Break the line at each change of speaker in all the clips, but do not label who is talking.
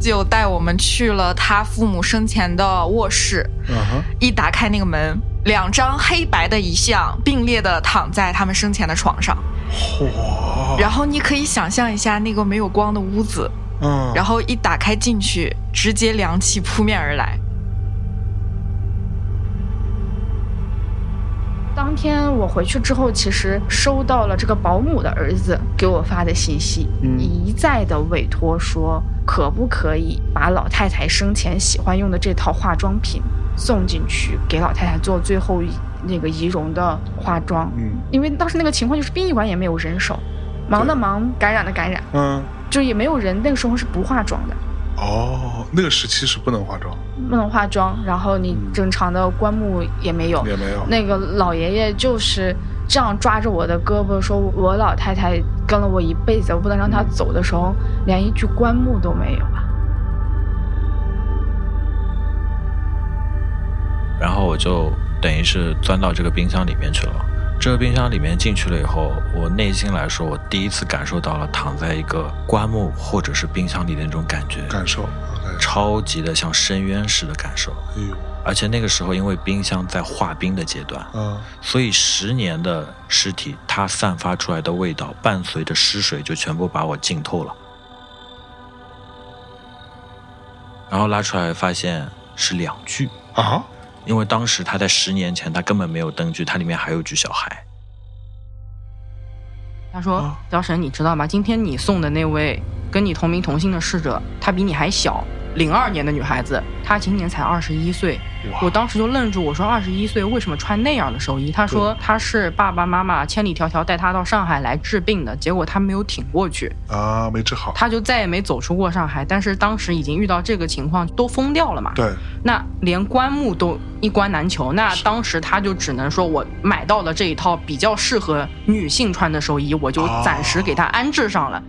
就带我们去了他父母生前的卧室。
嗯哼，
一打开那个门，两张黑白的遗像并列的躺在他们生前的床上。
嚯，
然后你可以想象一下那个没有光的屋子，
嗯，
然后一打开进去，直接凉气扑面而来。
当天我回去之后，其实收到了这个保姆的儿子给我发的信息，
嗯
一再的委托说，可不可以把老太太生前喜欢用的这套化妆品送进去，给老太太做最后一那个仪容的化妆。
嗯
因为当时那个情况就是殡仪馆也没有人手，忙的忙，感染的感染，
嗯，
就也没有人。那个时候是不化妆的，
哦，那个时期是不能化妆，
不能化妆，然后你正常的棺木也没有。
嗯也没有，
那个老爷爷就是这样抓着我的胳膊说：“我老太太跟了我一辈子，我不能让她走的时候，连一句棺木都没 有啊。
然后我就等于是钻到这个冰箱里面去了。这个冰箱里面进去了以后，我内心来说，我第一次感受到了躺在一个棺木或者是冰箱里的那种感觉，
感受，哎
超级的像深渊似的感受。
哎呦，
而且那个时候，因为冰箱在化冰的阶段，
嗯，
所以十年的尸体它散发出来的味道，伴随着尸水就全部把我浸透了。然后拉出来发现是两具，
啊，
因为当时他在十年前，他根本没有灯具，它里面还有一具小孩。
他说
啊：“
姚神，你知道吗？今天你送的那位跟你同名同姓的逝者，她比你还小，零二年的女孩子，她今年才二十一岁。”我当时就愣住，我说：“二十一岁为什么穿那样的寿衣？”他说：“她是爸爸妈妈千里迢迢带她到上海来治病的，结果她没有挺过去，
啊，没治好，
她就再也没走出过上海。但是当时已经遇到这个情况，都疯掉了嘛。
对，
那连棺木都一棺难求，那当时他就只能说我买到了这一套比较适合女性穿的寿衣，我就暂时给他安置上了。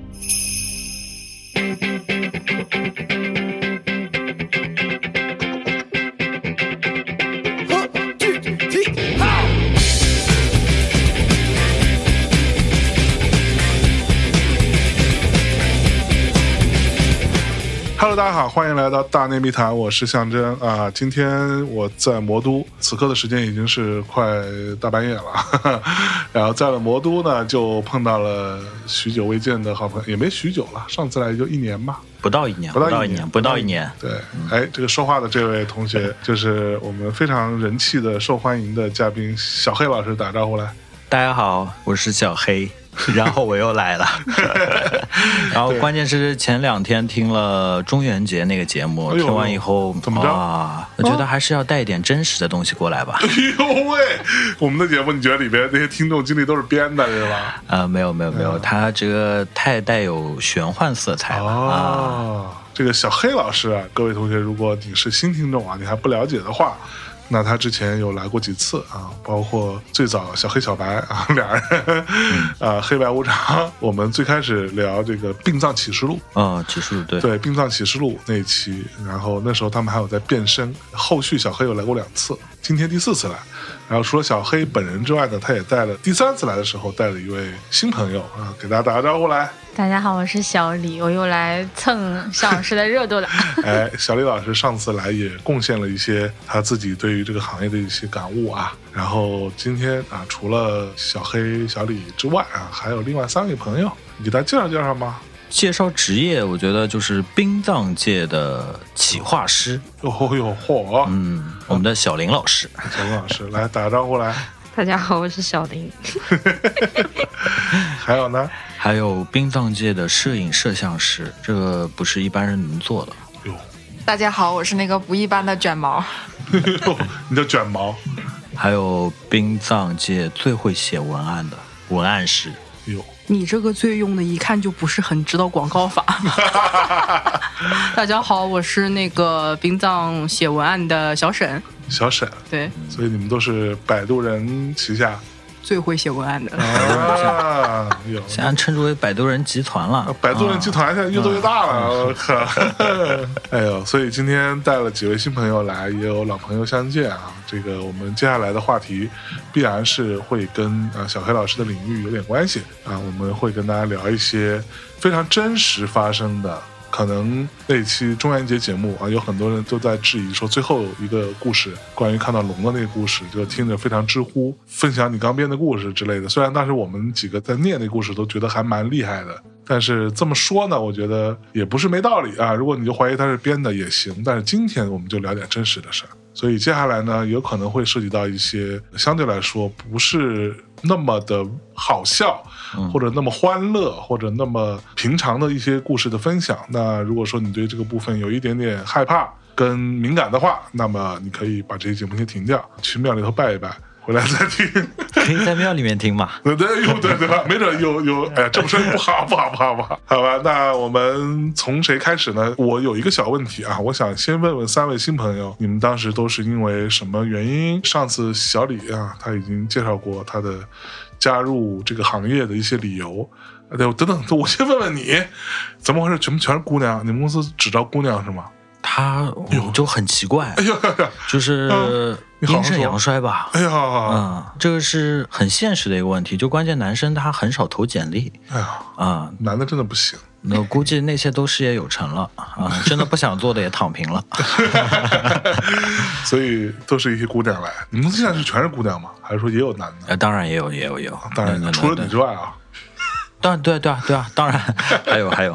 Hello，大家好，欢迎来到大内密谈，我是象征啊。今天我在魔都，此刻的时间已经是快大半夜了。 哈哈。然后在了魔都呢，就碰到了许久未见的好朋友，也没许久了，上次来也就一年吧。
不到一年，
不到一
一
年
年，不到一年。
对，哎，这个说话的这位同学，就是我们非常人气的、受欢迎的嘉宾小黑老师，打招呼来。
大家好，我是小黑，然后我又 来了。然后关键是前两天听了中元节那个节目，
哎呦
听完以后
怎么着
啊？我觉得还是要带一点真实的东西过 来吧。
哎呦喂，我们的节目你觉得里边那些听众经历都是编的，是吧？
啊，没有没有没
嗯
有，它这个太带有玄幻色彩了啊。
哦，这个小黑老师啊，各位同学，如果你是新听众啊，你还不了解的话，那他之前有来过几次啊，包括最早小黑小白啊， 俩人、
嗯
啊，黑白无常，我们最开始聊这个《殡葬启示录》。
嗯，指数对，
对《殡葬启示录》那一期，然后那时候他们还有在变身，后续小黑有来过两次，今天第四次来。然后除了小黑本人之外呢，他也带了第三次来的时候带了一位新朋友啊，给大家打个招呼来。
大家好，我是小李，我又来蹭向老师的热度了。
哎，小李老师上次来也贡献了一些他自己对于这个行业的一些感悟啊。然后今天啊，除了小黑、小李之外啊，还有另外三位朋友，你给大家介绍介绍吗？
介绍职业，我觉得就是殡葬界的企划师，
哟吼哦哟嚯！
嗯，我们的小林老师。
小李老师来打个招呼来。
大家好，我是小林。
还有呢？
还有殡葬界的摄影摄像师，这个不是一般人能做的。
哟，
大家好，我是那个不一般的卷毛。
哟你叫卷毛。
还有殡葬界最会写文案的文案师，
哟，
你这个最用的，一看就不是很知道广告法。大家好，我是那个殡葬写文案的小沈，
小沈，
对，
所以你们都是摆渡人旗下
最会写文案的。
啊？有
现在称之为摆渡人集团了。
呃啊百度人集团现在越做越大了，我靠！哎呦，所以今天带了几位新朋友来，也有老朋友相见啊。这个我们接下来的话题必然是会跟呃小黑老师的领域有点关系啊，我们会跟大家聊一些非常真实发生的。可能那期中元节节目啊，有很多人都在质疑说，最后一个故事关于看到龙的那个故事，就听着非常知乎，分享你刚编的故事之类的。虽然当时我们几个在念那故事都觉得还蛮厉害的，但是这么说呢，我觉得也不是没道理啊。如果你就怀疑它是编的也行，但是今天我们就聊点真实的事儿。所以接下来呢，有可能会涉及到一些相对来说不是那么的好笑，或者那么欢乐，或者那么平常的一些故事的分享。那如果说你对这个部分有一点点害怕跟敏感的话，那么你可以把这期节目先停掉，去庙里头拜一拜，回来再听。
啊可以在庙里面听嘛。
对对有对对吧？没准有有，哎呀，这么说不好不好不好不好，好吧？那我们从谁开始呢？我有一个小问题啊，我想先问问三位新朋友，你们当时都是因为什么原因？上次小李啊，他已经介绍过他的加入这个行业的一些理由。哎，对等等，我先问问你，怎么回事？全部全是姑娘？你们公司只招姑娘是吗？
他我就很奇怪，
哎呦，啊
就是
你好好
阴盛
说
阳衰吧。
哎呀，
嗯，这个是很现实的一个问题，就关键男生他很少投简历
哎呀，
啊，
男的真的不行。
那估计那些都事业有成了啊，真的不想做的也躺平了。
所以都是一些姑娘来。你们现在是全是姑娘吗？还是说也有男的？
呃，当然也有，也有，也有，
啊当然
对，
除了你之，外啊
当然对对啊对啊，当然 还有还有，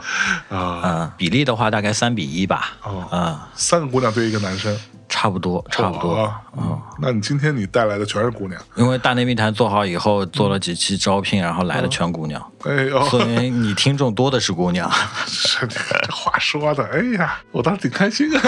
啊，
嗯，比例的话大概三比一吧，
哦，
嗯，
三个姑娘对一个男生，
差不多差不多。
啊。嗯那你今天你带来的全是姑娘，
因为大内密谈做好以后，做了几期招聘，然后来的全姑娘，
哎呦，
说明你听众多的是姑娘。
这 这话说的，哎呀，我倒是挺开心啊。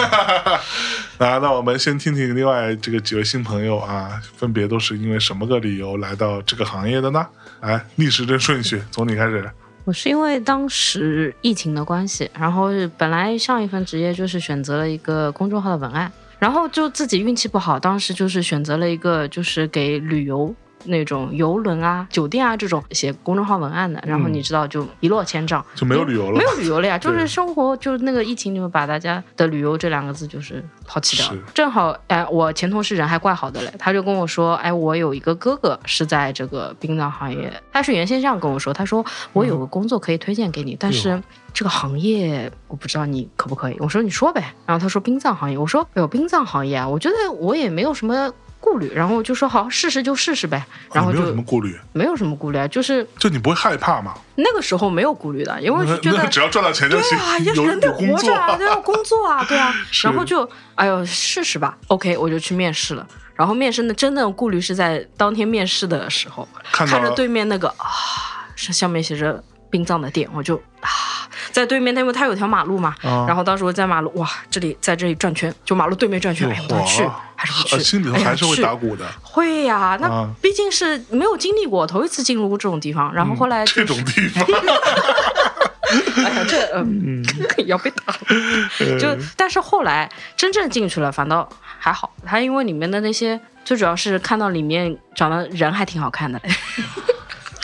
那那我们先听听另外这个几位新朋友啊，分别都是因为什么个理由来到这个行业的呢？哎，逆时针顺序，从你开始。啊
我是因为当时疫情的关系，然后本来上一份职业就是选择了一个公众号的文案，然后就自己运气不好，当时就是选择了一个就是给旅游。那种游轮啊、酒店啊这种写公众号文案的，然后
嗯
你知道就一落千丈，
就没有旅游了
没有旅游了呀，就
对
是生活，就是那个疫情里面把大家的旅游这两个字就是抛弃掉了
是。
正好，哎，我前同事人还怪好的嘞，他就跟我说，哎，我有一个哥哥是在这个殡葬行业，
嗯
他是原先这样跟我说，他说我有个工作可以推荐给
嗯
你，但
哦
是。这个行业我不知道你可不可以，我说你说呗。然后他说殡葬行业，我说哎呦殡葬行业啊，我觉得我也没有什么顾虑，然后我就说好试试就试试呗，然后
哦你没有
就
什么顾虑，
没有什么顾虑啊，就是
就你不会害怕吗？
那个时候没有顾虑的，因为
那
就觉得
那只要赚到钱就行，
对啊，
有
人得
有工
活
作
着啊，都要工作啊，对
。
啊
是
然后就哎呦试试吧，OK，我就去面试了。然后面试呢，真的顾虑是在当天面试的时候，
看到
看着
了
对面那个啊，上上面写着殡葬的店，我就啊，在对面，因为它有条马路嘛。
啊
然后当时我在马路哇，这里在这里转圈，就马路对面转圈，哎呀，我要去还是不去？
呃心里头
哎呀
还是会
去
打鼓的。
会呀、那
啊
毕竟是没有经历过，头一次进入过这种地方。然后后来就
嗯这种地方，
哎呀，这嗯 要被打了。就
嗯
但是后来真正进去了，反倒还好。他因为里面的那些，最主要是看到里面长得人还挺好看的。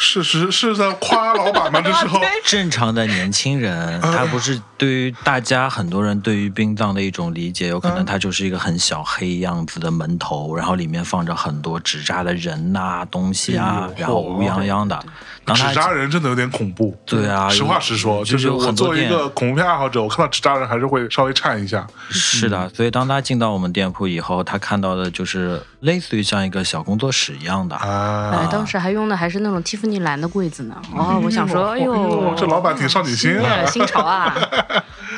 是是是在夸老板吗？这时候
正常的年轻
嗯
人，他不是对于大家很多人对于殡葬的一种理解，有可
嗯
能他就是一个很小黑样子的门头，然后里面放着很多纸扎的人呐、东西啊
哎呦，
然后乌泱泱的。当他
纸扎人真的有点恐怖。
对啊
实话实说，
有
就是
有
我
很
作
多
为一
店
个恐怖片爱好者，我看到纸扎人还是会稍微颤一下。
是
嗯
的，所以当他进到我们店铺以后，他看到的就是类似于像一个小工作室一样的。
啊，
哎， 当时还用的还是那种蒂芙尼蓝的柜子呢。哦，我想说，哎呦，
这老板挺少女心啊
哎。新潮 啊，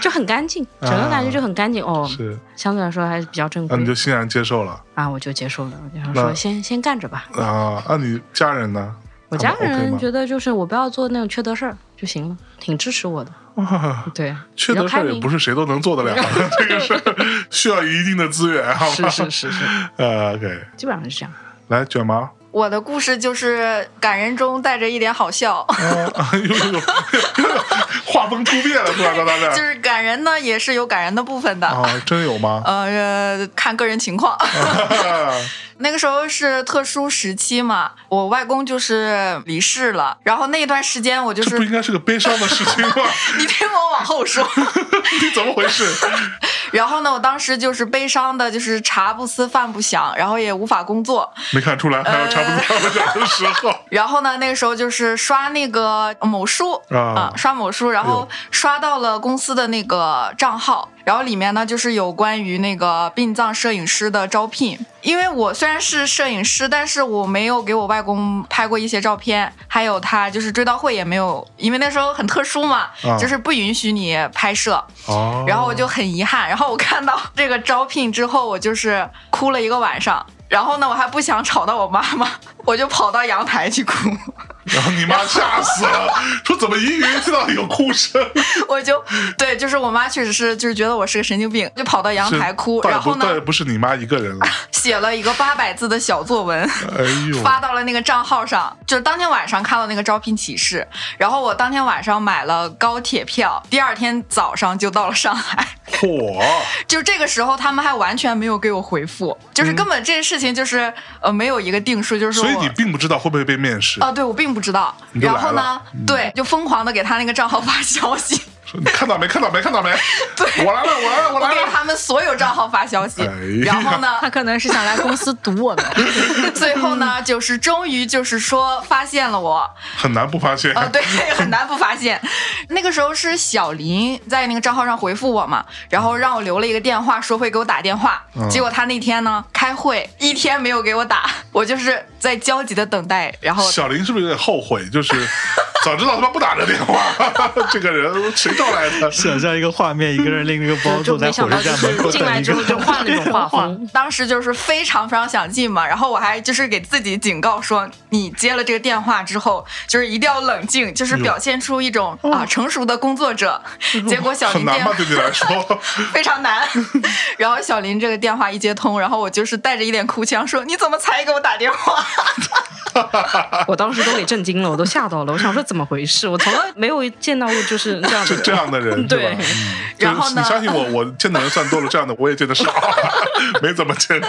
就很干净，整个感觉就很干净
啊
哦。
是，
相对来说还是比较正
那你就
规
欣然接受了
啊，我就接受了。我就想
那
说，先先干着吧。
啊？那你家人呢？
我家
他们 OK
人
吗
觉得就是我不要做那种缺德事儿就行了，挺支持我的。
哇
对，
缺德事儿也不
是。
是谁都能做得了，这个事儿需要一定的资源，好
是
吗？
是是是，
呃，OK，
基本上是这样。
来卷毛，
我的故事就是感人中带着一点好 笑，
啊，呦呦呦，画风突变了，突然到他这
就
儿。
是感人呢也是有感人的部 分的。
啊，真有吗？
呃，看个人情况。哦 那个时候是特殊时期嘛，我外公就是离世了，然后那一段时间我就
这
是
不应该是个悲伤的事情吗？
你听我往后说，
你怎么回事？
然后呢，我当时就是悲伤的，就是茶不思饭不想，然后也无法工作。
没看出来，还有差不多半个小时后。
然后呢，那个时候就是刷那个某书
啊
啊、刷某书，然
哎
后
呦
刷到了公司的那个账号，然后里面呢就是有关于那个殡葬摄影师的招聘。因为我虽然是摄影师，但是我没有给我外公拍过一些照片，还有他就是追悼会也没有，因为那时候很特殊嘛，
啊
就是不允许你拍摄。
哦，
然后我就很遗憾，然后我看到这个招聘之后，我就是哭了一个晚上。然后呢，我还不想吵到我妈妈，我就跑到阳台去哭，
然后你妈吓死了，说怎么隐隐约听到有哭声？
我就对，就是我妈确实是就是觉得我是个神经病，就跑到阳台哭，
是但
然后
不但
呢
不是你妈一 个人了，
写了一个八百字的小作文。
哎呦，
发到了那个账号上，就是当天晚上看到那个招聘启事，然后我当天晚上买了高铁票，第二天早上就到了上海。
火，
就这个时候，他们还完全没有给我回复，就是根本这件事情就是、呃没有一个定数，就是说
嗯所以
我
你并不知道会不会被面试。
啊，对我并不知道。
你就来
然后呢
了，嗯
对，就疯狂的给他那个账号发消息，
说你看到没？看到没？看到没？我来了，我来了，我
我
来
给
了。
他们所有账号发消息
哎呀，
然后 呢，
他可能是想来公司堵 我们。
最后
嗯
呢，就是终于就是说发现了我，
很难不发现。
啊，对，很难不发现。那个时候是小林在那个账号上回复我嘛，然后让我留了一个电话，说会给我打电话。
嗯
结果他那天呢开会，一天没有给我打， 我就是在焦急的等待。然后
小林是不是有点后悔？就是早知道他妈不打这电话， 这个人谁招来的？
想象一个画面，一个人拎着个包
呃就
走
没
在火
想到
车
就
站门口
是进
等
来
一
之
个
后就换那种画风，
当时就是非常非常想进嘛，然后我还就是给自己警告说，你接了这个电话之后，就是一定要冷静，就是表现出一种啊成熟的工作者。结果小
哦很
林
难
电
吗
话？
对你来说，
非常难。然后小林这个电话一接通，然后我就是带着一脸哭腔说：“你怎么才给我打电话
我当时都给震惊了，我都吓到了，我想说怎么回事？我从来没有见到过就是这样
就
的
这样的人，是吧
对？
嗯
然后
就是
呢
你相信我，我见的人算多了，这样的我也见得少， 没怎么见过。？”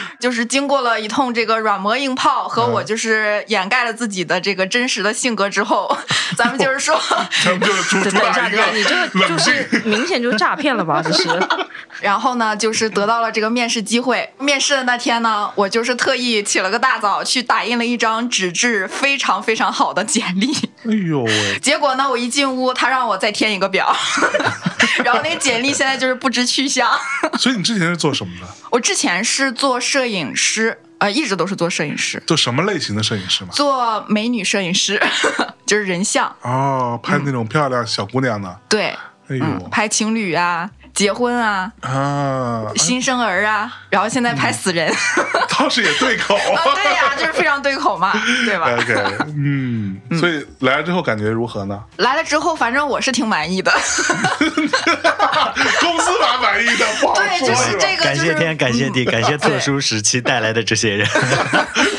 就是经过了一通这个软磨硬泡和
嗯
我就是掩盖了自己的这个真实的性格之后，咱们就是说，
他们就是主主
等一
打
下，
一
等一下，你这
个
个就
冷静。
是明显就是诈骗了吧？啊这是，
然后呢，就是得到了这个面试机会。面试的那天呢，我就是特意起了个大早去打印了一张纸质非常非常好的简历。
哎呦喂，
结果呢，我一进屋，他让我再填一个表， 然后那个简历现在就是不知去向。
所以你之前是做什么的？
我之前是做摄影师，呃，一直都是做摄影师，
做什么类型的摄影师嘛？
做美女摄影师， 就是人像，
哦，拍那种漂亮小姑娘的。
对，
哎呦
嗯，拍情侣啊。结婚啊，
啊，哎
新生儿啊，然后现在拍死人，
倒是也对口。
啊，对呀、就是非常对口嘛，对吧？
OK，嗯，所以来了之后感觉如何呢？
来了之后，反正我是挺满意的，
公司蛮满意的，不好
对，
说
就是这
吧？
个，
感
就
谢
是嗯
天，感谢地，感谢特殊时期带来的这些人。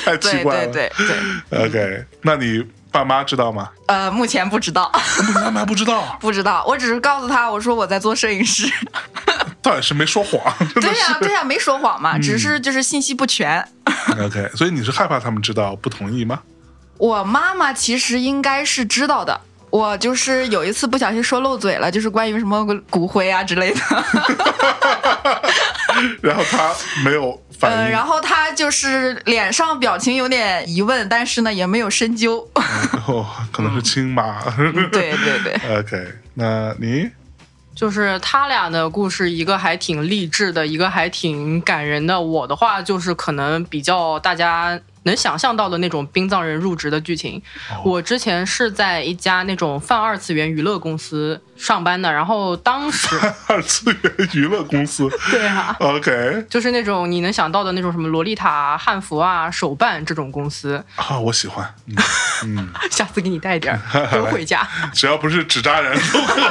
太
对
奇怪
对
了。
对对，
OK，那你爸妈知道吗？
呃，目前不知道，
他们还不知道，
不知道，我只是告诉他，我说我在做摄影师，
倒也是没说谎，真
对
的
呀、对
是。
呀、没说谎嘛，只是就是信息不全，
OK，所以你是害怕他们知道不同意吗？
我妈妈其实应该是知道的。我就是有一次不小心说漏嘴了，就是关于什么骨灰啊之类的。
然后他没有
嗯，
反应
然，后她就是脸上表情有点疑问，但是呢也没有深 究。
哦，可能是亲妈。
对对对，
OK，那你
就是他俩的故事，一个还挺励志的，一个还挺感人的。我的话就是可能比较大家能想象到的那种殡葬人入职的剧情。
哦
我之前是在一家那种泛二次元娱乐公司上班的，然后当时
二次元娱乐公司
对啊，
OK
就是那种你能想到的那种什么洛丽塔啊、汉服啊、手办这种公司，
啊，我喜欢，嗯嗯，
下次给你 带点儿邮回家。
只要不是纸扎人都可以，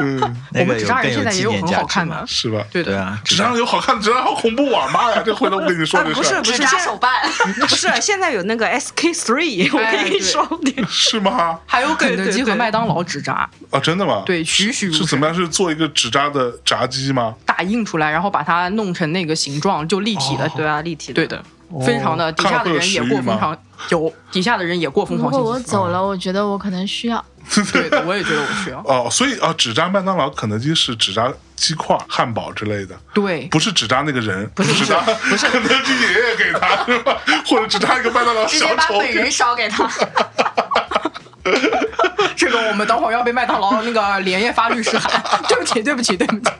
嗯，
我
那
们
个
纸
有
扎
更
人现
有
在也
纪
有
念
很
价
好
值
看的
嘛？，
是吧？
对
对
的。
啊，
纸扎人有好看，纸扎人好恐怖啊！妈呀，这回头我跟你说
啊，
这
不
事
是
儿
不是，
纸扎
现在
手 办
不是现在有那个 SK Three，我
哎
跟你
对
说，
是吗？
还有肯德
对
基
对
和
对
麦当劳纸扎，
啊，真的吗？
对，栩栩如
是
生。
怎么样？是做一个纸扎的炸鸡吗？
打印出来，然后把它弄成那个形状，就立体的。
哦
对
啊，立体
对的，非常的，底
看了
下
会
的
有
人也
食欲
过疯
吗
狂，有底下的人也过疯
如
狂
果
星
我
期
走了，我觉得我可能需要。
四。对，我也觉得我需要。
哦，所以啊，只扎麦当劳、肯德基是只扎鸡块、汉堡之类的，
对，
不是只扎那个人，不 是只扎，不是肯德基爷爷给他是吧？或者只扎一个麦当劳
直接
小
把
丑
本人烧给他。
这个我们等会儿要被麦当劳那个连夜发律师函。 对不起，对不起，对不起。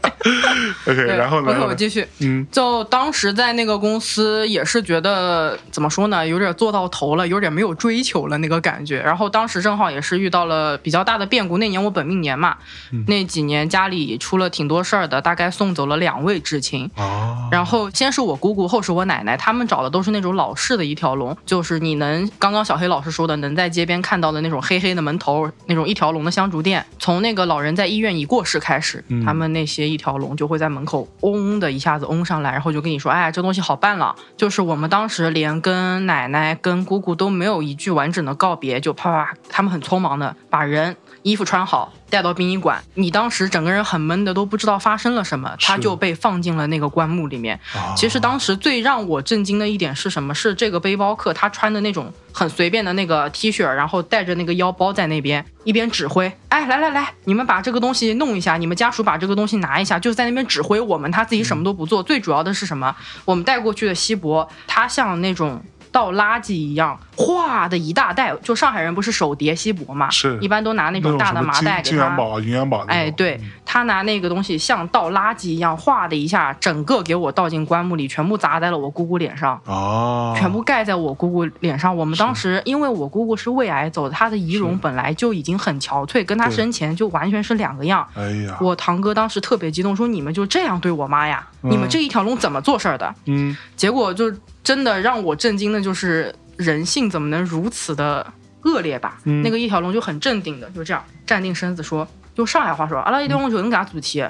OK，
对，
然后呢？
回头我
然后呢
继续。
嗯，
就当时在那个公司也是觉得怎么说呢，有点做到头了，有点没有追求了那个感觉。然后当时正好也是遇到了比较大的变故，那年我本命年嘛，
嗯
那几年家里出了挺多事儿的，大概送走了两位至亲。
哦，
然后先是我姑姑，后是我奶奶，他们找的都是那种老式的一条龙，就是你能刚刚小黑老师说的，能在街边看到的那种黑黑的门头，那种一条龙的香烛店。从那个老人在医院已过世开始，
嗯
他们那些一条龙就会在门口嗡的一下子嗡上来，然后就跟你说，哎，这东西好办了。就是我们当时连跟奶奶、跟姑姑都没有一句完整的告别，就啪啪，他们很匆忙的把人。衣服穿好，带到殡仪馆。你当时整个人很闷的，都不知道发生了什么，他
是
就被放进了那个棺木里面。其实当时最让我震惊的一点是什么？是这个背包客他穿的那种很随便的那个 T 恤，然后带着那个腰包在那边一边指挥，哎，来来来，你们把这个东西弄一下，你们家属把这个东西拿一下，就在那边指挥我们，他自己什么都不做。最主要的是什么？我们带过去的锡箔，它像那种。倒垃圾一样，哗的一大袋，就上海人不是手叠锡箔嘛，
是
一般都拿那种大的麻袋给
金
他
元宝、啊银元宝那种，
哎，对他拿那个东西像倒垃圾一样，哗的一下，整个给我倒进棺木里，全部砸在了我姑姑脸上，
哦，
全部盖在我姑姑脸上。我们当时因为我姑姑是胃癌走的，她的仪容本来就已经很憔悴，跟她
对
生前就完全是两个样。
哎呀，
我堂哥当时特别激动，说：“你们就这样对我妈呀？你们这一条龙怎么做事儿的？”
嗯，
结果就真的让我震惊的就是人性怎么能如此的恶劣吧？
嗯
那个一条龙就很镇定的就这样站定身子说，用上海话说，阿拉一条龙就能噶做体，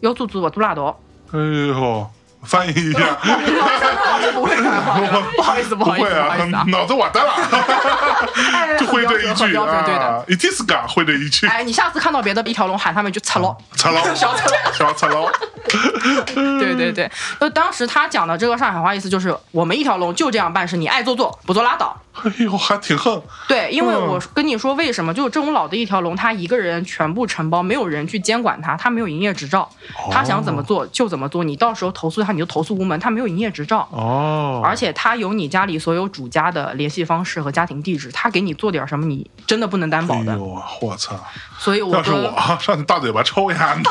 要做做不做拉倒。
哎呦，翻译一下，
我 就不会上海话了，不好意 思，不
不
好意
会
思，不好
啊
意思啊，，
脑子完蛋 了，
哎
就会这一
很
句
标准很标准对的。
啊，一 t i s g a 会这一句，
哎，你下次看到别的一条龙喊他们就擦喽，
操劳，
小丑。
小操劳，
对
嗯
对对，就当时他讲的这个上海话意思就是我们一条龙就这样办事，你爱做做，不做拉倒。
哎呦，还挺横，
对，因为
嗯
我跟你说为什么，就是这种老的一条龙，他一个人全部承包，没有人去监管他，他没有营业执照，
哦
他想怎么做就怎么做，你到时候投诉他你就投诉无门，他没有营业执照。
哦，
而且他有你家里所有主家的联系方式和家庭地址，他给你做点什么，你真的不能担保
哎
的。
呦，我操！
所以我啊
要是
跟
我上去大嘴巴抽一下你，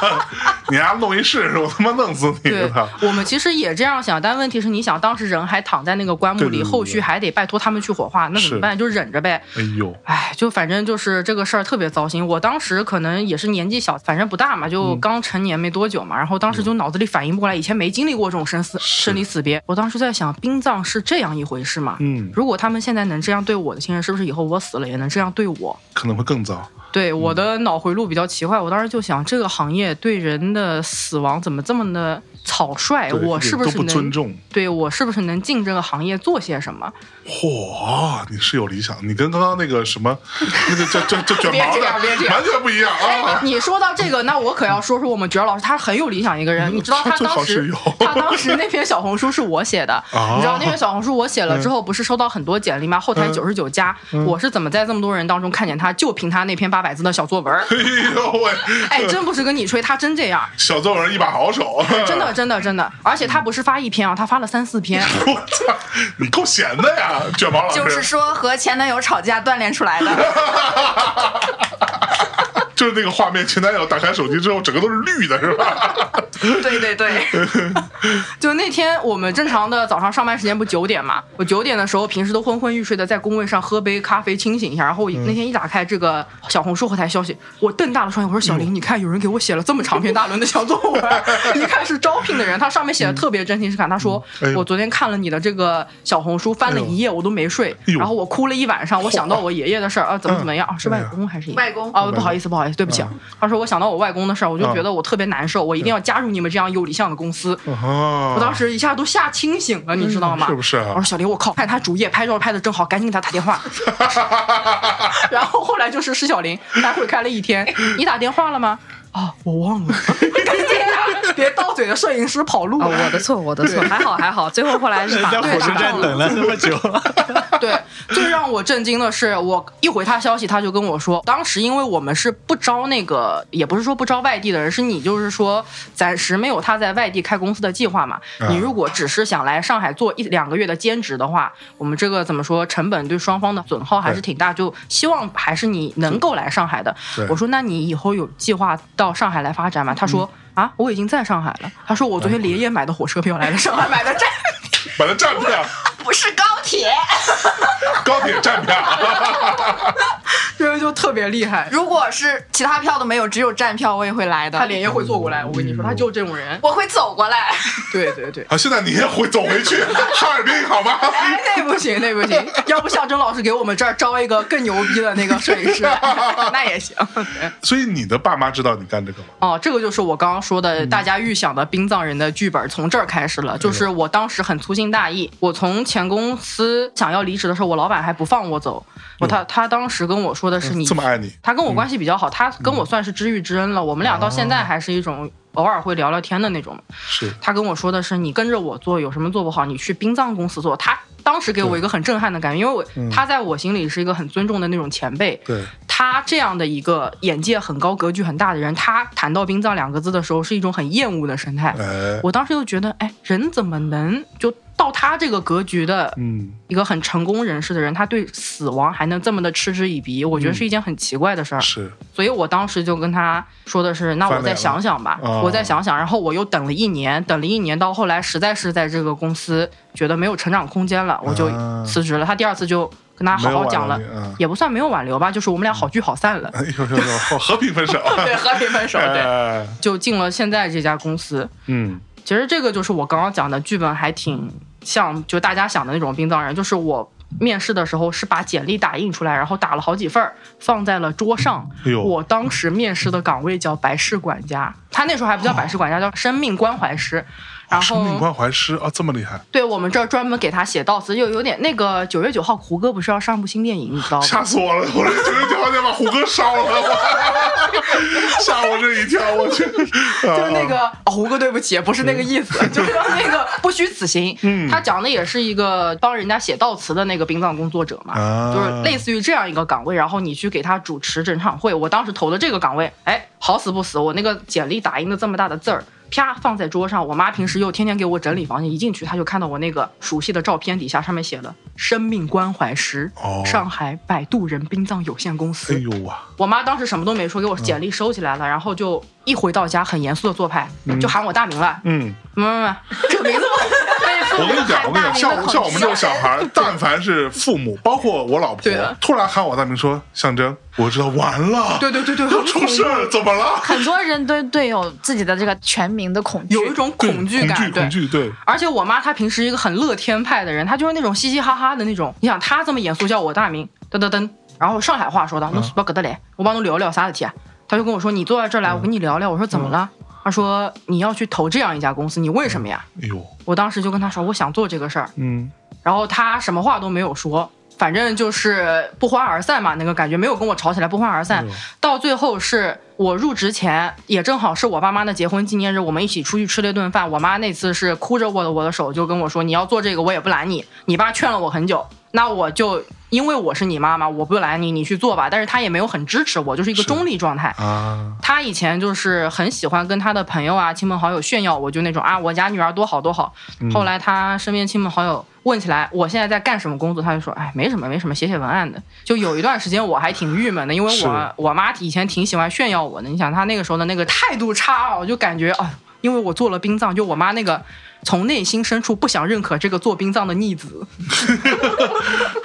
你 丫弄一试试，我他妈弄死你！
对
操！，
我们其实也这样想，但问题是，你想当时人还躺在那个棺木
对对
里，
对对
后续还得拜托他们去火化，那怎
是
么办？就忍着呗。
哎呦，
哎，就反正就是这个事儿特别糟心。我当时可能也是年纪小，反正不大嘛，就
嗯
刚成年没多久嘛，然后当时就脑子里反应不过来，以前没经历过这种生死生离死别。我当时在想，殡葬是这样一回事嘛？
嗯，
如果他们现在能这样对我的亲人，是不是以后我死了也能这样对我？
可能会更糟。
对我的
嗯
脑回路比较奇怪，我当时就想，这个行业对人的死亡怎么这么的草率？
对
我
对
是不
都
是
不
能
尊重？
对我是不是能进这个行业做些什么？
嚯，你是有理想，你跟刚刚那个什么，那个叫叫叫卷毛的
别这样别这样
完全不一样啊！
哎你说到这个，那我可要说说我们角儿老师，他很有理想一 个人。你知道他
他最好
当
是
时
有
他当时那篇小红书是我写的，
哦
你知道那篇小红书我写了之后，不是收到很多简历吗？后台
嗯
九十九加，我是怎么在这么多人当中看见他？就凭他那篇八百字的小作 文儿，
哎呦喂，
哎，真不是跟你吹，他真这样。
小作文一把好手，
哎真的，真的，真的，而且他不是发一篇啊，他发了三四篇。
我操，你够闲的呀，卷毛老师。
就是说和前男友吵架锻炼出来的。
就是那个画面，前男友打开手机之后，整个都是绿的，是吧？
对对对，
就那天我们正常的早上上班时间不九点嘛，我九点的时候平时都昏昏欲睡的，在工位上喝杯咖啡清醒一下。然后我
嗯
那天一打开这个小红书后台消息，我瞪大了双眼，
嗯
我说小林，你看有人给我写了这么长篇大论的小作文， 一看是招聘的人，他上面写的特别真情实感。他说
哎呦
我昨天看了你的这个小红书，翻了一夜我都没睡，
哎呦嗯
然后我哭了一晚上，我想到我爷爷 的事儿啊，怎么怎么样啊，是外公还是爷爷
外公
啊？不好意思，不好意思，对不起啊。他说我想到我外公的事儿，我就
啊
觉得我特别难受，我一
嗯
定要加入你们这样有理想的公司。
啊，
我当时一下都吓清醒了，你知道吗？
是不是啊
我说小林，我靠，看他主页拍照拍的正好，赶紧给他打 电话。然后后来就是施哦 小林，开会开了一天，你打电话了吗？啊，我忘了，赶紧给他别到嘴的摄影师跑路
啊
哦， 我的错，我的错，还好还好，最后后来是
人
把
家火车站等了那么久，
对，最让我震惊的是，我一回他消息，他就跟我说，当时因为我们是不招那个，也不是说不招外地的人，是你就是说暂时没有他在外地开公司的计划嘛。
嗯
你如果只是想来上海做一两个月的兼职的话，我们这个怎么说成本对双方的损耗还是挺大，就希望还是你能够来上海的
对。
我说，那你以后有计划到上海来发展吗？他说。啊，我已经在上海了。他说我昨天连夜买的火车票来了上海， 买的站
买了站票，
不是高铁。
高铁站 票，
这个就特别厉害。
如果是其他票都没有，只有站票，我也会来的。
他连夜会坐过来，我跟你说，他就这种人。
我会走过来。
对对对，
好，啊现在你也会走回去哈尔滨好吗？
哎，那不行，那不行，要不象征老师给我们这儿招一个更牛逼的那个摄影师来，那也行。对
所以你的爸妈知道你干这个吗？
哦，这个就是我刚刚说
嗯
的，大家预想的殡葬人的剧本从这儿开始了。就是我当时很粗心大意，我从前公司想要离职的时候，我老板还不放我走。我他他当时跟我说的是
嗯
你
这么爱嗯你，
他跟我关系比较好，他跟我算是知遇之恩了。我们俩到现
哦
在还是一种偶尔会聊聊天的那种。
是
他跟我说的是，你跟着我做，有什么做不好，你去殡葬公司做。他当时给我一个很震撼的感觉，因为我、
嗯
他在我心里是一个很尊重的那种前辈。
对，
他这样的一个眼界很高、格局很大的人，他谈到殡葬两个字的时候，是一种很厌恶的神态。
哎，
我当时就觉得，哎，人怎么能就到他这个格局的
嗯，
一个很成功人士的人，他对死亡还能这么的嗤之以鼻？
嗯
我觉得是一件很奇怪的事儿。
是
所以我当时就跟他说的是，那我再想想吧，
翻脸了啊嗯
我再想想。然后我又等了一年，等了一年，到后来实在是在这个公司觉得没有成长空间了，我就
啊
辞职了。他第二次就跟他好好讲了
没有挽留你啊，
也不算没有挽留吧，就是我们俩好聚好散了，
哎呦呦呦，和和平分手，
对，和平分手，对，
哎，
就进了现在这家公司。
嗯，
其实这个就是我刚刚讲的剧本，还挺像就大家想的那种殡葬人，就是我。面试的时候是把简历打印出来，然后打了好几份儿，放在了桌上。
哎呦
我当时面试的岗位叫白事管家，他那时候还不叫白事管家，叫生命关怀师。然
生命
后，
关怀师啊，这么厉害，
对我们这儿专门给他写悼词，又有点那个九月九号胡歌不是要上部新电影，你知道吗？
吓死我了！我这九十九号店把虎哥烧了，我 吓我这一跳，我去， 啊
就是那个、哦胡歌，对不起，不是那个意思，就是那个不虚此行。
嗯
他讲的也是一个帮人家写悼词的那个殡葬工作者嘛，
啊
就是类似于这样一个岗位，然后你去给他主持整场会。我当时投的这个岗位，哎，好死不死，我那个简历打印的这么大的字儿。啪，放在桌上。我妈平时又天天给我整理房间，一进去她就看到我那个熟悉的照片，底下上面写了“生命关怀师”，
哦
上海摆渡人殡葬有限公司。
哎呦哇，
我妈当时什么都没说，给我简历收起来了，然后就一回到家很严肃的做派，就喊我大名了。
嗯，
妈妈妈，这个名字
我跟你讲，我跟你讲，像我像我们这种小孩 儿，但凡是父母，包括我老婆
对的，
突然喊我大名说象征，我知道完了，
对对对对，
要出事儿，怎么了？
很多人都对有自己的这个全民的恐惧，
有一种
对
恐惧感，对
恐。惧，对，
而且我妈她平时一个很乐天派的人，她就是那种嘻嘻哈哈的那种。你想她这么严肃叫我大名，噔噔噔，然后上海话说的，侬不搿搭来，我帮侬聊聊啥事体啊？她就跟我说，你坐在这儿来，我跟你聊聊。我说怎么了？她说你要去投这样一家公司，你为什么呀？
哎呦，
我当时就跟她说，我想做这个事儿。
嗯，
然后他什么话都没有说，反正就是不欢而散嘛，那个感觉没有跟我吵起来，不欢而散。到最后是我入职前，也正好是我爸妈的结婚纪念日，我们一起出去吃了一顿饭。我妈那次是哭着握着我的手，就跟我说：“你要做这个，我也不拦你。”你爸劝了我很久，那我就因为我是你妈妈，我不拦你，你去做吧。但是他也没有很支持我，就是一个
是
中立状态。
啊，
他以前就是很喜欢跟他的朋友啊、亲朋好友炫耀，我就那种啊，我家女儿多好多好。后来他身边亲朋好友问起来，我现在在干什么工作，他就说，哎，没什么，没什么，写写文案的。就有一段时间我还挺郁闷的，因为
是
我我妈以前挺喜欢炫耀我的，你想她那个时候的那个态度差啊，我就感觉啊，因为我做了殡葬，就我妈那个从内心深处不想认可这个做殡葬的逆子。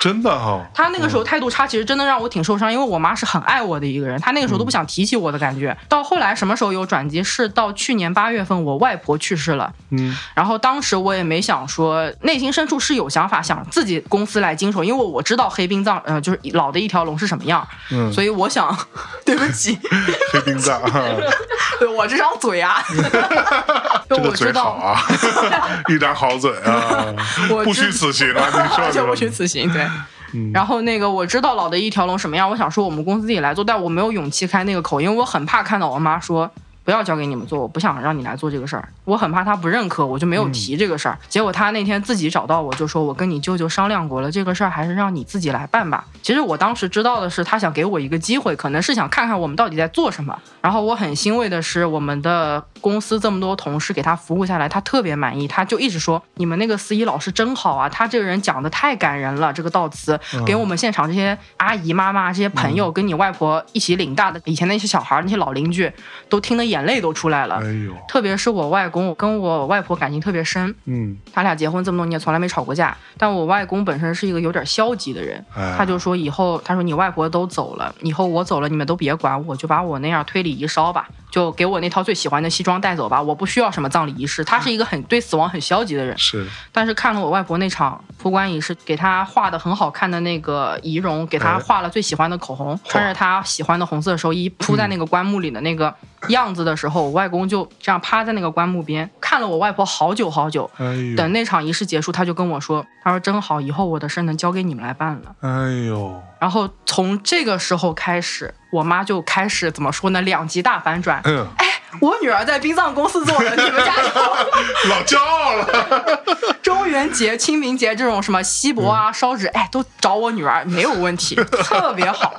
真的哈，
他那个
嗯
时候态度差，其实真的让我挺受伤，因为我妈是很爱我的一个人，她那个时候都不
嗯
想提起我的感觉。到后来什么时候有转机？是到去年八月份，我外婆去世了，
嗯，
然后当时我也没想说，内心深处是有想法想自己公司来经手，因为我知道黑殡葬，呃，就是老的一条龙是什么样，
嗯
所以我想， 对不 起，
黑冰葬，
对我这张嘴啊，就
这个
我
嘴
知
好
道，
啊， 一张好嘴啊，
我
不
知
虚此行啊，你说嗯
而且
说
不虚此行，对。然后那个我知道老的一条龙什么样，我想说我们公司自己来做，但我没有勇气开那个口，因为我很怕看到我妈说不要交给你们做，我不想让你来做这个事儿。我很怕他不认可，我就没有提这个事儿。结果他那天自己找到我，就说我跟你舅舅商量过了，这个事儿还是让你自己来办吧。其实我当时知道的是，他想给我一个机会，可能是想看看我们到底在做什么。然后我很欣慰的是，我们的公司这么多同事给他服务下来，他特别满意，他就一直说你们那个司仪老师真好啊，他这个人讲的太感人了，这个悼词给我们现场这些阿姨妈妈、这些朋友跟你外婆一起领大的以前那些小孩儿、那些老邻居，都听得眼泪都出来了
哎。呦，
特别是我外公，我跟我外婆感情特别深，
嗯，
他俩结婚这么多年从来没吵过架。但我外公本身是一个有点消极的人，
哎，
他就说以后，他说你外婆都走了，以后我走了，你们都别管我，就把我那样推理遗烧吧，就给我那套最喜欢的西装带走吧，我不需要什么葬礼仪式。他是一个很对死亡很消极的人，
是
但是看了我外婆那场扑棺仪式，给她画的很好看的那个仪容，给她
哎
画了最喜欢的口红，穿着她喜欢的红色寿衣，铺在那个棺木里的那个
嗯
样子的时候，我外公就这样趴在那个棺木边，看了我外婆好久好久。
哎呦，
等那场仪式结束，他就跟我说：“他说真好，以后我的事能交给你们来办了。”
哎呦，
然后从这个时候开始，我妈就开始怎么说呢？两极大反转。
哎呦，
我女儿在殡葬公司做人，你们家有
老骄傲了，
中元节、清明节这种什么锡箔啊、烧纸，哎，都找我女儿没有问 题，特别好。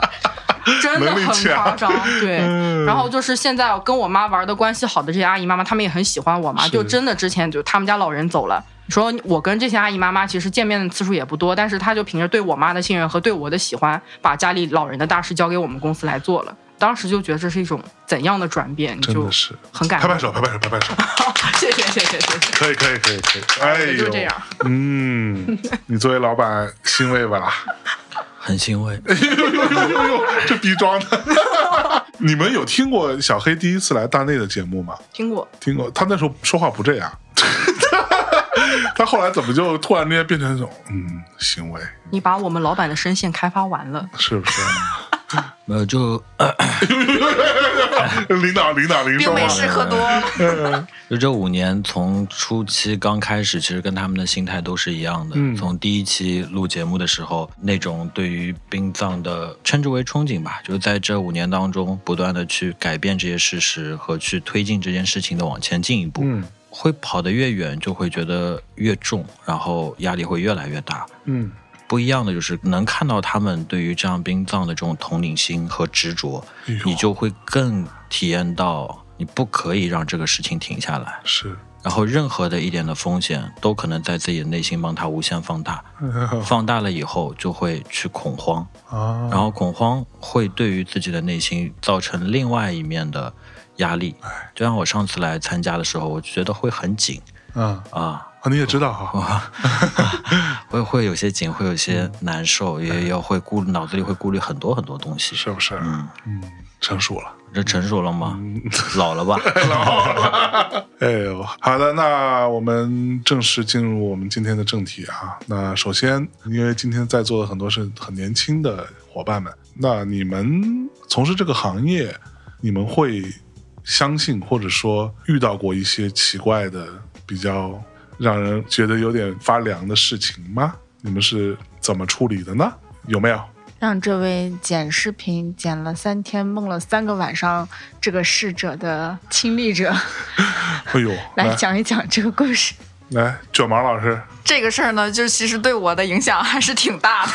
真的
能力
很
强
夸张，对
嗯。
然后就是现在跟我妈玩的关系好的这些阿姨妈妈，她们也很喜欢我妈。
是
就真的之前就他们家老人走了，说我跟这些阿姨妈妈其实见面的次数也不多，但是她就凭着对我妈的信任和对我的喜欢，把家里老人的大事交给我们公司来做了。当时就觉得这是一种怎样的转变，你
真
就
的是
很感
拍拍手，
动。
拍拍手，拍拍手，
谢谢谢谢谢谢，
可以，可以，可以，可以，哎呦，
就这样。
嗯，你作为老板欣慰 吧？
很欣慰。
呦呦呦呦呦，这逼装的！你们有听过小黑第一次来大内的节目吗？
听过
听过，他那时候说话不这 样，他后来怎么就突然之间变成一种嗯行为，
你把我们老板的声线开发完了，
是不是？
没有，就
领导，领导，领
冰
导，
美式喝多了，
就这五年，从初期刚开始，其实跟他们的心态都是一样的。
嗯
从第一期录节目的时候，那种对于殡葬的称之为憧憬吧，就是在这五年当中，不断的去改变这些事实和去推进这件事情的往前进一步。
嗯
会跑得越远，就会觉得越重，然后压力会越来越大。
嗯
不一样的就是能看到他们对于这样殡葬的这种同理心和执着，
哎呦
你就会更体验到你不可以让这个事情停下来。
是，
然后任何的一点的风险都可能在自己的内心帮他无限放大，
哦
放大了以后就会去恐慌，
啊，
然后恐慌会对于自己的内心造成另外一面的压力。
哎
就像我上次来参加的时候，我觉得会很紧
嗯，
啊，
啊你也知道哈，
会会有些紧，会有些难受，也也会顾脑子里会顾虑很多很多东西。
是不是？
嗯，
嗯，成熟了。
这成熟了吗？ 老了吧？
哎呦，好的，那我们正式进入我们今天的正题啊。那首先，因为今天在座的很多是很年轻的伙伴们，那你们从事这个行业，你们会相信或者说遇到过一些奇怪的、比较让人觉得有点发凉的事情吗？你们是怎么处理的呢？有没有？
让这位剪视频剪了三天、梦了三个晚上这个逝者的亲历者
哎呦，
来
来
讲一讲这个故事。
来， 卷毛老师，
这个事儿呢，就其实对我的影响还是挺大的。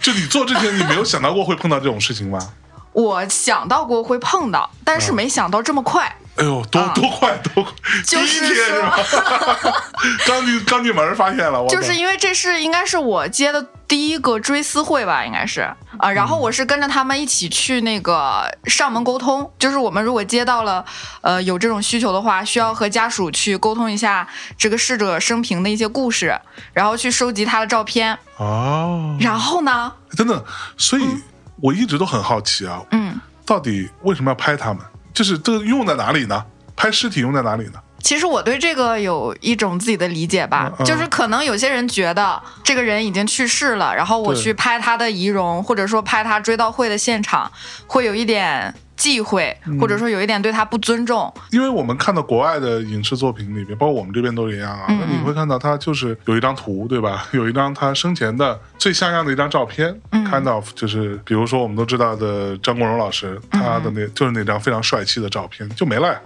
就你做之前，你没有想到过会碰到这种事情吗？
我想到过会碰到，但是没想到这么快。
哎呦，多
啊
多快多快！
就是
第一天 是吧？刚进刚进门发现了，我操
就是因为这是应该是我接的第一个追思会吧，应该是啊、然后我是跟着他们一起去那个上门沟通，就是我们如果接到了呃有这种需求的话，需要和家属去沟通一下这个逝者生平的一些故事，然后去收集他的照片。
哦，
然后嗯呢，
真的，所以我一直都很好奇啊，
嗯，
到底为什么要拍他们？就是这个用在哪里呢？拍尸体用在哪里呢？
其实我对这个有一种自己的理解吧，
嗯嗯
就是可能有些人觉得这个人已经去世了，然后我
对
去拍他的遗容，或者说拍他追悼会的现场，会有一点忌讳，
嗯
或者说有一点对他不尊重。
因为我们看到国外的影视作品里面，包括我们这边都一样啊，
嗯嗯
你会看到他就是有一张图，对吧？ 有一张他生前的最像样的一张照片，
嗯
看到就是比如说我们都知道的张国荣老师，他的
嗯
那、就是那张非常帅气的照片就没了呀，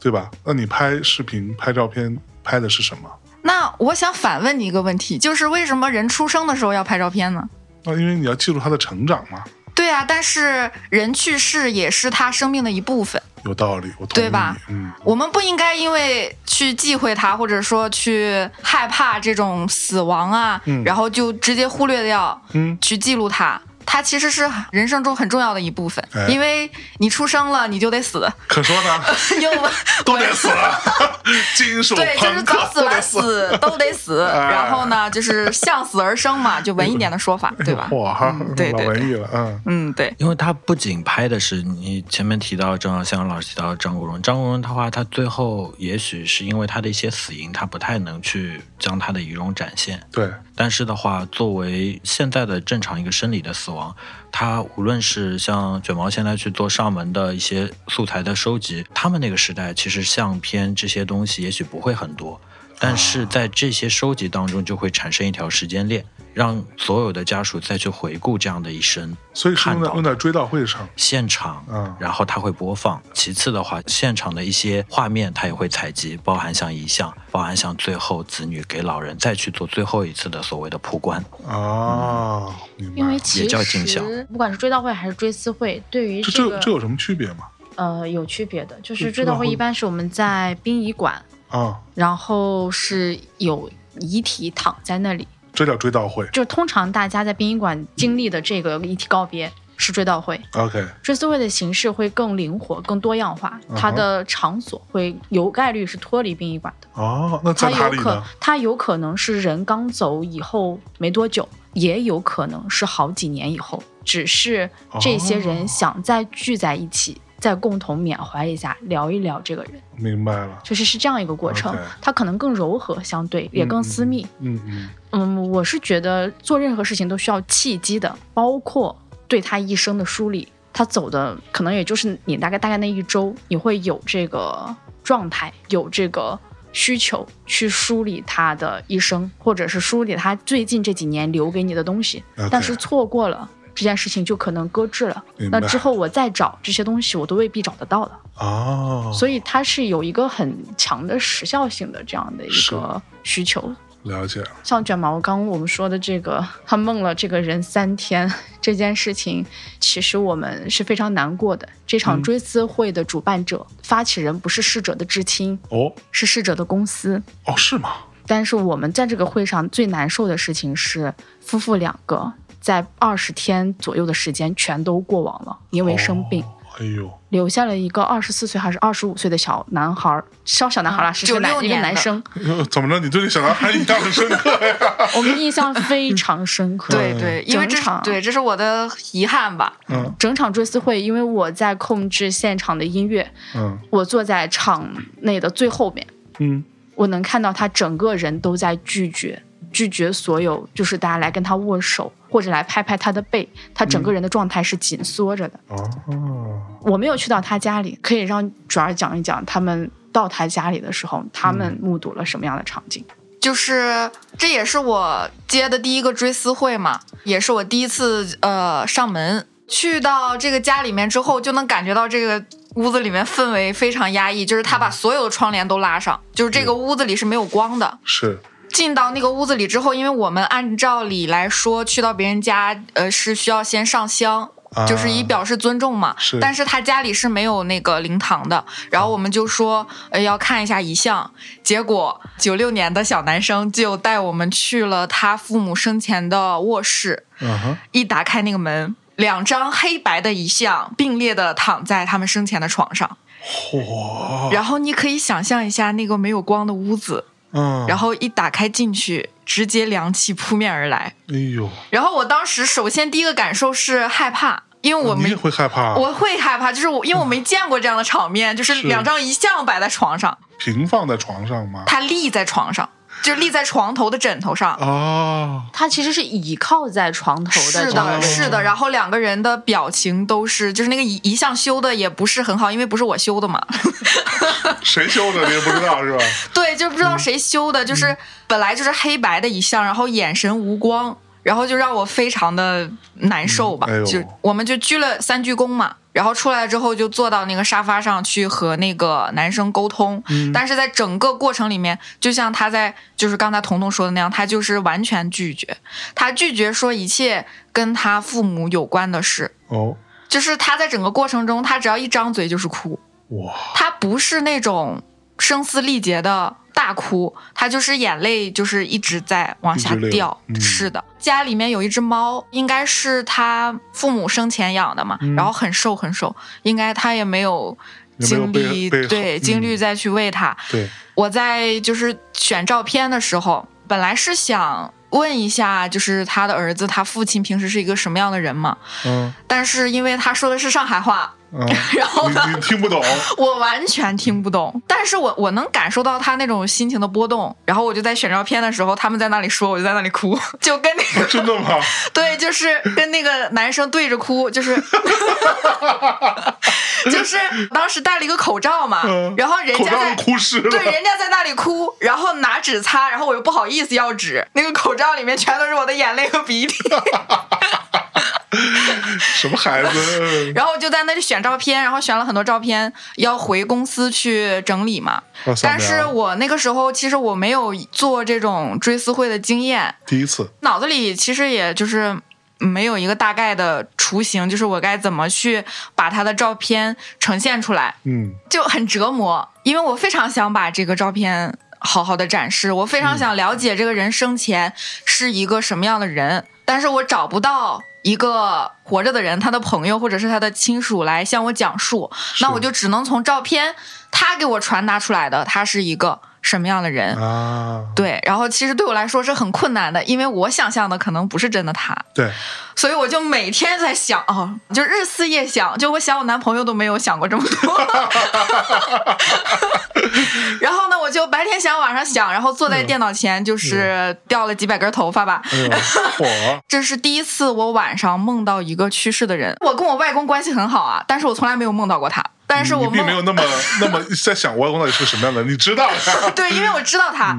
对吧？那你拍视频、拍照片拍的是什么？
那我想反问你一个问题，就是为什么人出生的时候要拍照片呢？
那因为你要记录他的成长嘛，
对啊，但是人去世也是他生命的一部分，
有道理，我同意
对吧
你嗯，
我们不应该因为去忌讳他，或者说去害怕这种死亡啊，
嗯
然后就直接忽略掉，
嗯
去记录它。它其实是人生中很重要的一部分，
哎
因为你出生了你就得死，
可说呢，
因为
都得死了， 金属
对，就是
朋克
早死
都得
晚死都得死。
哎
然后呢，就是向死而生嘛，就文一点的说法，对吧？
哇哈，
对
老
对
文
对
艺了，嗯，
嗯，对，
因为他不仅拍的是你前面提到张像老师提到张国荣，张国荣的话，他最后也许是因为他的一些死因，他不太能去将他的仪容展现。
对，
但是的话，作为现在的正常一个生理的死亡，它无论是像卷毛现在去做上门的一些素材的收集，他们那个时代其实相片这些东西也许不会很多，但是在这些收集当中就会产生一条时间链，让所有的家属再去回顾这样的一生，
所以是
看
用在
到
用在追悼会上，
现场，
嗯
然后它会播放。其次的话，现场的一些画面它也会采集，包含像遗像，包含像最后子女给老人再去做最后一次的所谓的曝光。
啊，明白。
因为其
也叫镜像
实不管是追悼会还是追思会，对于
这
这
这
个
这嗯有什么区别吗？
呃有区别的，就是
追
追
悼
悼
会
会一般是我们在殡仪馆，
啊，
然后是有遗体躺在那里，
这叫追悼会。
就通常大家在殡仪馆经历的这个遗体告别是追悼会。
OK，
追思会的形式会更灵活、更多样化，
嗯哼
它的场所会有概率是脱离殡仪馆的。
哦，那在
它
哪
有
里
可
呢？
它有可能是人刚走以后没多久，也有可能是好几年以后，只是这
哦
些人想再聚在一起，再共同缅怀一下，聊一聊这个人，
明白了，
就是是这样一个过程
OK。
它可能更柔和，相对也更私密。
嗯嗯，
嗯，我是觉得做任何事情都需要契机的，包括对他一生的梳理。他走的可能也就是你大概大概那一周，你会有这个状态，有这个需求去梳理他的一生，或者是梳理他最近这几年留给你的东西。
OK
但是错过了这件事情，就可能搁置了
明。白
那之后我再找这些东西，我都未必找得到了。
哦，
嗯所以它是有一个很强的时效性的这样的一
是
个需求。
了解了，
像卷毛刚我们说的这个，他梦了这个人三天 这件事情，其实我们是非常难过的。这
嗯
场追思会的主办者、发起人不是逝者的至亲，
哦
是逝者的公司。
哦，是吗？
但是我们在这个会上最难受的事情是，夫妇两个在二十天左右的时间全都过往了，因为生病。
哦，哎呦，
留下了一个二十四岁还是二十五岁的小男孩儿，稍小男孩啦，是一个
96
男一个
年的
男生，
呃怎么着？你对这小男孩印象很深刻呀？
我们印象非常深刻。
对对，因为这
整
是
场
对这是我的遗憾吧。
嗯
整场追思会，因为我在控制现场的音乐，
嗯
我坐在场内的最后面，
嗯，
我能看到他整个人都在拒绝，拒绝所有就是大家来跟他握手或者来拍拍他的背，他整个人的状态是紧缩着的。
嗯哦，
我没有去到他家里，可以让主儿讲一讲他们到他家里的时候，他们目睹了什么样的场景。
就是这也是我接的第一个追思会嘛，也是我第一次呃上门。去到这个家里面之后，就能感觉到这个屋子里面氛围非常压抑，就是他把所有的窗帘都拉上，就是这个屋子里是没有光的。
是
进到那个屋子里之后，因为我们按照理来说，去到别人家，呃，是需要先上香，
啊
就是以表示尊重嘛。
是啊
但是他家里是没有那个灵堂的，然后我们就说，呃，要看一下遗像。结果九六年的小男生就带我们去了他父母生前的卧室，
嗯哼，
一打开那个门，两张黑白的遗像并列的躺在他们生前的床上，
嚯，
然后你可以想象一下那个没有光的屋子。
嗯，
然后一打开进去，直接凉气扑面而来。
哎呦，
然后我当时首先第一个感受是害怕，因为我
哦你
没
也会害怕，
我会害怕，就是我因为我没见过这样的场面，就是
啊是
两张一像摆在床上，
平放在床上吗？
他立在床上，就立在床头的枕头上。
哦，
它其实是倚靠在床头的
是
这样
的，
一个，
是的，然后两个人的表情都是，就是那个遗遗像修的也不是很好，因为不是我修的嘛，
谁修的你也不知道是吧？
对，就不知
嗯
道谁修的，就是本来就是黑白的遗像，然后眼神无光，然后就让我非常的难受吧。
嗯哎呦
就我们就鞠了三鞠躬嘛，然后出来之后就坐到那个沙发上去和那个男生沟通，
嗯
但是在整个过程里面，就像他在就是刚才彤彤说的那样，他就是完全拒绝，他拒绝说一切跟他父母有关的事。
哦，
就是他在整个过程中，他只要一张嘴就是哭，
哇，
他不是那种声嘶力竭的大哭，他就是眼泪就是一直在往下
一直流
掉。
嗯
是的，家里面有一只猫，应该是他父母生前养的嘛，然后很瘦很瘦，应该他也没有
嗯也没有
精
被
力
被
对
嗯
精力再去喂它。
对，
我在就是选照片的时候，本来是想问一下，就是他的儿子，他父亲平时是一个什么样的人嘛？
嗯
但是因为他说的是上海话，
嗯，
然后呢，
你你听不懂，
我完全听不懂，但是我我能感受到他那种心情的波动。然后我就在选照片的时候，他们在那里说，我就在那里哭， 就跟那个
真的 吗？
对，就是跟那个男生对着哭，就是 就是当时戴了一个口罩嘛
嗯，
啊然后人
口
家
罩
在
都哭湿
对，
了，
人家在那里哭，然后拿纸擦，然后我又不好意思要纸，那个口罩里面全都是我的眼泪和鼻涕。
什么 孩子？嗯
然后就在那里选照片，然后选了很多照片，要回公司去整理嘛。
啊扫
但
描
是我那个时候其实我没有做这种追思会的经验，
第一次，
脑子里其实也就是没有一个大概的雏形，就是我该怎么去把他的照片呈现出来，
嗯
就很折磨，因为我非常想把这个照片。好好的展示，我非常想了解这个人生前是一个什么样的人，但是我找不到一个活着的人，他的朋友或者是他的亲属来向我讲述，那我就只能从照片他给我传达出来的，他是一个什么样的人。
啊，
对，然后其实对我来说是很困难的，因为我想象的可能不是真的他，
对，哎
所以我就每天在想啊、就日思夜想，就我想我男朋友都没有想过这么 多。然后呢，我就白天想，晚上想，然后坐在电脑前
嗯
就是掉了几百根头发吧。
哎呦，火，
这是第一次我晚上梦到一个去世的人。我跟我外公关系很好啊，但是我从来没有梦到过他。 但是我
嗯你并
梦
没有那么那么在想外公到底是个什么样的，你知道的，
对，因为我知道
嗯
他，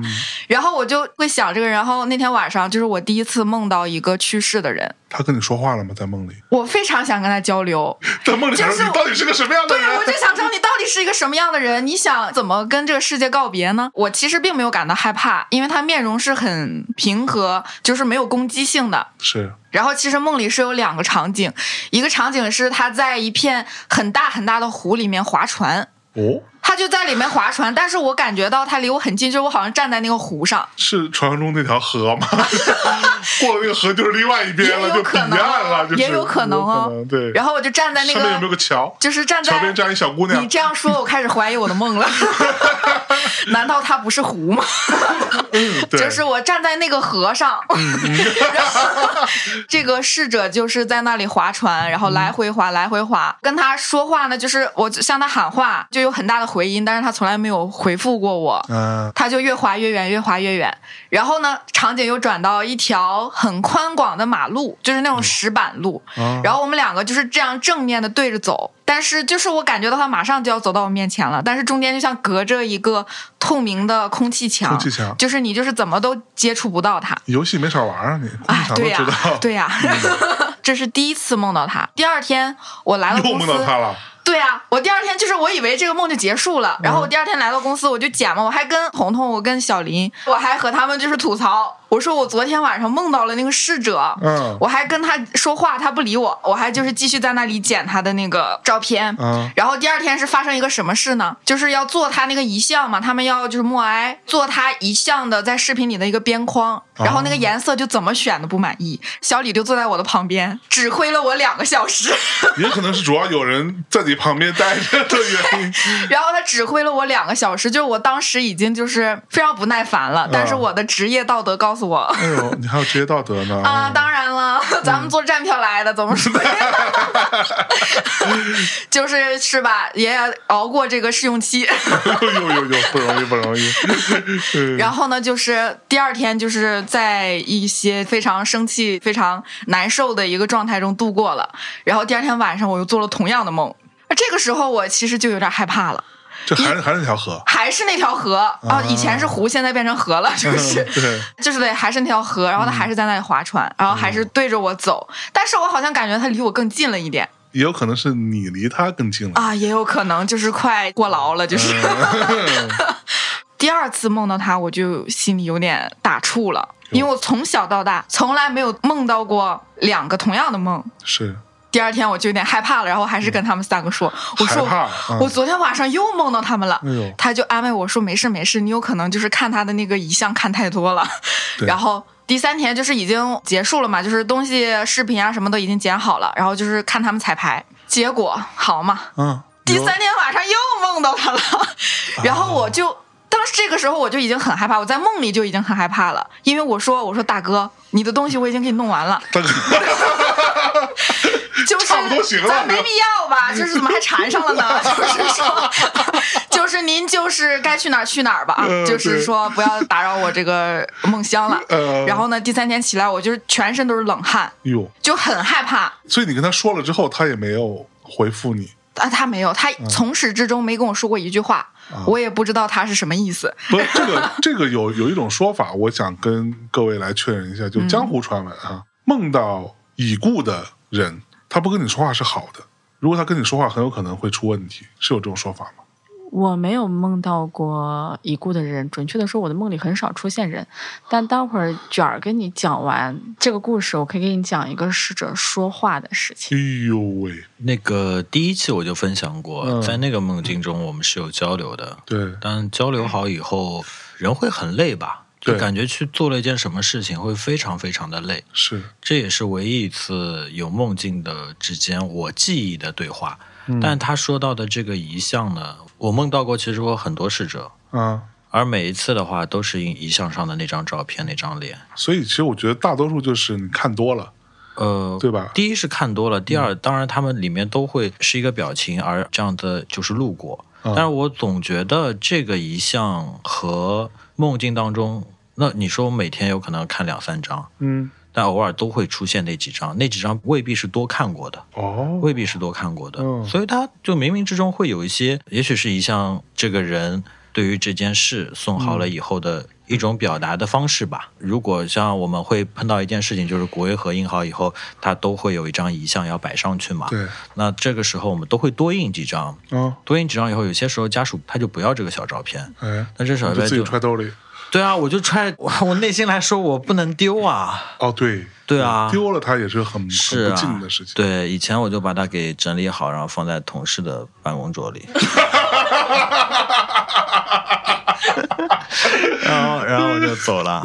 然后我就会想这个人。然后那天晚上就是我第一次梦到一个去世的人，
他跟你说话了吗？在梦里，
我非常想跟他交流。
在梦里想
就是
说你到底是个什么样的
对，
人？
我就想知道你到底是一个什么样的人，你想怎么跟这个世界告别呢？我其实并没有感到害怕，因为他面容是很平和，就是没有攻击性的。
是
然后其实梦里是有两个场景，一个场景是他在一片很大很大的湖里面划船，
哦，
他就在里面划船，但是我感觉到他离我很近，就是我好像站在那个湖上，
是传说中那条河吗？ 过了那个河就是另外一边
也
了，
有
就彼
可
岸
能
了，就是
也有可能哦
有可能对，
然后我就站在那
上面有没
个，
有个桥？
就是站
桥
在
边站一小姑娘
你，这样说，我开始怀疑我的梦 了。 难道它不是湖吗？
嗯，对，嗯
就是我站在那个河上， 然后这个逝者就是在那里划船，然后来回划，来回划。跟他说话呢，就是我向他喊话，就有很大的回音，但是他从来没有回复过我。
嗯，
他就越划越远，越划越远。然后呢，场景又转到一条很宽广的马路，就是
嗯
那种石板路。
啊
然后我们两个就是这样正面的对着走，但是就是我感觉到他马上就要走到我面前了，但是中间就像隔着一个透明的空气墙，
空气墙
就是你就是怎么都接触不到他。
游戏没少玩啊，你
哎
你，常都
对呀、
知道，嗯
对呀、这是第一次梦到他。第二天我来了
又
公
梦
司，
到他了，
对啊，我第二天就是我以为这个梦就结束
嗯
了，然后我第二天来到公司我就剪嘛，我还跟彤彤，我跟小林，我还和他们就是吐槽，我说我昨天晚上梦到了那个逝者，
嗯
我还跟他说话，他不理我，我还就是继续在那里剪他的那个照片，
嗯
然后第二天是发生一个什么事呢？就是要做他那个遗像嘛，他们要就是默哀，做他遗像的在视频里的一个边
哦
框，然后那个颜色就怎么选都不满意，小李就坐在我的旁边指挥了我两个小 时。
也可能是主要有人在你旁边待着的原因，
然后他指
嗯
挥了我两个小时，就是我当时已经就是非常不耐烦了，但是我的职业道德告诉诉我。
哎呦，你还有职业道德呢
啊，当然了，咱们坐站票来的，怎么说？ 就是是吧？也熬过这个试用期，
呦呦呦呦，不容易不 容易。嗯
然后呢，就是第二天就是在一些非常生气、非常难受的一个状态中度过了。然后第二天晚上我又做了同样的梦，而这个时候我其实就有点害怕了。
这还是还是那条河，
还是那条河啊，以前是湖，现在变成河 了，就是
嗯对，
就是对，还是那条河，然后它还是在那里划船，然后还是对着我走，但是我好像感觉它离我更近了一点
也有可能是你离他更近了。
啊，也有可能就是快过劳了，就是。
嗯
第二次梦到它，我就心里有点打怵了，因为我从小到大从来没有梦到过两个同样的梦。
是
第二天我就有点害怕了，然后我还是跟他们三个说：“我说
害怕
我,、
了嗯
我昨天晚上又梦到他们了。
哎呦
他就安慰我说：“没事没事，你有可能就是看他的那个遗像看太多了。”
对
然后第三天就是已经结束了嘛，就是东西、视频啊什么都已经剪好了，然后就是看他们彩排。结果好嘛，
嗯，
第
有
三天晚上又梦到他了，
啊
然后我就、当时这个时候我就已经很害怕，我在梦里就已经很害怕了，因为我说我说大哥，你的东西我已经给你弄完了，
大哥，
就是
差不多行了
咱没必要吧？ 就是怎么还缠上了呢？就是说， 就是您就是该去哪儿去哪儿吧，
嗯
就是说不要打扰我这个梦乡了。
呃，
然后呢，第三天起来我就是全身都是冷汗，
哟，
就很害怕。
所以你跟他说了之后，他也没有回复你，
啊，他没有，他
嗯
从始至终没跟我说过一句话，
啊
我也不知道他是什么意思。
不，这个这个有有一种说法，我想跟各位来确认一下，
嗯
就江湖传闻啊，梦到已故的人，他不跟你说话是好的，如果他跟你说话，很有可能会出问题，是有这种说法吗？
我没有梦到过已故的人，准确的说，我的梦里很少出现人。但待会儿卷儿跟你讲完这个故事，我可以给你讲一个逝者说话的事情。
哎呦喂，
那个第一期我就分享过，
嗯
在那个梦境中我们是有交流的，
对，
但交流好以后，人会很累吧？就
对
感觉去做了一件什么事情会非常非常的累。
是，
这也是唯一一次有梦境的之间我记忆的对话。
嗯
但他说到的这个遗像呢，我梦到过，其实我有很多逝者，
啊，
而每一次的话都是遗像上的那张照片、那张脸。
所以其实我觉得大多数就是你看多了，
呃，
对嗯吧
第一是看多了，第二，当然他们里面都会是一个表情，而这样的就是路过。
嗯
但是我总觉得这个遗像和梦境当中，那你说我每天有可能看两三张，
嗯，
但偶尔都会出现那几张，那几张未必是多看过的，
哦，
未必是多看过的，
嗯
所以他就冥冥之中会有一些，也许是一项这个人对于这件事送好
嗯
了以后的一种表达的方式吧。如果像我们会碰到一件事情，就是国徽和印好以后，它都会有一张遗像要摆上去嘛。
对，
那这个时候我们都会多印几张，
啊，
多印几张以后，有些时候家属他就不要这个小照片，
哎，
那这小
你就
照片
自己
就
揣兜里，
对啊，我就揣 我我内心来说我不能丢啊。
哦，对，
对啊
丢了它也是很
是
很
啊，
不敬的事情，
对，以前我就把它给整理好，然后放在同事的办公桌 里。然后，然后我就走了，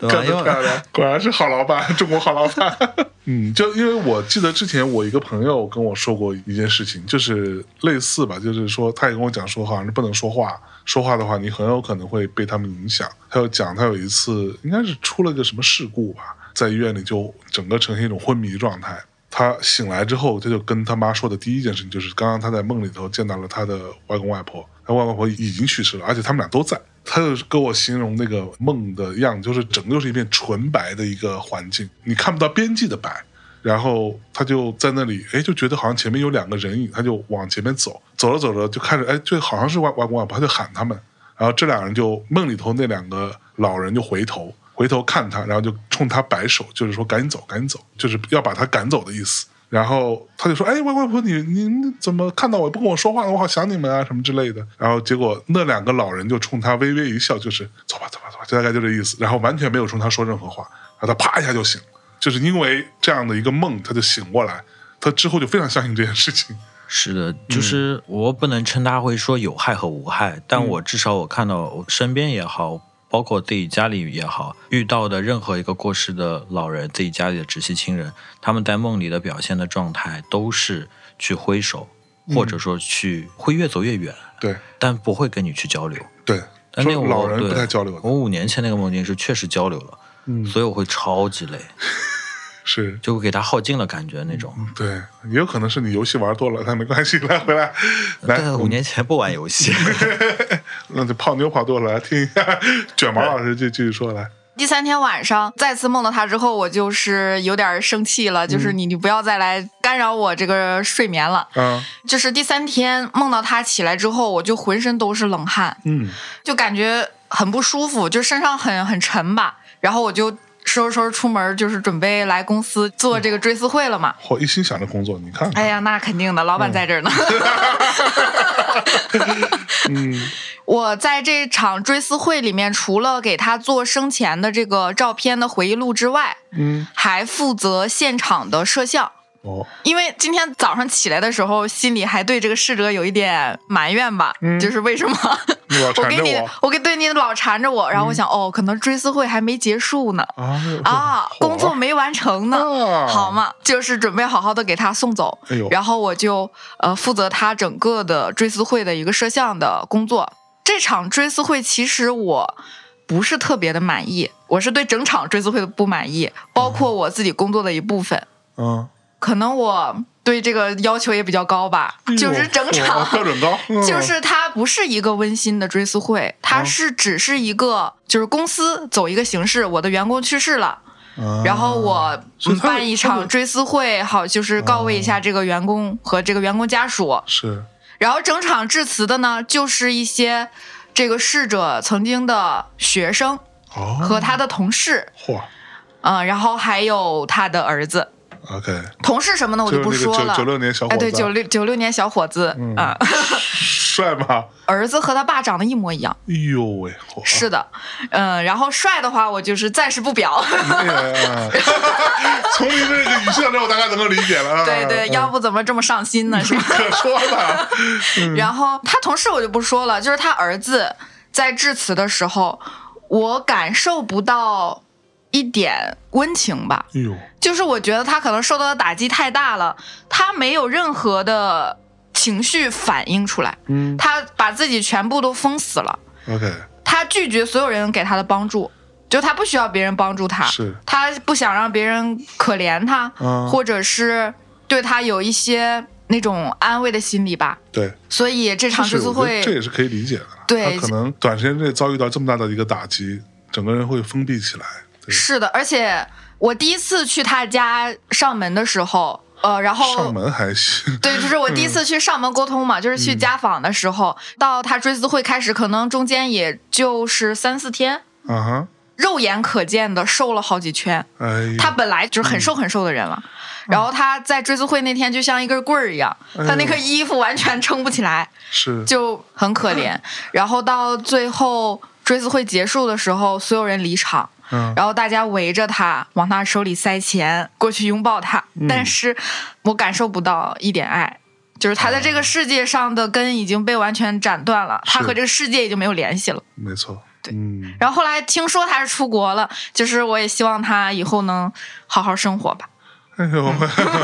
对吧？
干
因
得漂
为
亮，果然是好老板，中国好老板。 嗯，就因为我记得之前我一个朋友跟我说过一件事情，就是类似吧，就是说他也跟我讲说，好像是不能说话，说话的话你很有可能会被他们影响。他有讲他有一次应该是出了个什么事故吧，在医院里就整个呈现一种昏迷状态。他醒来之后，他就跟他妈说的第一件事情就是，刚刚他在梦里头见到了他的外公外婆，他外公外婆已经去世了，而且他们俩都在。他就跟我形容那个梦的样子，就是整个就是一片纯白的一个环境，你看不到边际的白。然后他就在那里，哎，就觉得好像前面有两个人影，他就往前面走，走着走着就看着，哎，就好像是外外公外婆，他就喊他们，然后这两人就梦里头那两个老人就回头，回头看他，然后就冲他摆手，就是说赶紧走，赶紧走，就是要把他赶走的意思。然后他就说：“哎，外外婆，你你你怎么看到我也不跟我说话呢？我好想你们啊，什么之类的。”然后结果那两个老人就冲他微微一笑，就是“走吧，走吧，走吧”，就大概就这意思。然后完全没有冲他说任何话，然后他啪一下就醒了，就是因为这样的一个梦，他就醒过来。他之后就非常相信这件事情。
是的，
嗯
就是我不能称它会说有害和无害，
嗯
但我至少我看到我身边也好，包括自己家里也好，遇到的任何一个过世的老人，自己家里的直系亲人，他们在梦里的表现的状态都是去挥手，或者说去会越走越远，
嗯对
但不会跟你去交流。
对，
但那
说
个我
老人
对
不太交流的
我五年前那个梦境是确实交流了，
嗯
所以我会超级累，
是
就会给他耗尽了感觉那种。
对，也有可能是你游戏玩多了，但没关系，来回来来，
但五年前不玩游 戏，
那就泡妞泡多了，来听一下卷毛老师就继续说来。
第三天晚上再次梦到他之后，我就是有点生气了，就是你你不要再来干扰我这个睡眠了。
啊，
就是第三天梦到他起来之后，我就浑身都是冷汗，
嗯
就感觉很不舒服，就身上很很沉吧。然后我就收拾收拾出门，就是准备来公司做这个追思会了嘛。
嚯，一心想着工作，你看 看，
哎呀，那肯定的，老板在这儿呢。
嗯
我在这场追思会里面，除了给他做生前的这个照片的回忆录之外，
嗯，
还负责现场的摄像。
哦，
因为今天早上起来的时候，心里还对这个逝者有一点埋怨吧，
嗯
就是 为什么
你老
我
缠
给
着
你，
我嗯
我给对你老缠着我，然后我想，哦，可能追思会还没结束呢，
啊
啊，工作没完成呢，
啊
好？嘛，就是准备好好的给他送走，
哎呦，
然后我就呃负责他整个的追思会的一个摄像的工作。这场追思会其实我不是特别的满意，我是对整场追思会的不满意，包括我自己工作的一部分。
嗯，
可能我对这个要求也比较高吧，
嗯
就是整
我
场
哎我标准高，嗯
就是它不是一个温馨的追思会，
哦
它是只是一个就是公司走一个形式，我的员工去世了，
啊
然后我
所以他
办一场追思会，好就是告慰一下这个员工和这个员工家属，
是
然后整场致辞的呢就是一些这个逝者曾经的学生
哦，
和他的同事，
嚯
嗯，然后还有他的儿子。
，OK，
同事什么的我就不说了。
九六年小伙
哎，
子，
对，九六九六年小伙子
嗯
啊、
帅吗？
儿子和他爸长得一模一样。
哎呦喂，嚯
是的，嗯，然后帅的话，我就是暂时不表。
哎呀，从您这个语气当中，我大概能够理解了啊。
对对，
嗯
要不怎么这么上心呢？是吧？
可说了，嗯
然后他同事我就不说了，就是他儿子在致辞的时候，我感受不到一点温情吧。
哎呦，
就是我觉得他可能受到的打击太大了，他没有任何的情绪反映出来，
嗯
他把自己全部都封死了。
，OK，
他拒绝所有人给他的帮助，就他不需要别人帮助他，
是
他不想让别人可怜他，
嗯
或者是对他有一些那种安慰的心理吧。
对，
所以这场追
是
思
我觉得这
会，
也是可以理解的。
对
他可能短时间内遭遇到这么大的一个打击，整个人会封闭起来。对
是的，而且我第一次去他家上门的时候，呃，然
上
后。
门嗯还行，
对，就是我第一次去上门沟通嘛，就是
嗯
去家访的时候，到他追思会开始，可能中间也就是三四天，
啊哈，
肉眼可见的瘦了好几圈。
哎呦，
他本来就是很瘦很瘦的人了，
嗯
然后他在追思会那天就像一根棍儿一样，
哎呦
他那个衣服完全撑不起来，
是
就很可
嗯
怜。然后到最后追思会结束的时候，所有人离场，
嗯，
然后大家围着他，往他手里塞钱，过去拥抱他，但是我感受不到一点爱。就是他在这个世界上的根已经被完全斩断了，他
是
和这个世界已经没有联系了。
没错，
对
嗯，
然后后来听说他是出国了，就是我也希望他以后能好好生活吧。
哎呦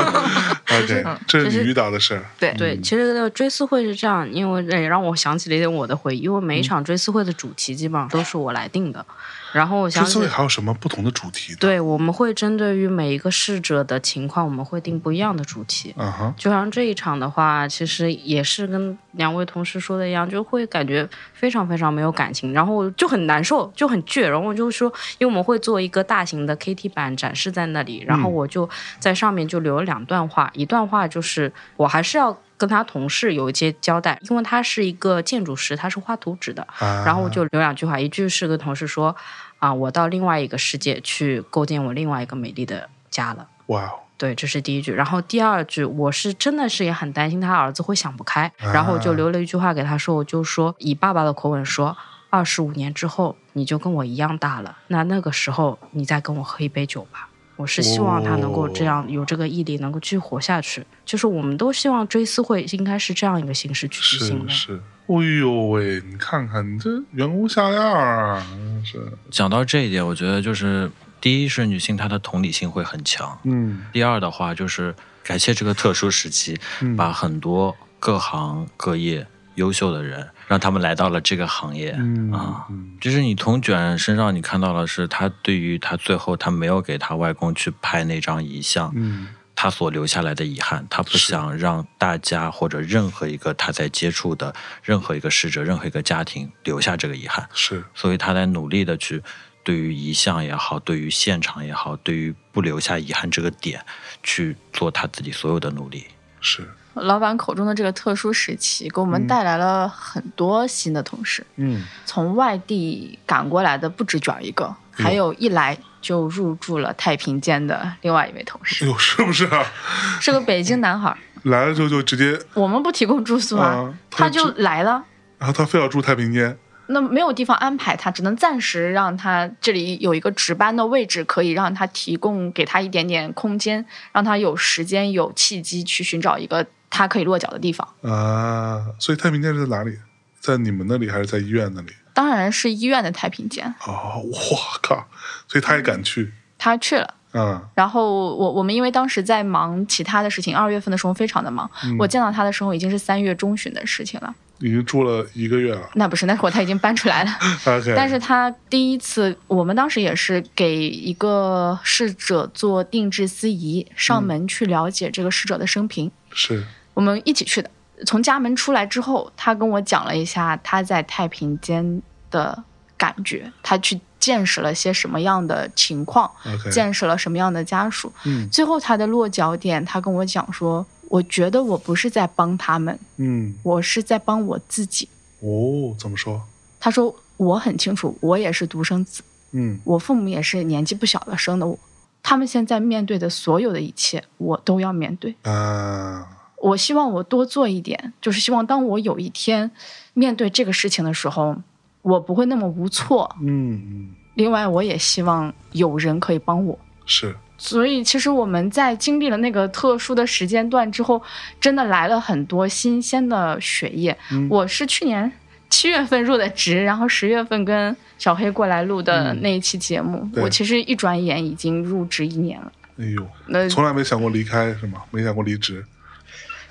，OK，这是
就
你
是
遇到的事儿，
对
嗯
对，其实那个追思会是这样，因为也让我想起了一点我的回忆，因为
嗯
每一场追思会的主题基本上都是我来定的。然后我
之
想起
所以还有什么不同的主题的，
对，我们会针对于每一个逝者的情况，我们会定不一样的主题。
啊哈，
就像这一场的话，其实也是跟两位同事说的一样，就会感觉非常非常没有感情，然后就很难受，就很倔。然后我就说，因为我们会做一个大型的 KT 板展示在那里，然后我就在上面就留了两段话，一段话就是我还是要。跟他同事有一些交代，因为他是一个建筑师，他是画图纸的，
啊
然后我就留两句话，一句是跟同事说，啊，我到另外一个世界去构建我另外一个美丽的家了。
哇哦，
对，这是第一句。然后第二句，我是真的是也很担心他儿子会想不开，然后我
啊
就留了一句话给他说，我就说以爸爸的口吻说，二十五年之后你就跟我一样大了，那那个时候你再跟我喝一杯酒吧。我是希望他能够这
哦
样、有这个毅力，能够继续活下去。就是我们都希望追思会应该是这样一个形式去
是
进行的。
是，哎呦喂，你看看你这员工像样儿啊，真是，
讲到这一点，我觉得就是第一是女性她的同理心会很强，
嗯
第二的话就是感谢这个特殊时期，
嗯
把很多各行各业优秀的人，让他们来到了这个行业。
嗯
啊
嗯
就是你从卷身上你看到的是他对于他最后他没有给他外公去拍那张遗像，
嗯
他所留下来的遗憾，他不
是
想让大家或者任何一个他在接触的任何一个逝者、任何一个家庭留下这个遗憾，
是
所以他在努力的去对于遗像也好，对于现场也好，对于不留下遗憾这个点去做他自己所有的努力。
是，
老板口中的这个特殊时期，给我们
嗯
带来了很多新的同事。
嗯
从外地赶过来的不止卷儿一个，还有一来就入住了太平间的另外一位同事，
哟，是不是啊？
是个北京男孩儿。
来了之后就直接，
我们不提供住宿啊，
啊他
他就
只
来了。
然后他非要住太平间，
那没有地方安排他，只能暂时让他这里有一个值班的位置，可以让他提供给他一点点空间，让他有时间有契机去寻找一个他可以落脚的地方。
啊，所以太平间是在哪里？在你们那里还是在医院那里？
当然是医院的太平间，
哦，我靠！所以他也敢去
他去了。
嗯
啊？
然后我我们因为当时在忙其他的事情，二月份的时候非常的忙，
嗯
我见到他的时候已经是三月中旬的事情了。
已经住了一个月 了。
那不是，那会儿他已经搬出来了。
OK，
但是他第一次，我们当时也是给一个逝者做定制司仪，上门去了解这个逝者的生平，
是
我们一起去的。从家门出来之后，他跟我讲了一下他在太平间的感觉，他去见识了些什么样的情况，
OK，
见识了什么样的家属。
嗯
最后他的落脚点，他跟我讲说：“我觉得我不是在帮他们，
嗯，
我是在帮我自己。
哦，怎么说？”
他说：“我很清楚，我也是独生子。”
嗯
我父母也是年纪不小了生的我，他们现在面对的所有的一切，我都要面对。
啊，
我希望我多做一点，就是希望当我有一天面对这个事情的时候，我不会那么无措。
嗯嗯，
另外，我也希望有人可以帮我。
是
所以，其实我们在经历了那个特殊的时间段之后，真的来了很多新鲜的血液。
嗯
我是去年七月份入的职，然后十月份跟小黑过来录的那一期节目，
嗯对
我其实一转眼已经入职一年了。
哎呦，
那
从来没想过离开是吗？没想过离职。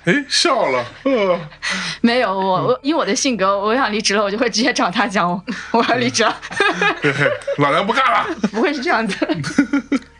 哎，笑了，呃，
没有我，
嗯
我以我的性格，我想离职了，我就会直接找他讲我我要离职了，
嘿嘿，老娘不干了
不会是这 样子。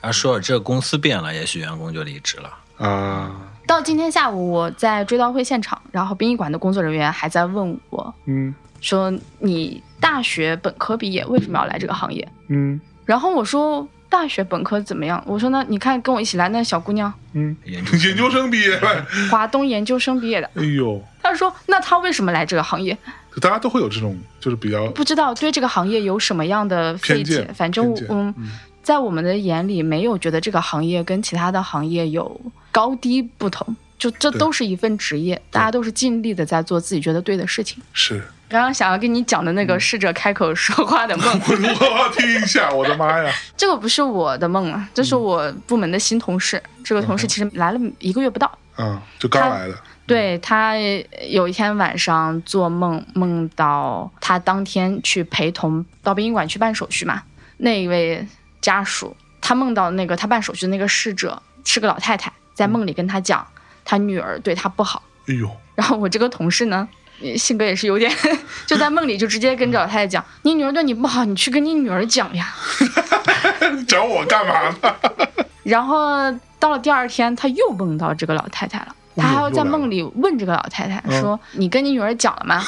啊，说到这个公司变了，也许员工就离职了。
啊，
到今天下午，我在追悼会现场，然后殡仪馆的工作人员还在问我
嗯
说：“你大学本科毕业为什么要来这个行业？”
嗯
然后我说大学本科怎么样？我说那你看跟我一起来那小姑娘，
嗯，
研 究
研究生毕业了，
华东研究生毕业的。
哎呦，
他说那他为什么来这个行业？
大家都会有这种，就是比较
不知道对这个行业有什么样的费解
偏见？
反正我
偏见
嗯，在我们的眼里，没有觉得这个行业跟其他的行业有高低不同。就这
对
都是一份职业，大家都是尽力的在做自己觉得对的事情。
是，
刚刚想要跟你讲的
嗯
那个试着开口说话 的梦，
我我要听一下，我的妈呀，
这个不是我的梦啊，这
嗯
是我部门的新同事。这个同事其实来了一个月不到，
啊，就刚来的，
对他有一天晚上做梦，梦到他当天去陪同到殡仪馆去办手续嘛，那一位家属，他梦到那个他办手续的那个逝者是个老太太，在梦里跟他讲，他女儿对他不好，
哎呦，
然后我这个同事呢。呃性格也是有点， 就在梦里就直接跟着老太太讲：“你女儿对你不好，你去跟你女儿讲呀。”
找我干嘛呢？
然后到了第二天，他又梦到这个老太太了，
哎呦
他还要在梦里问这个老太太
又来了
说：“你跟你女儿讲了吗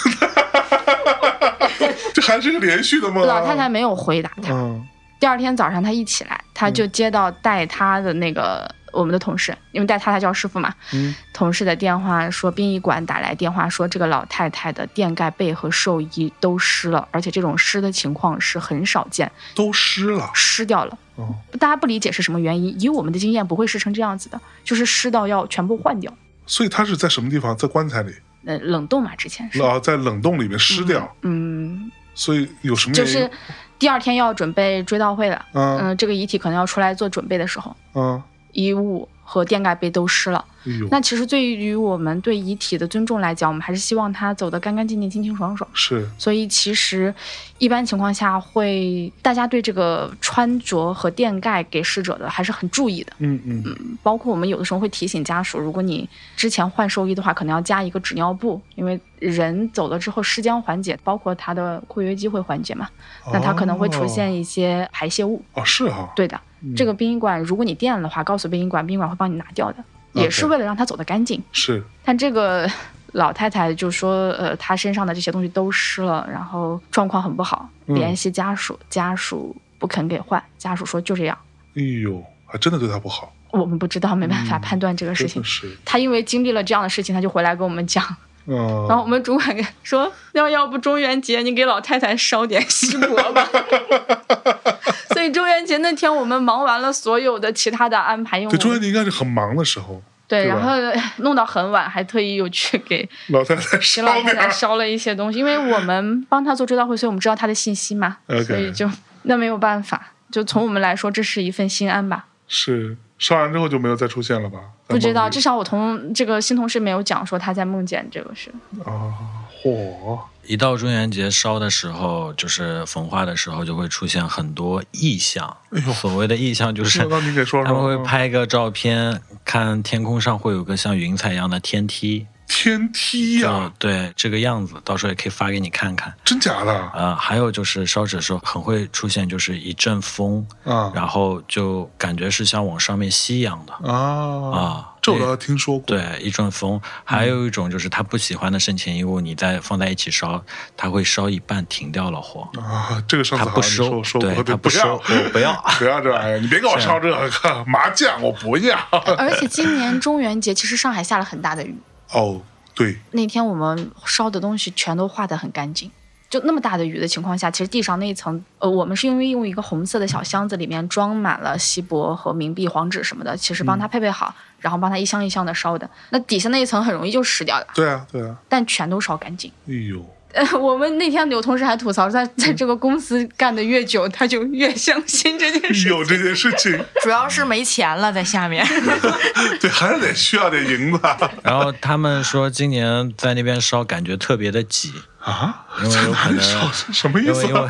这还是个连续的？”梦、啊。
老太太，没有回答他。
嗯
第二天早上，他一起来，他就接到带他的那个我们的同事，因为带他他叫师傅嘛，
嗯，
同事的电话说殡仪馆打来电话说这个老太太的垫盖被和寿衣都湿了，而且这种湿的情况是很少见，
都湿了，
湿掉了。
哦，
大家不理解是什么原因，以我们的经验不会湿成这样子的，就是湿到要全部换掉。
所以他是在什么地方？在棺材里，
呃，冷冻嘛，之前是，
啊，在冷冻里面湿掉，
嗯，
所以有什么
就
原因？
是第二天要准备追悼会了，呃
啊
嗯、这个遗体可能要出来做准备的时候，
啊
衣物和垫盖被都湿了。
哎呦，
那其实对于我们对遗体的尊重来讲，我们还是希望他走得干干净净、清清爽爽。
是
所以其实一般情况下会，大家对这个穿着和垫盖给逝者的还是很注意的。
嗯嗯，
包括我们有的时候会提醒家属，如果你之前换寿衣的话，可能要加一个纸尿布，因为人走了之后尸僵缓解，包括他的括约肌会缓解嘛，那他可能会出现一些排泄物。
哦，是哈，
对的，
嗯
这个殡仪馆如果你垫了的话，告诉殡仪馆，殡仪馆会帮你拿掉的，也是
OK
为了让他走得干净。
是
但这个 老太太就说，呃，她身上的这些东西都湿了，然后状况很不好，
嗯
联系家属，家属不肯给换，家属说就这样，
哎呦，还真的对他不好，
我们不知道，没办法
嗯
判断这个事
真
情
的。是，
她因为经历了这样的事情，她就回来跟我们讲，
嗯，
然后我们主管跟说，要要不中元节你给老太太烧点锡箔吧。 所以中元节那天我们忙完了所有的其他的安排，因为
对
我
中
们
间你应该是很忙的时候，
对，
对吧
然后 弄到很晚，还特意又去给
老太太
给
烧
老太
点
太
儿，
烧了一些东西，因为我们帮她做追悼会，所以我们知道她的信息嘛
OK
所以就那没有办法，就从我们来说，这是一份心安吧。
是烧完之后就没有再出现了吧？
不知道，
这
至少我同这个新同事没有讲说她在梦见这个事。
啊，嚯，
一到中元节烧的时候，就是焚化的时候，就会出现很多异象。
哎
所谓的异象就是，
那你给说说嗯
他们会拍个照片，看天空上会有个像云彩一样的天梯，
天梯哎呀、
就对这个样子，到时候也可以发给你看看。
真假的啊？
呃，还有就是烧纸的时候，很会出现就是一阵风，然后就感觉是像往上面吸一样的。
啊
啊
这我倒是听说过。
对，一阵风，还有一种就是他不喜欢的生前衣物，你再放在一起烧，他会烧一半停掉了火，
啊，这个上次
他
好
不
像你说，
收
说
对
过，
他
不
收，
要
我不要。
不要这玩意啊哎儿，你别给我烧这个 麻将，我不要。
哦而且今年中元节其实上海下了很大的雨，
哦，对，
那天我们烧的东西全都化得很干净。就那么大的雨的情况下，其实地上那一层，呃，我们是因为用一个红色的小箱子，里面装满了锡箔和冥币、黄纸什么的，其实帮它配备好，然后帮它一箱一箱的烧的。那底下那一层很容易就湿掉的，
对啊，对啊，
但全都烧干净。呃
哎呦，
我们那天有同事还吐槽，在在这个公司干的越久，他就越相信这件事。
有哎这件事情，
主要是没钱了，在下 面。
对，还是得需要点银子
然后他们说今年在那边烧，感觉特别的挤，
啊。
因为有可能。
什么意
因为
思
因为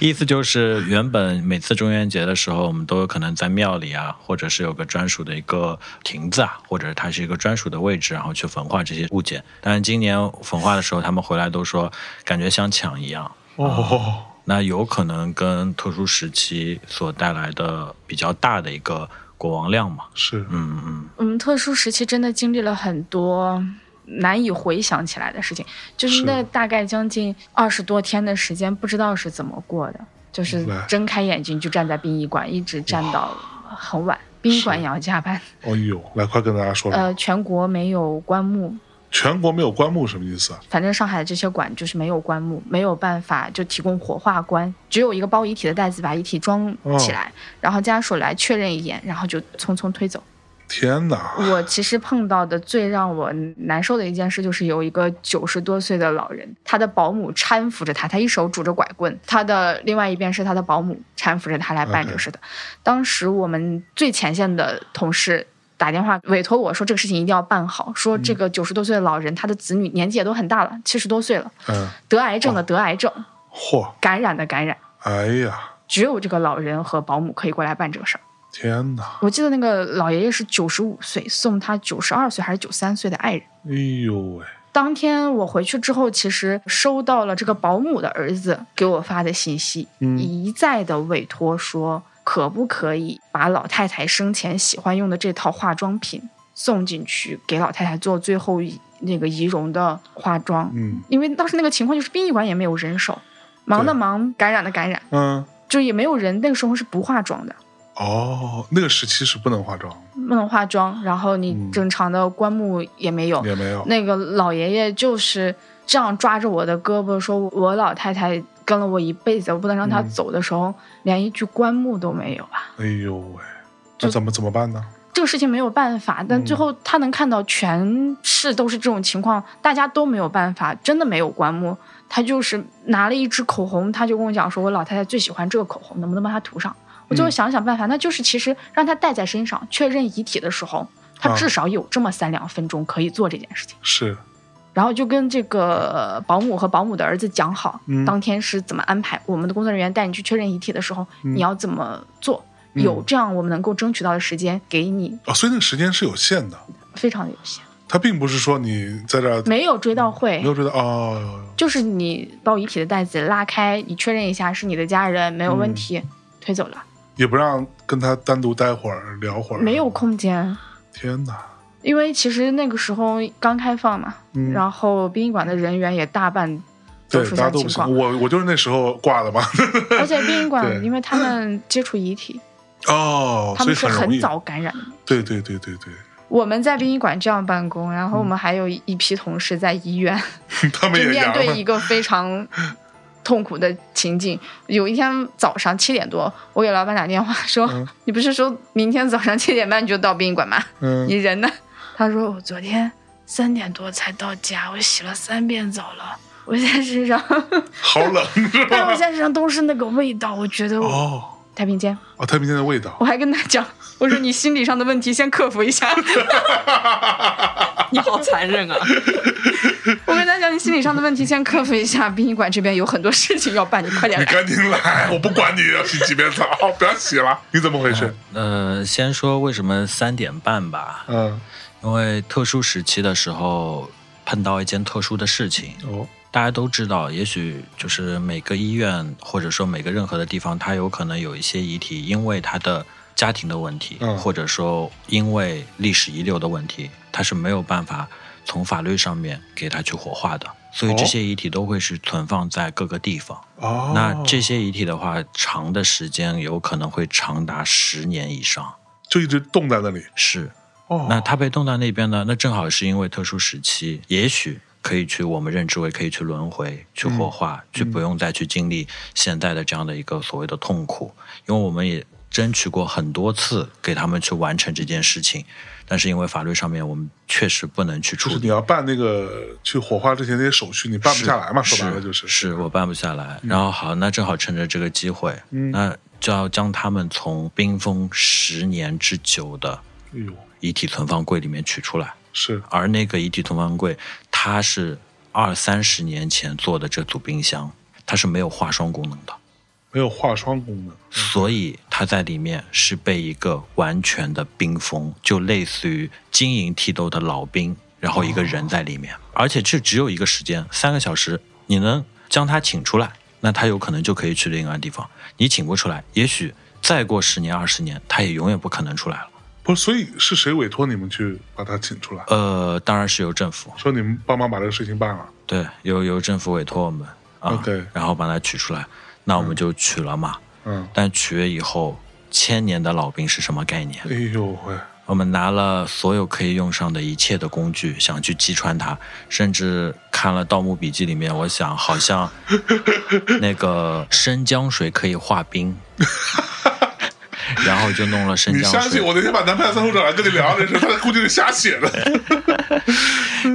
意思就是，原本每次中元节的时候，我们都有可能在庙里啊，或者是有个专属的一个亭子啊，或者它是一个专属的位置，然后去焚化这些物件。但是今年焚化的时候，他们回来都说，感觉像抢一样。
哦，
那有可能跟特殊时期所带来的比较大的一个国王量嘛？
是
嗯嗯，
我们特殊时期真的经历了很多难以回想起来的事情，就是
是
那大概将近二十多天的时间，不知道是怎么过的，就是
明白
睁开眼睛就站在殡仪馆，一直站到很晚。殡仪馆也要加班，
哦呦，来，快跟大家说说，
呃，全国没有棺木，
全国没有棺木什么意思啊？
反正上海的这些馆就是没有棺木，没有办法就提供火化棺，只有一个包遗体的袋子把遗体装
哦
起来，然后家属来确认一眼，然后就匆匆推走。
天哪，
我其实碰到的最让我难受的一件事，就是有一个九十多岁的老人，他的保姆搀扶着他，他一手拄着拐棍，他的另外一边是他的保姆搀扶着他来办这个事的。当时我们最前线的同事。打电话委托我说这个事情一定要办好，说这个九十多岁的老人，他的子女年纪也都很大了，七十多岁了，
嗯，
得癌症的得癌症，
嚯，
感染的感染，
哎呀，
只有这个老人和保姆可以过来办这个事儿。
天哪，
我记得那个老爷爷是九十五岁，送他九十二岁还是九三岁的爱人。
哎呦喂，
当天我回去之后，其实收到了这个保姆的儿子给我发的信息，
嗯
一再的委托说，可不可以把老太太生前喜欢用的这套化妆品送进去，给老太太做最后一那个仪容的化妆。
嗯
因为当时那个情况就是殡仪馆也没有人手，忙的忙，感染的感染，
嗯，
就也没有人。那个时候是不化妆的，
哦，那个时期是不能化妆，
不能化妆，然后你
嗯
正常的棺木也没有。
也没有，
那个老爷爷就是这样抓着我的胳膊说：“我老太太跟了我一辈子，我不能让她
嗯
走的时候，连一句棺木都没有啊
哎呦喂，那
就
怎么怎么办呢？！”
这个事情没有办法，
嗯
但最后他能看到全市都是这种情况，大家都没有办法，真的没有棺木。他就是拿了一支口红，他就跟我讲说：“我老太太最喜欢这个口红，能不能帮她涂上？”我
嗯
最后想了想办法，那就是其实让他带在身上，确认遗体的时候，他
啊
至少有这么三两分钟可以做这件事情。
是，
然后就跟这个保姆和保姆的儿子讲好，
嗯
当天是怎么安排。我们的工作人员带你去确认遗体的时候，
嗯
你要怎么做？
嗯
有这样我们能够争取到的时间，给你
哦，所以那个时间是有限的，
非常的有限。
它并不是说你在这儿
没有追悼会
没，有觉得哦，
就是你把我遗体的袋子拉开，你确认一下是你的家人，没有
嗯
问题，推走了，
也不让跟他单独待会儿聊会儿，
没有。空间。
天哪，
因为其实那个时候刚开放嘛，
嗯
然后殡仪馆的人员也大半都
对，
出
大家
现
都
情
不行，
况，
我我就是那时候挂的嘛。
而且殡仪馆
对
因为他们接触遗体，
哦，
他
所
们
以
是
容易
很。早感染的。
对对对对 对，
我们在殡仪馆这样办公，然后我们还有一批同事在医院，
他们嗯
就
也
面
阳
对
了。
一个非常痛苦的情景。有一天早上七点多，我给老板打电话说：“
嗯
你不是说明天早上七点半你就到殡仪馆吗？你
嗯，
人呢？”他说：“我昨天三点多才到家，我洗了三遍澡了。”我现在 身上，
好 冷 是
但是我
吧
现？在身上都是那个味道，我觉得我、
哦
太平间，
哦，太平间的味道
我。还跟他讲，我说你心理上的问题先克服一下。
你好残忍啊！
我跟他讲，你心理上的问题先克服一下，殡仪馆这边有很多事情要办，你快点
你
来。
赶紧来，我不管你要洗几遍澡， 不要洗了。你怎么回事？
呃，先说为什么三点半吧，
嗯，
因为特殊时期的时候碰到一件特殊的事情，
哦，
大家都知道，也许就是每个医院或者说每个任何的地方，它有可能有一些遗体，因为它的家庭的问题，
嗯
或者说因为历史遗留的问题，它是没有办法从法律上面给它去火化的，所以这
哦
些遗体都会是存放在各个地方。
哦，
那这些遗体的话，长的时间有可能会长达十年以上，
就一直冻在那里。
是。
哦，
那它被冻在那边呢？那正好是因为特殊时期，也许可以去我们认知为可以去轮回、去火
嗯
化、去不用再去经历现在的这样的一个所谓的痛苦，因为我们也争取过很多次给他们去完成这件事情，但是因为法律上面我们确实不能去处
就是你
理。
要办那个去火化之前那些手续，你办不下来嘛？说白了就是
是我办不下来。然后好，那正好趁着这个机会，
嗯
那就要将他们从冰封十年之久的
哎呦，
遗体存放柜里面取出来。
是
而那个遗体存放柜，它是二三十年前做的这组冰箱，它是没有化霜功能的，
没有化霜功能。
所以它在里面是被一个完全的冰封，就类似于晶莹剔透的老冰，然后一个人在里面，而且这只有一个时间，三个小时，你能将它请出来，那它有可能就可以去另外地方；你请不出来，也许再过十年二十年，它也永远不可能出来了。
不是，所以是谁委托你们去把它请出来？
呃，当然是由政府。
说你们帮忙把这个事情办了。
对，由由政府委托我们啊
OK
然后把它取出来，那我们就取了嘛。
嗯，
但取了以后，千年的老兵是什么概念？
哎呦喂，
我们拿了所有可以用上的一切的工具，想去击穿它，甚至看了《盗墓笔记》里面，我想好像那个生姜水可以化 冰，然后就弄了生
你
姜
相
水
信，我那天把男票三处长来跟你聊这事，他 估计是瞎写的。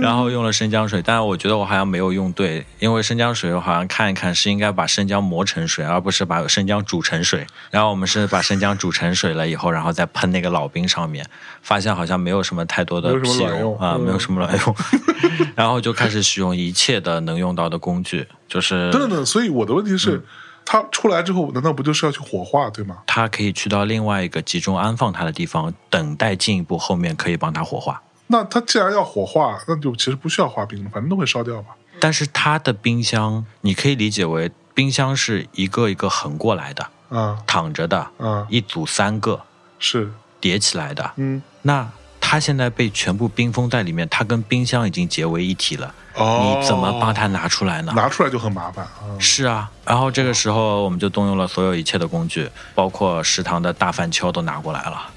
然后用了生姜水，但我觉得我好像没有用对，因为生姜水我好像看一看是应该把生姜磨成水，而不是把生姜煮成水。然后我们是把生姜煮成水了以后，然后再喷那个老冰上面，发现好像没有什么太多的
没有什么
屁
卵用
用啊，
嗯
没有什么卵用。 然后就开始使用一切的能用到的工具，就是
等等等，所以我的问题是，他出来之后，难道不就是要去火化对吗？
它可以去到另外一个集中安放它的地方，等待进一步后面可以帮它火化。
那他既然要火化，那就其实不需要化冰了，反正都会烧掉嘛。
但是它的冰箱，你可以理解为冰箱是一个一个横过来的。
啊
躺着的，
啊，
一组三个
是，
叠起来的。
嗯，
那它现在被全部冰封在里面，它跟冰箱已经结为一体了。
哦，
你怎么把它拿出来呢？
拿出来就很麻烦啊。
是啊，然后这个时候我们就动用了所有一切的工具，包括食堂的大饭锹都拿过 来了，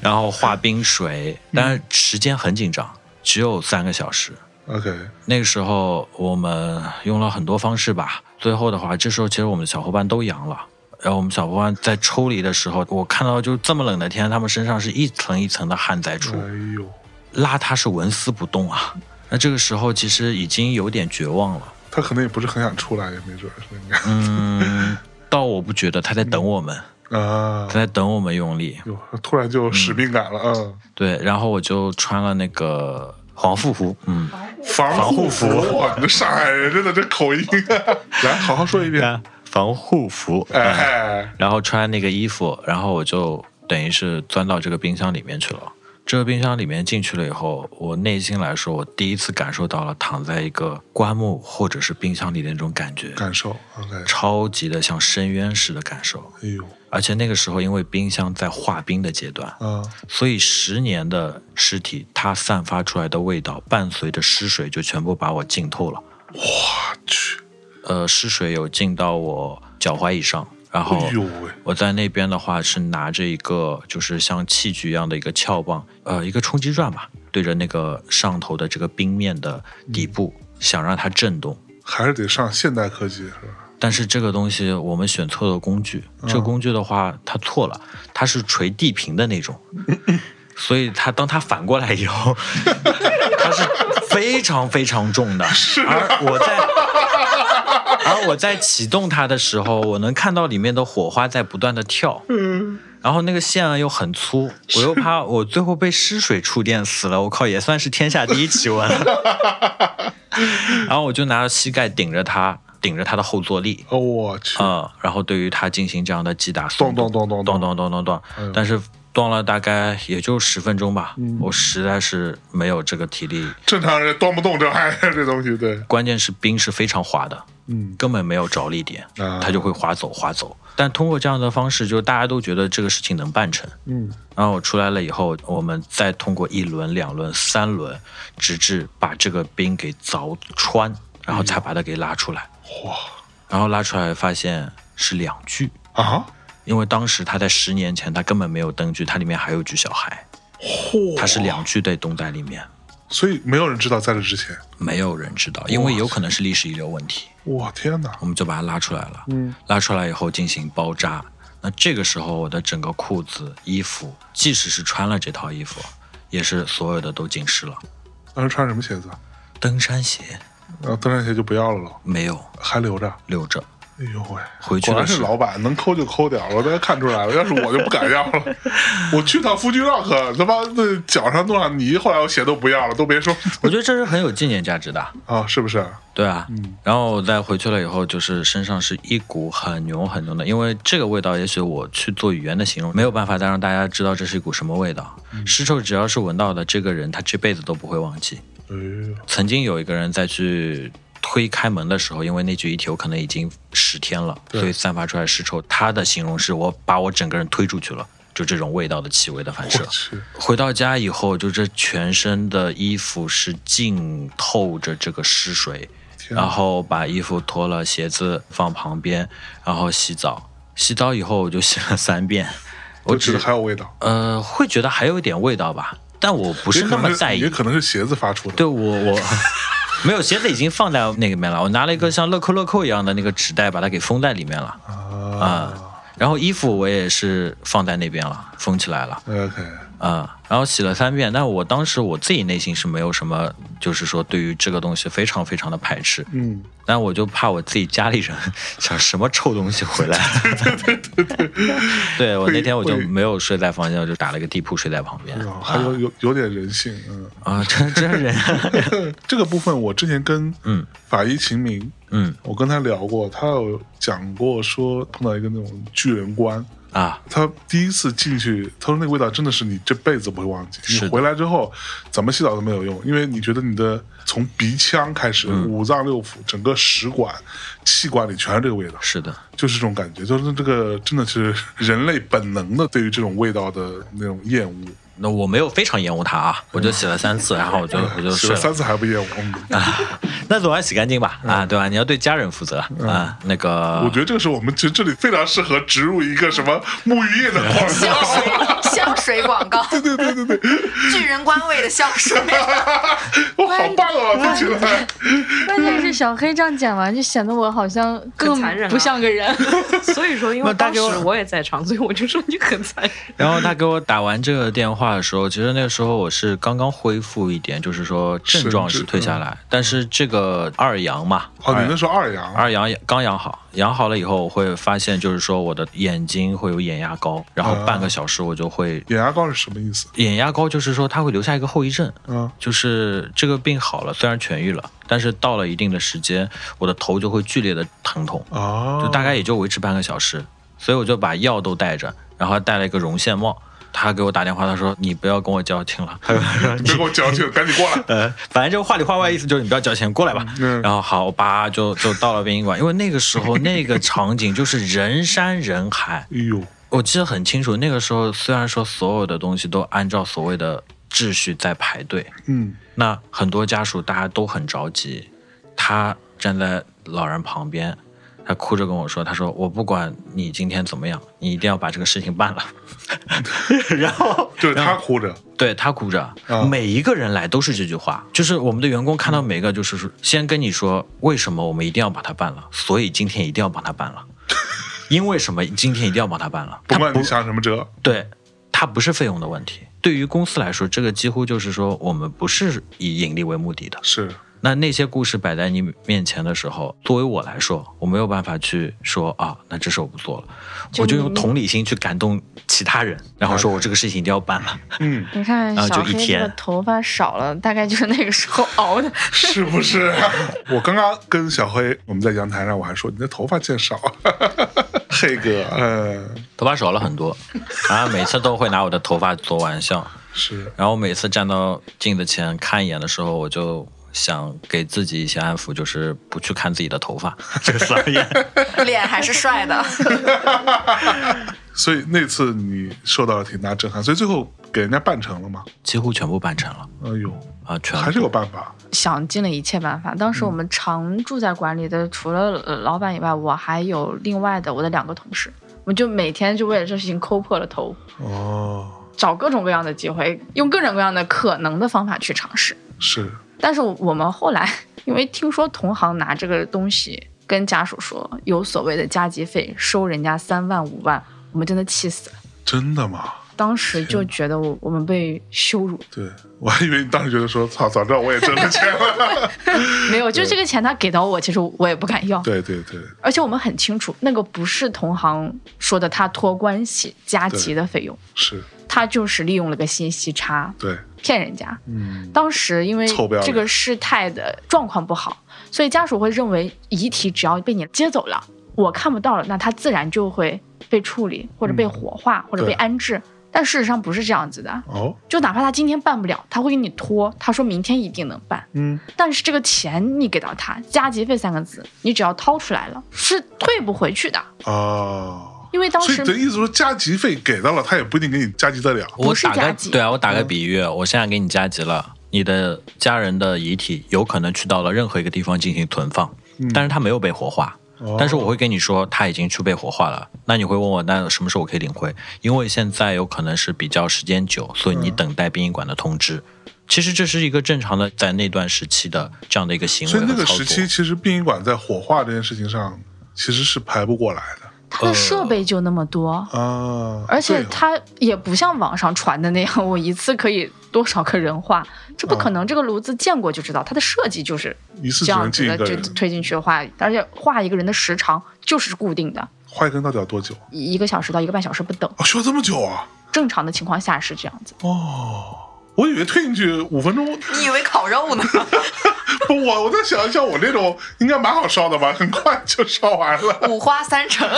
然后化冰水，但时间很紧张，只有三个小时。
OK，
那个时候我们用了很多方式吧，最后的话，这时候其实我们小伙伴都阳了。然后我们小伙伴在抽离的时候，我看到就这么冷的天，他们身上是一层一层的汗在出，
哎呦，
邋遢是纹丝不动啊。那这个时候其实已经有点绝望了，
他可能也不是很想出来，也没准儿是应该。
嗯，到我不觉得他在等我们，
啊
他，在等我们用力。
哟，突然就使命感了，嗯，
对，然后我就穿了那个黄富服，嗯，
防护服，哇，你这上海人真的这口音，来好好说一遍，
啊防护服，哎，
哎，
然后穿那个衣服，然后我就等于是钻到这个冰箱里面去了。这个冰箱里面进去了以后，我内心来说，我第一次感受到了躺在一个棺木或者是冰箱里的那种感觉，
感受，OK，
超级的像深渊似的感受。
哎呦，
而且那个时候，因为冰箱在化冰的阶段，
啊，
所以十年的尸体它散发出来的味道，伴随着尸水就全部把我浸透了。
我去，
呃，湿水有浸到我脚踝以上，然后
哎呦喂，
我在那边的话是拿着一个就是像器具一样的一个撬棒，呃，一个冲击钻吧，对着那个上头的这个冰面的底部，想让它震动。
还是得上现代科技是吧？
但是这个东西我们选错了工具，这个工具的话它错了，它是锤地平的那种，所以它当它反过来以后， 它是非常非常重的，而我在。而我在启动它的时候，我能看到里面的火花在不断的跳，然后那个线啊又很粗，我又怕我最后被湿水触电死了，我靠，也算是天下第一奇闻了。然后我就拿着膝盖顶着它，顶着它的后坐力。
哦，我去，
嗯，然后对于它进行这样的击打，
咚咚咚咚
咚咚咚咚咚咚
哎呦，
但是咚了大概也就十分钟吧，我实在是没有这个体力。
正常人端不动这玩意儿，这东西，对，
关键是冰是非常滑的，
嗯，
根本没有着力点，
啊
它就会滑走滑走。但通过这样的方式，就大家都觉得这个事情能办成。
嗯，
然后我出来了以后，我们再通过一轮、两轮、三轮，直至把这个冰给凿穿，然后才把它给拉出来。
嗯哇，
然后拉出来发现是两具，
啊，
因为当时他在十年前，他根本没有灯具，它里面还有一具小孩，
嚯，
他是两具被冻在里面，
所以没有人知道在这之前，
没有人知道，因为有可能是历史遗留问题。
我天哪，
我们就把它拉出来了。嗯，拉出来以后进行包扎。那这个时候，我的整个裤子、衣服，即使是穿了这套衣服，也是所有的都浸湿了。
当时穿什么鞋子啊？
登山鞋
啊，登山鞋就不要了喽，
没有
还留着。
留着，
哎呦喂，
回去
果然
的
是
时候
老板能抠就抠点儿，我都看出来了。要是我就不敢 要了，我去趟夫君 rock，他妈那脚上弄上泥，后来我鞋都不要了，都别说
我觉得这是很有纪念价值的。
啊，是不是？
对啊，
嗯
然后我再回去了以后，就是身上是一股很浓很浓的，因为这个味道，也许我去做语言的形容，没有办法再让大家知道这是一股什么味道。
嗯
尸臭只要是闻到的，这个人他这辈子都不会忘记。
哎呦，
曾经有一个人在去推开门的时候，因为那具遗体我可能已经十天了，
对
所以散发出来尸臭。他的形容是我把我整个人推出去了，就这种味道的气味的反射
我。去，
回到家以后，就这全身的衣服是浸透着这个湿水，
天
然
哪！
后把衣服脱了，鞋子放旁边，然后洗澡。洗澡以后我就洗了三遍，我
就觉
只
得还有味道，
呃会觉得还有一点味道吧，但我不是
也
那
可能
么在意，
也可能是鞋子发出的。
对我我没有鞋子已经放在那个里面了，我拿了一个像乐扣乐扣一样的那个纸袋把它给封在里面了啊
啊、
然后衣服我也是放在那边了，封起来了
o k
啊、然后洗了三遍，但我当时我自己内心是没有什么，就是说对于这个东西非常非常的排斥，
嗯，
但我就怕我自己家里人想什么臭东西 回来。对对对对，对我那天我就
会会
没有睡在房间，我就打了个地铺睡在旁边
哎呦还有有有点人性，嗯，
啊， 真真人，
这个部分我之前跟
嗯
法医秦明，
嗯
我跟他聊过，他有讲过说碰到一个那种巨人观，
啊，
他第一次进去，他说那个味道真的是你这辈子不会忘记。
是的
你回来之后怎么洗澡都没有用，因为你觉得你的从鼻腔开始，
嗯
五脏六腑整个食管、气管里全是这个味道，
是的，
就是这种感觉，就是这个真的是人类本能的对于这种味道的那种厌恶。
那我没有非常厌恶它啊，我就洗了三次，然后我就我就
洗
睡
了
了
三。次嗯还不厌恶，嗯
那总要洗干净吧，啊，对吧？你要对家人负责
嗯
啊。那个，
我觉得这个是我们其实这里非常适合植入一个什么沐浴液的广告。
香水广告， 对对对对对，巨人官味的香水，
我好棒啊！听起来，
关键是小黑这样讲完，就显得我好像更
很残忍啊
不像 个人。
所以说，因
那
为
大
当
给
时
我
我也在场，所以我就说你很残忍。
然后他给我打完这个电话的时候，其实那个时候我是刚刚恢复一点，就是说症状是嗯退下来，但是这个二阳嘛，
哦，你
二
那时候二阳，
二阳刚养好，养好了以后，我会发现就是说我的眼睛会有眼压高，然后半个小时我就会。
眼牙膏是什么意思？
眼压高就是说它会留下一个后遗症，
嗯，
就是这个病好了，虽然痊愈了，但是到了一定的时间，我的头就会剧烈的疼痛，
哦，
就大概也就维持半个小时，所以我就把药都带着，然后还带了一个绒线帽。他给我打电话，他说：“你不要跟我矫情了。”他说：“
别给
你
我矫情，赶紧过来。
呃， 反正这个话里话外意思就是你不要矫情，过来吧。”
嗯
然后好，我叭就就到了殡仪馆，因为那个时 候那个场景就是人山人海，
哎呦，
我记得很清楚。那个时候虽然说所有的东西都按照所谓的秩序在排队，
嗯，
那很多家属大家都很着急，他站在老人旁边，他哭着跟我说：“他说我不管你今天怎么样，你一定要把这个事情办了。” 然后
就是他哭着，
对他哭着
啊，
每一个人来都是这句话，就是我们的员工看到每个就是说先跟你说为什么我们一定要把它办了，所以今天一定要把它办了， 因为什么今天一定要把它办了，
不管你想什么辙，
对，它不是费用的问题。对于公司来说，这个几乎就是说，我们不是以盈利为目的的。
是
那那些故事摆在你面前的时候，作为我来说，我没有办法去说啊，那这事我不做了，我就用嗯同理心去感动其他人，然后说我这个事情一定要办了。
嗯，
你看
啊就
小黑
一
这
天
个头发少了，大概就是那个时候熬的。
是不是？ 我刚刚跟小黑我们在阳台上，我还说你的头发见 少了，黑哥，嗯，
头发少了很多， 啊，每次都会拿我的头发做玩笑，
是
然后每次站到镜子前看一眼的时候，我就想给自己一些安抚，就是不去看自己的头发，这个而言。
脸还是帅的。
所以那次你受到了挺大震撼，所以最后给人家办成了嘛？
几乎全部办成了
哎呦，
啊，全部
还是有办法，
想尽了一切办法。当时我
嗯
们常住在管理的，除了呃老板以外，我还有另外的我的两个同事，我们就每天就为了这事情抠破了头，
哦，
找各种各样的机会，用各种各样的可能的方法去尝试。
是，
但是我们后来 因为听说同行拿这个东西跟家属说有所谓的加急费，收人家三万五万，我们真的气死了。
真的吗？
当时就觉得我我们被羞辱，
对，我还以为你当时觉得说，操，早知道我也挣了钱 了。
没有，就这个钱他给到我，其实我也不敢要。
对对对，
而且我们很清楚，那个不是同行说的他托关系加急的费用，
是，
他就是利用了个信息差
对，
骗人家。
嗯，
当时因为
臭不要脸
这个事态的状况不好，所以家属会认为遗体只要被你接走了，我看不到了，那他自然就会被处理或者被火化、或者被
对
安置。但事实上不是这样子的，
哦，
就哪怕他今天办不了，他会给你拖，他说明天一定能办。
嗯，
但是这个钱你给到他，加急费三个字，你只要掏出来了，是退不回去的。
哦，
因为当
所以
时
你的意思说，加急费给到了，他也不一定给你加急得了。
我
不是
打
加
个
急嗯
对啊，我打个比喻，我现在给你加急了，你的家人的遗体有可能去到了任何一个地方进行存放，但是他没有被火化。
嗯哦
但是我会跟你说，他已经去被火化了。那你会问我，那什么时候我可以领回？因为现在有可能是比较时间久，所以
嗯
你等待殡仪馆的通知。其实这是一个正常的，在那段时期的这样的一个行为
哦所以那
和
个
操
时
作。
期，其实殡仪馆在火化这件事情上，其实是排不过来的
他的设备就那么多，
啊。
而且
对哦
他也不像网上传的那样，我一次可以多少个人画，这不可能。这个炉子见过就知道，它的设计就是
啊一次
这
只
样
能
子
进
的，
一个
就
人，
推进去画，而且画一个人的时长就是固定的，
画一个人到底要多久？
一一个小时到一个半小时不等。
哦，需要这么久啊？
正常的情况下是这样 子，
哦，我以为退进去五分钟，
你以为烤肉呢？
不，我我在想，像我这种应该蛮好烧的吧，很快就烧完了，
五花三成，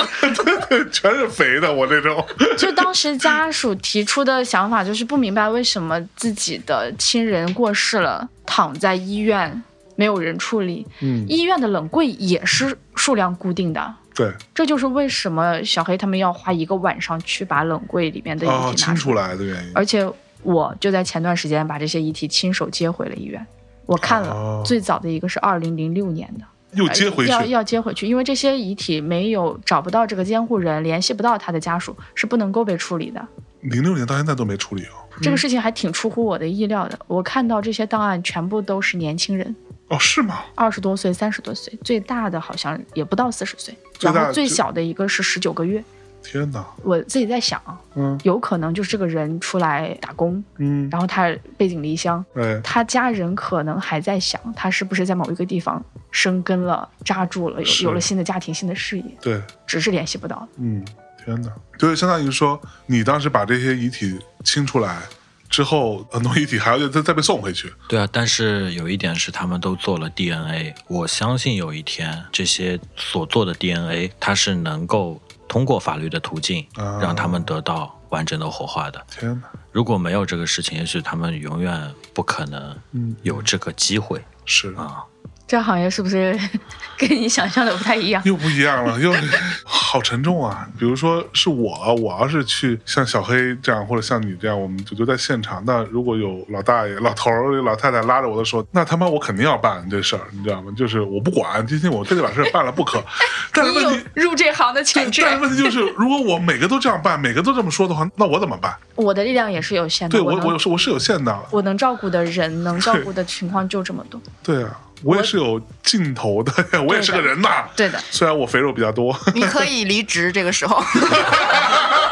全是肥的，我这种。
就当时家属提出的想法就是不明白为什么自己的亲人过世了，躺在医院没有人处理。
嗯，
医院的冷柜也是数量固定的，
对，
这就是为什么小黑他们要花一个晚上去把冷柜里面的遗
哦，
体拿
清
出
出
来。
来的原因。
而且我就在前段时间把这些遗体亲手接回了医院。我看了、
哦
最早的一个是二零零六年的，呃
又接回去，
要要接回去，因为这些遗体没有找不到这个监护人，联系不到他的家属，是不能够被处理的。
零六年到现在都没处理哦。
这个事情还挺出乎我的意料的。我看到这些档案全部都是年轻人，
哦，是吗？
二十多岁、三十多岁，最大的好像也不到四十岁，
最
然
大
后最
就
小的一个是十九个月。
天哪，
我自己在想，啊
嗯
有可能就是这个人出来打工，
嗯，
然后他背井离乡，
哎，
他家人可能还在想他是不是在某一个地方生根了、扎住了，有
是
有了新的家庭、新的事业，
对，
只是联系不到。
嗯，天哪，就是相当于说，你当时把这些遗体清出来之后，很多遗体还要再再再被送回去，
对啊，但是有一点是，他们都做了 DNA，我相信有一天这些所做的 DNA，它是能够通过法律的途径
啊，
让他们得到完整的火化的。
天哪，
如果没有这个事情，也许他们永远不可能
嗯
有这个机会
是
啊。
这行业是不是 跟你想象的不太一样？
又不一样了，又好沉重啊！比如说是我，啊我要是去像小黑这样，或者像你这样，我们就就在现场。那如果有老大爷、老头儿、老太太拉着我的手，那他妈我肯定要办这事儿，你知道吗？就是我不管，今天我非得把事儿办了不 可。 但是
你
问
有
题，
入这行的潜质，
但是问题就是，如果我每个都这样办，每个都这么说的话，那我怎么办？
我的力量也是有限
对
的。
我，
能
我是我是有限的，
我能照顾的人，能照顾的情况就这么多。
对啊，我也是有尽头的， 我也是个人呐。
对的，
虽然我肥肉比较多，
你可以离职，这个时候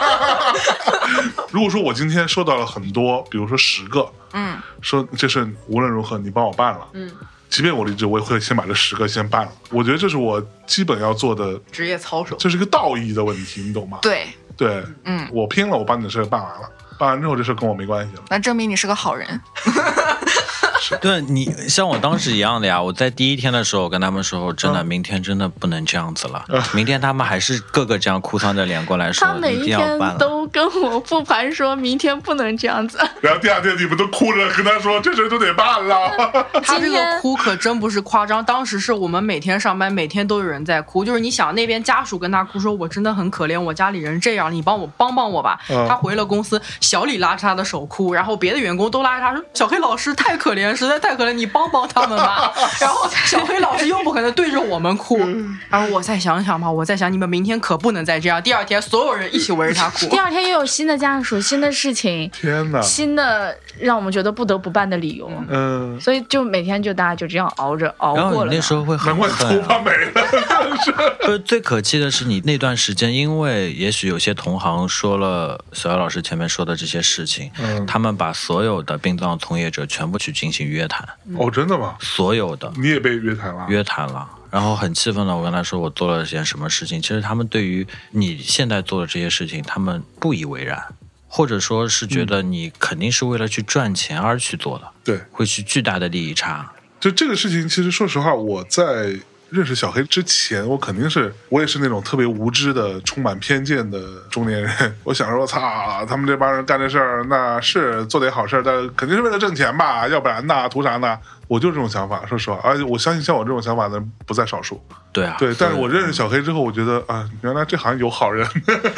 如果说我今天收到了很多，比如说十个，
嗯，
说这事无论如何你帮我办了，嗯，即便我离职，我也会先把这十个先办了。我觉得这是我基本要做的，
职业操守。
这是一个道义的问题，你懂吗？
对，
对，
嗯，
我拼了，我把你的事办完了，办完之后这事跟我没关系了。
那证明你是个好人。
对啊你像我当时一样的呀，我在第一天的时候，我跟他们说，真
嗯
的，明天真的不能这样子了。
啊
明天他们还是个个这样哭丧着脸过来说，
他每
一
一
定要
天
办啊了。
都跟我复盘，说明天不能这样子。
然后第二天你们都哭着跟他说，这事都得 办了。
他这个哭可真不是夸张，当时是我们每天上班，每天都有人在哭。就是你想那边家属跟他哭说：“我真的很可怜，我家里人这样，你帮我帮帮我吧。
嗯
他回了公司，小李拉着他的手哭，然后别的员工都拉着他说：“小黑老师太可怜，实在太可怜，你帮帮他们吧。”然后小黑老师又不可能对着我们哭，然后我再想想吧，我再想你们明天可不能再这样。第二天所有人一起围着他 哭
第。二天又有新的家属、新的事情、
天哪，
新的让我们觉得不得不办的理由，
嗯、
所以就每天就大家就这样熬着熬
然后
过了
你那
呢。
时候会很
难怪头
恨啊、
发没了，是
不是呃最可气的是你那段时间，因为也许有些同行说了小姚老师前面说的这些事情，
嗯
他们把所有的殡葬从业者全部去进行约谈，
哦，真的吗？
所有的
你也被约谈了？
约谈了，然后很气愤的我跟他说我做了件什么事情。其实他们对于你现在做的这些事情，他们不以为然，或者说是觉得你肯定是为了去赚钱而去做的，
嗯对，
会去巨大的利益差。
就这个事情，其实说实话，我在认识小黑之前，我肯定是我也是那种特别无知的、充满偏见的中年人。 我想说，操，他们这帮人干这事儿，那是做点好事儿，但肯定是为了挣钱吧，要不然呢，图啥呢？我就是这种想法，说实话，而且我相信像我这种想法的人不在少数。
对啊，
对，但是
所以
我认识小黑之后，我觉得啊，原来这行有好人，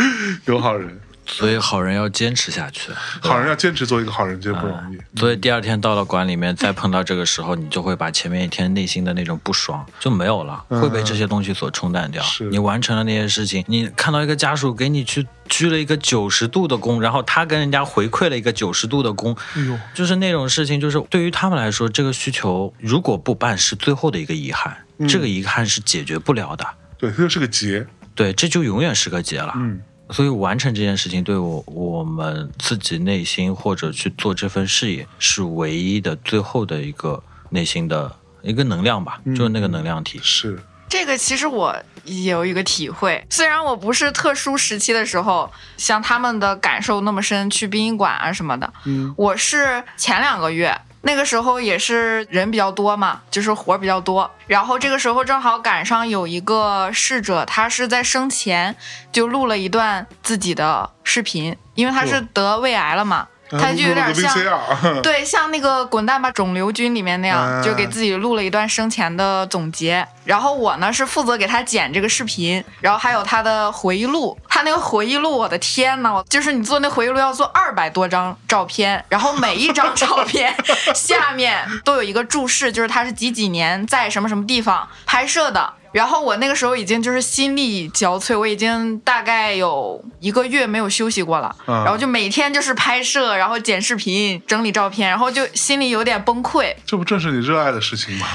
有好人，
所以好人要坚持下去。
好人要坚持做一个好人，真不容易。
啊
嗯
所以第二天到了馆里面，再碰到这个时候，你就会把前面一天内心的那种不爽就没有了，会被这些东西所冲淡掉
嗯是。
你完成了那些事情，你看到一个家属给你去鞠了一个九十度的躬，然后他跟人家回馈了一个九十度的躬，
哎
就是那种事情，就是对于他们来说，这个需求如果不办是最后的一个遗憾，这个遗憾是解决不了的。
对，这就是个结。
对，这就永远是个结了。
嗯，
所以完成这件事情，对我我们自己内心或者去做这份事业，是唯一的最后的一个内心的一个能量吧，
嗯
就是那个能量体。
是，
这个其实我也有一个体会，虽然我不是特殊时期的时候像他们的感受那么深，去殡仪馆啊什么的，
嗯，
我是前两个月。那个时候也是人比较多嘛，就是活儿比较多。然后这个时候正好赶上有一个逝者，他是在生前就录了一段自己的视频，因为他是得胃癌了嘛，
嗯
他就有点像
VCR，
对，像那个《滚蛋吧肿瘤君》里面那样，
嗯
就给自己录了一段生前的总结。然后我呢是负责给他剪这个视频，然后还有他的回忆录。他那个回忆录，我的天呐，我就是你做那回忆录要做二百多张照片，然后每一张照片 下面都有一个注释，就是他是几几年在什么什么地方拍摄的。然后我那个时候已经就是心力交瘁，我已经大概有一个月没有休息过了，
嗯
然后就每天就是拍摄，然后剪视频、整理照片，然后就心里有点崩溃。
这不正是你热爱的事情吗？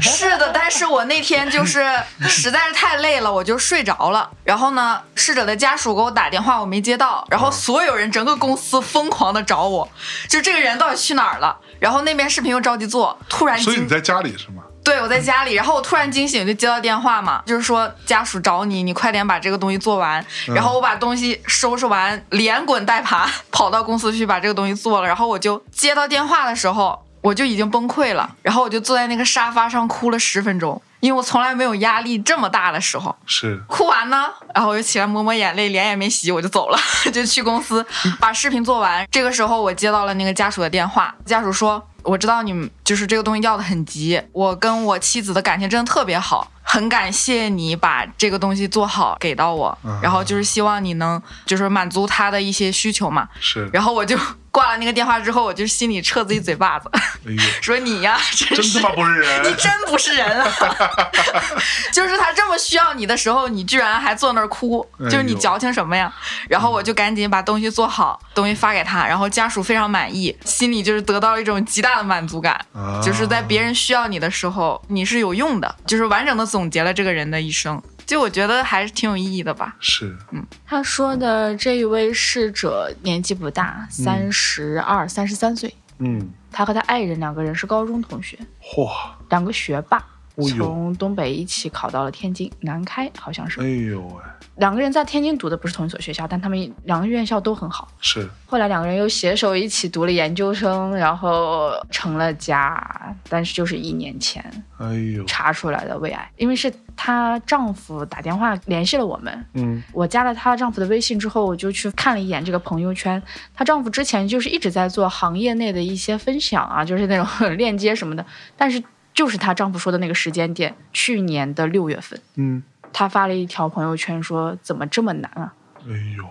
是的，但是我那天就是实在是太累了，我就睡着了。然后呢，逝者的家属给我打电话，我没接到。然后所有人，整个公司疯狂的找我，就这个人到底去哪儿了？然后那边视频又着急做，突然
所以你
惊，
在家里是吗？
对我在家里，然后我突然惊醒，就接到电话嘛，就是说家属找你，你快点把这个东西做完。然后我把东西收拾完，连滚带爬跑到公司去把这个东西做了。然后我就接到电话的时候，我就已经崩溃了，然后我就坐在那个沙发上哭了十分钟，因为我从来没有压力这么大的时候。
是，
哭完呢，然后我就起来抹抹眼泪，脸也没洗，我就走了， 就去公司
嗯
把视频做完。这个时候我接到了那个家属的电话，家属说：“我知道你们就是这个东西要的很急，我跟我妻子的感情真的特别好，很感谢你把这个东西做好给到我
嗯，
然后就是希望你能就是满足他的一些需求嘛。”
是，
然后我就挂了那个电话之后，我就心里撤自己嘴巴子，
哎呦，
说你呀，真
真
是
他妈不是
你
人！
真不是人啊！ 就是他这么需要你的时候，你居然还坐那儿哭，
哎呦
就是你矫情什么呀？然后我就赶紧把东西做好，东西发给他，然后家属非常满意，心里就是得到了一种极大的满足感，
啊
就是在别人需要你的时候，你是有用的，就是完整的总结了这个人的一生。就我觉得还是挺有意义的吧。
是
他说的这一位逝者年纪不大，
嗯
三十二、三十三岁。
嗯，
他和他爱人两个人是高中同学，
嚯，
两个学霸，
哦呦，
从东北一起考到了天津南开，好像
哎
是。
呦喂，
两个人在天津读的不是同一所学校，但他们两个院校都很好。
是
后来两个人又携手一起读了研究生，然后成了家，但是就是一年前
哎呦，
查出来的胃癌，因为是她丈夫打电话联系了我们，
嗯，
我加了她丈夫的微信之后，我就去看了一眼这个朋友圈。她丈夫之前就是一直在做行业内的一些分享啊，就是那种 链接什么的。但是就是她丈夫说的那个时间点，去年的六月份，
嗯，
她发了一条朋友圈说：“怎么这么难啊
哎呦，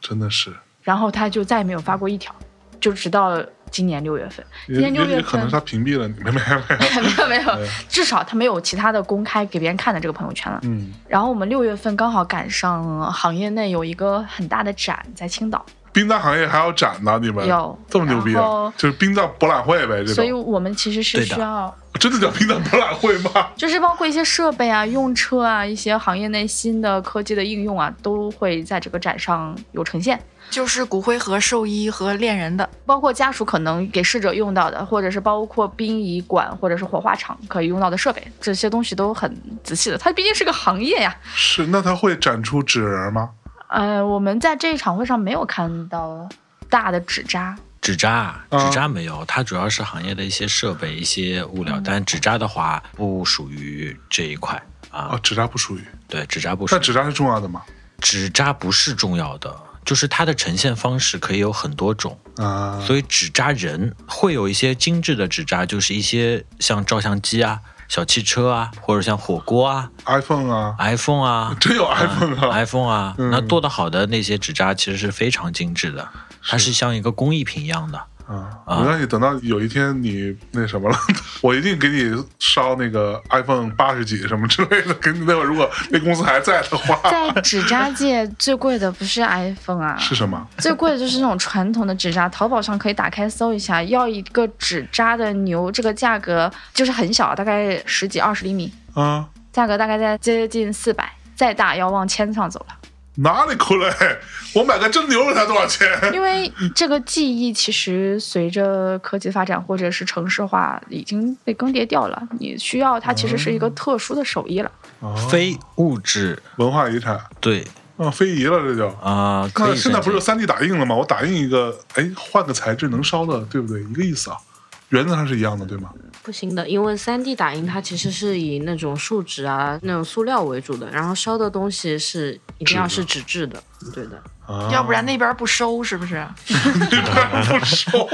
真的是，？”
然后她就再也没有发过一条，就直到今年六月份。 今
也
年六
也
月
也可能
份
是他屏蔽了你，没没 没，
没有没有
对，
至少她没有其他的公开给别人看的这个朋友圈了。
嗯，
然后我们六月份刚好赶上行业内有一个很大的展在青岛。
殡葬行业还要展呢，你们
有
这么牛逼
然
啊
后？
就是殡葬博览会呗，这
所以
种
我们其实是
对的
需要，
真的叫殡葬博览会吗？
就是包括一些设备啊、用车啊、一些行业内新的科技的应用啊，都会在这个展上有呈现。
就是骨灰盒、寿衣和恋人的，
包括家属可能给逝者用到的，或者是包括殡仪馆或者是火化场可以用到的设备，这些东西都很仔细的。它毕竟是个行业呀。
是，那他会展出纸人吗？
呃，我们在这一场会上没有看到大的纸扎，
纸扎，
嗯
纸扎没有，它主要是行业的一些设备、一些
嗯
物料，但纸扎的话不属于这一块
啊，
啊。
纸扎不属于，
对，纸扎不属
但
于。
纸扎是重要的嘛？
纸扎不是重要的，就是它的呈现方式可以有很多种，
啊，
所以纸扎人会有一些精致的纸扎，就是一些像照相机啊、小汽车啊，或者像火锅啊、
iPhone 啊，
iPhone 啊。
真有 iPhone 啊，
iPhone 啊，
嗯
那做的好的那些纸扎其实是非常精致的，它是像一个工艺品一样的。
啊，
啊
我让你等到有一天你那什么了， 我一定给你烧那个 iPhone 八十几什么之类的，给你那会儿如果那公司还在的
啊
话，
在纸扎界最贵的不是 iPhone 啊，
是什么？
最贵的就是那种传统的纸扎，淘宝上可以打开搜一下，要一个纸扎的牛，这个价格就是很小，大概十几二十厘米，
啊，
价格大概在接近四百，再大要往千上走了。
哪里亏了？ 我买个真牛才多少钱？
因为这个技艺其实随着科技发展或者是城市化已经被更迭掉了，你需要它其实是一个特殊的手艺了。
哦
非物质，
文化遗产
对
啊，非遗了这就。
啊、可
那
以
现在
申
不是
请
三 D 打印了吗？我打印一个，哎，换个材质能烧的，对不对？一个意思啊，原则上是一样的，对吗？
不行的，因为三 D 打印它其实是以那种树脂啊、那种塑料为主的，然后烧的东西是一定要是纸质的，对 的。
啊，
要不然那边不收是不是？
不 收。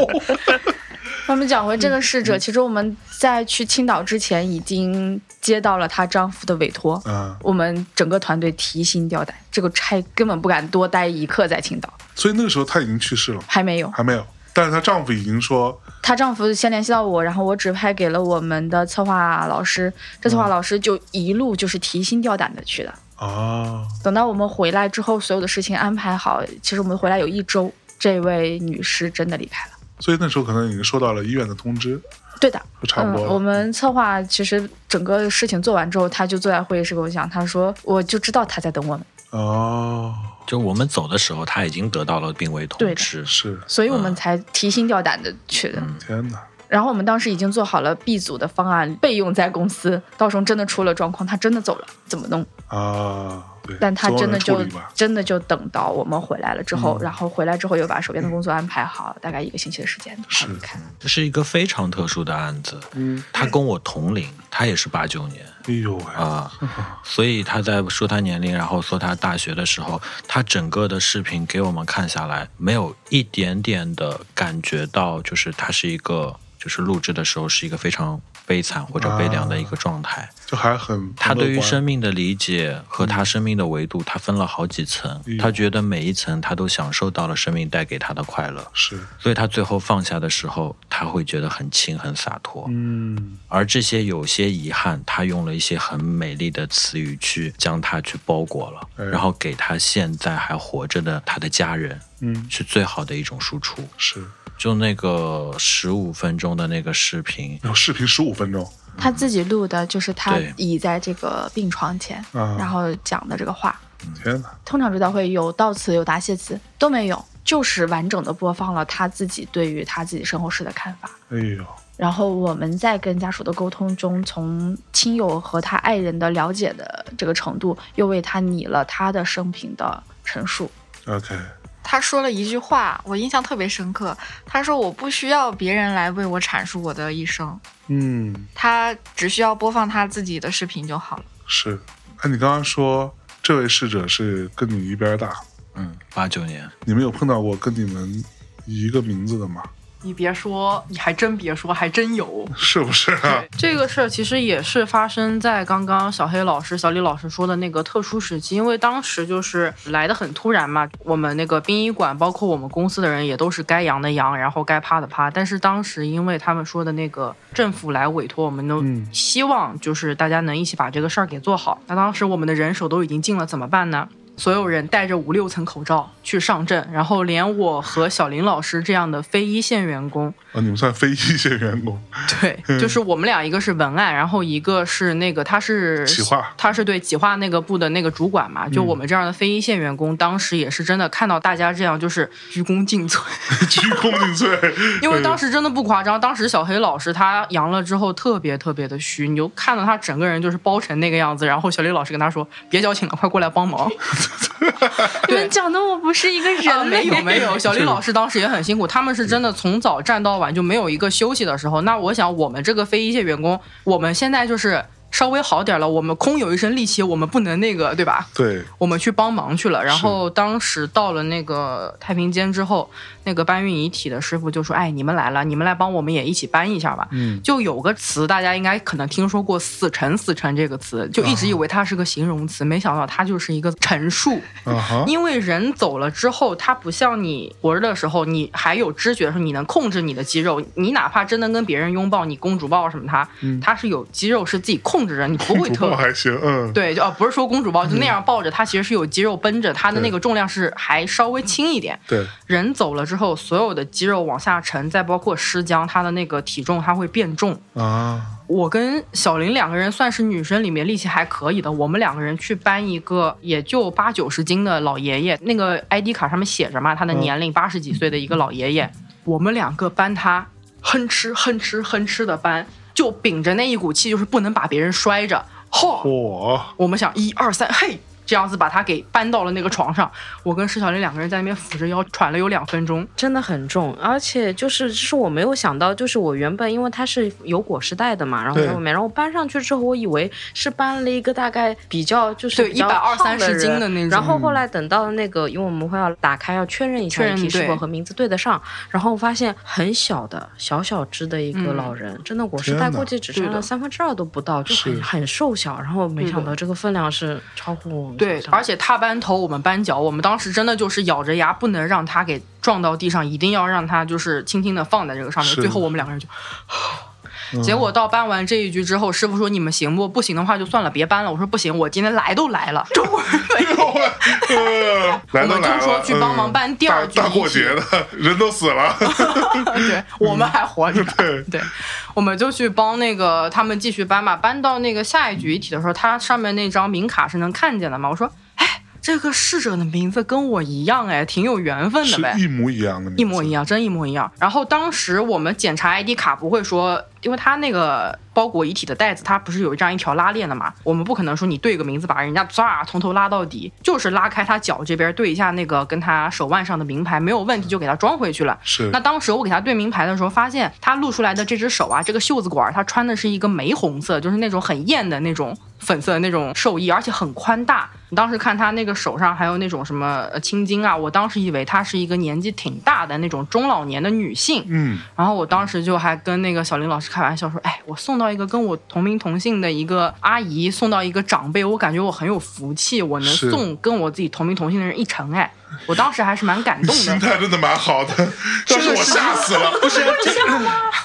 我们讲回这个逝者，其实我们在去青岛之前已经接到了她丈夫的委托，
啊，
我们整个团队提心吊胆，这个差根本不敢多待一刻在青岛，
所以那个时候他已经去世了吗，
还没有。
还没有。但是她丈夫已经说，
她丈夫先联系到我，然后我指派给了我们的策划老师，这策划老师就一路就是提心吊胆的去的。
啊，
等到我们回来之后，所有的事情安排好，其实我们回来有一周，这位女士真的离开了。
所以那时候可能已经收到了医院的通知，
对的，
就差不多
嗯。
了。
我们策划其实整个事情做完之后，他就坐在会议室跟我讲，他说我就知道他在等我们，
哦，
就我们走的时候，他已经得到了病危
对
通
的
知。
是
所以我
嗯
们才提心吊胆的去的。
天哪，
然后我们当时已经做好了 B 组的方案，备用在公司，到时候真的出了状况，他真的走了怎么弄？
啊，对，
但他
总有
真的
人处
就
理吧
真的就等到我们回来了之后，
嗯
然后回来之后又把手边的工作安排好，大概一个星期的时间。
是
你看，
这是一个非常特殊的案子，
嗯，
他跟我同龄，他也是八九年
哎呦喂，
啊、所以他在说他年龄，然后说他大学的时候，他整个的视频给我们看下来，没有一点点的感觉到，就是他是一个，就是录制的时候是一个非常悲惨或者悲凉的一个状态。
就还很
他对于
身
生命的理解和他生命的维度，他分了好几层
嗯。
他觉得每一层他都享受到了生命带给他的快乐，
是，
所以他最后放下的时候，他会觉得很轻很洒脱。
嗯，
而这些有些遗憾，他用了一些很美丽的词语去将它去包裹了，
哎
然后给他现在还活着的他的家人
嗯，
去最好的一种输出。
是
就那个十五分钟的那个视频，
有视频十五分钟
他自己录的就是他
对
倚在这个病床前，
啊，
然后讲的这个话。
天哪，
通常追悼会有到此有答谢词都没有，就是完整的播放了他自己对于他自己身后事的看法。
哎呦，
然后我们在跟家属的沟通中，从亲友和他爱人的了解的这个程度，又为他拟了他的生平的陈述。
OK，
他说了一句话，我印象特别深刻。他说：“我不需要别人来为我阐述我的一生，
嗯，
他只需要播放他自己的视频就好了。
是。哎，你刚刚说这位逝者是跟你一边大，
嗯，八九年，
你们有碰到过跟你们一个名字的吗？
你别说，你还真别说，还真有。
是不是啊？
这个事儿其实也是发生在刚刚小黑老师、小李老师说的那个特殊时期，因为当时就是来的很突然嘛，我们那个殡仪馆，包括我们公司的人也都是该阳的阳，然后该趴的趴。但是当时因为他们说的那个政府来委托我们，都
嗯
希望就是大家能一起把这个事儿给做好。那当时我们的人手都已经尽了，怎么办呢？所有人戴着五六层口罩去上阵，然后连我和小林老师这样的非一线员工，
哦，你们算非一线员 工，嗯
对，就是我们俩，一个是文案，然后一个是那个他是
企划嗯
他是对企划那个部的那个主管嘛。就我们这样的非一线员工，当时也是真的看到大家这样，就是鞠躬尽瘁。
鞠躬尽瘁。
因为当
时
时真的不夸张，当时小黑老师他阳了之后特别特别的虚，你就看到他整个人就是包成那个样子。然后小李老师跟他说：“别矫情了，快过来帮忙。”
你们讲的我不是一个
啊
人类，
没 有没有，小李老师当时也很辛苦，他们是真的从早站到晚，就没有一个休息的时候。那我想，我们这个非一线员工，我们现在就是稍微好点了，我们空有一身力气，我们不能那个，对吧？
对，
我们去帮忙去了。然后当时到了那个太平间之后，那个搬运遗体的师傅就说：“哎，你们来了，你们来帮我们也一起搬一下吧。”
嗯，
就有个词，大家应该可能听说过“死沉”“死沉”这个词，就一直以为它是个形容词，没想到它就是一个陈述。
啊哈，
因为人走了之后，他不像你活着的时候，你还有知觉的时候，你能控制你的肌肉。你哪怕真的跟别人拥抱，你公主抱什么他，他是有肌肉是自己控制着，你不会
主播
特。
还行，嗯，
对，就啊，不是说公主抱，就那样抱着，他其实是有肌肉绷着，他的
对
那个重量是还稍微轻一点。
对，
人走了之后，所有的肌肉往下沉，再包括尸僵，他的那个体重它会变重。
啊，
我跟小林两个人算是女生里面力气还可以的，我们两个人去搬一个也就八九十斤的老爷爷，那个 ID 卡上面写着嘛，他的年龄八十几岁的一个老爷爷，我们两个搬他，哼哧哼哧哼哧的搬，就秉着那一股气，就是不能把别人摔着，嚯，
嚯，
我们想一二三，嘿，这样子把他给搬到了那个床上，我跟施小林两个人在那边扶着腰喘了有两分钟，
真的很重，而且就是就是我没有想到，就是我原本因为它是有裹尸袋的嘛，然后
对
在外面，然后搬上去之后，我以为是搬了一个大概比较就是
对
比较
120
胖
30斤
人
的那种
然后
嗯
后来等到那个，因为我们会要打开要确认一下
确认
遗体是
对
否和名字对得上，然后我发现很小的小小只的一个
嗯
老人，真的裹尸
天
袋
哪
估计只
对
占
的
了三分之二都不到，就是很很瘦小，然后没
对的
想到这个分量是超乎我们
对，而且他扳头，我们扳脚，我们当时真的就是咬着牙，不能让他给撞到地上，一定要让他就是轻轻的放在这个上面。
是嗯
最后我们两个人就。 结果到搬完这一局之后，师傅说：“你们行不？不行的话就算了，别搬了。”我说：“不行，我今天来都来了， 中国人没有
呃来都
我们就
来了
说去帮忙办第二
嗯
局
大大过
一起
节的，人都死 了，
对我们还活着。
对
对，我们就去帮那个他们继续搬嘛，搬到那个下一局一体的时候，它上面那张名卡是能看见的嘛。我说，哎，这个逝者的名字跟我一样，哎，挺有缘分 的
是
呗。
一模一样的名字，
一模一样，真一模一样。然后当时我们检查 ID 卡不会说，因为它那个包裹遗体的袋子，它不是有一张一条拉链的嘛，我们不可能说你对个名字把人家唰从头拉到底，就是拉开他脚这边对一下那个跟他手腕上的名牌，没有问题就给他装回去了。
是
那当时我给他对名牌的时候，发现他露出来的这只手啊，这个袖子管儿，他穿的是一个玫红色，就是那种很艳的那种粉色的那种寿衣，而且很宽大。你当时看他那个手上还有那种什么呃青筋啊，我当时以为她是一个年纪挺大的那种中老年的女性，
嗯，
然后我当时就还跟那个小林老师开玩笑说：“哎，我送到一个跟我同名同姓的一个阿姨，送到一个长辈，我感觉我很有福气，我能
是
送跟我自己同名同姓的人一程。”哎，我当时还是蛮感
你
动
心
的。
态真的蛮好 的，但是我吓死了。
啊
不是这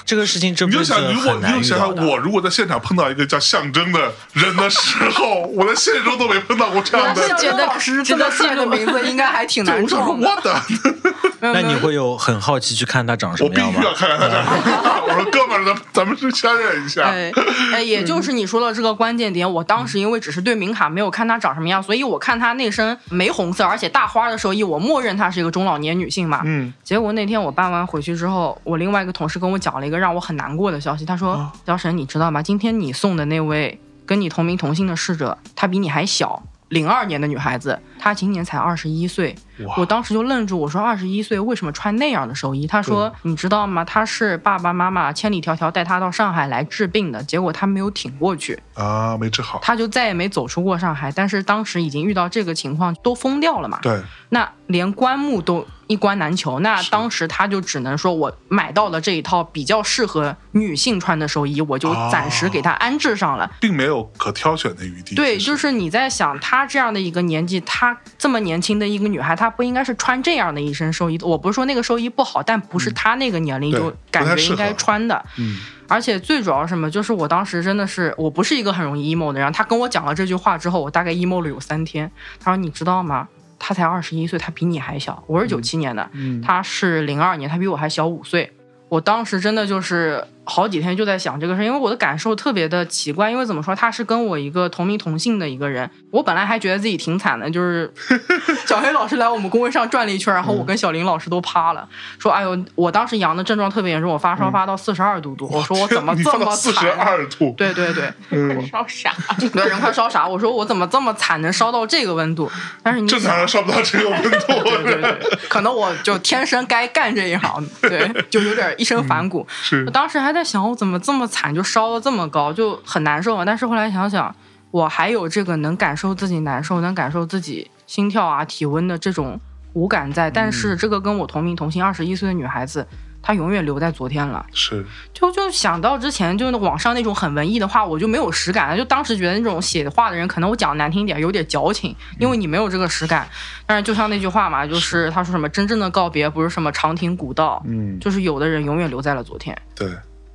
这个事情真
你
不
就是想，如果
很
你
难
就
遇
想
到
想，
的。
我如果在现场碰到一个叫象征的人的时候，我在现实中都没碰到过这样的。
觉得老师这么贱的名字应该还挺
对，
难
我想说
撞
我
的。
的，
没有
那
没
你
有
会有很好奇去看他长什
我
么
必
样
须
吗？
要看看他这样。 我说哥们儿，咱们咱们去相认一下。
哎，哎，也
嗯
就是你说的这个关键点，我当时因为只是对名卡没有看她长什么样，所以我看她那身玫红色，而且大花的寿衣，我默认她是一个中老年女性嘛。
嗯，
结果那天我办完回去之后，我另外一个同事跟我讲了一个让我很难过的消息，他
嗯
说：“小沈，你知道吗？今天你送的那位跟你同名同姓的逝者，她比你还小。”零二年的女孩子，她今年才二十一岁，我当时就愣住，我说二十一岁为什么穿那样的寿衣？她说你知道吗？她是爸爸妈妈千里迢迢带她到上海来治病的，结果她没有挺过去，
啊，没治好。
她就再也没走出过上海。但是当时已经遇到这个情况，都疯掉了嘛。
对，
那连棺木都一棺难求，那当时他就只能说我买到了这一套比较适合女性穿的寿衣，我就
哦
暂时给她安置上了。
并没有可挑选的余地。
对，
其实
就是你在想她这样的一个年纪，她这么年轻的一个女孩，她不应该是穿这样的一身寿衣。我不是说那个寿衣不好，但不是她那个年龄
嗯对
就
不太
感觉
适
应该
合
穿的。
嗯，
而且最主要是什么？就是我当时真的是，我不是一个很容易 emo 的人。她跟我讲了这句话之后，我大概 emo 了有三天。她说：“你知道吗？她才二十一岁，她比你还小。我是九七年的，她是零二年，她比我还小五岁。”我当时真的就是好几天就在想这个事，因为我的感受特别的奇怪，因为怎么说，她是跟我一个同名同姓的一个人，我本来还觉得自己挺惨的，就是 小黑老师来我们工位上转了一圈，然后我
嗯
跟小林老师都趴了，说哎呦，我当时阳的症状特别严重，我发烧发到四十二度多，我说我怎么
嗯 你
这
放
么
到四十
惨啊？
二度，
对对对，
嗯，
烧傻， 对人快烧傻。我说我怎么这么惨，能烧到这个温度？但是你
正常人上不到这个温
对对
度。
对，可能我就天生该干这一行，对，就有点一身反骨。
是
我，当时还在想，我怎么这么惨，就烧的这么高，就很难受嘛。但是后来想想，我还有这个能感受自己难受，能感受自己心跳啊、体温的这种五感在。但是这个跟我同名同姓二十一岁的女孩子，她永远留在昨天了。
是，
就就想到之前就是网上那种很文艺的话，我就没有实感了。就当时觉得那种写话的人，可能我讲得难听一点，有点矫情，因为你没有这个实感。但是就像那句话嘛，就是他说什么真正的告别不是什么长亭古道，
嗯，
就是有的人永远留在了昨天，
对，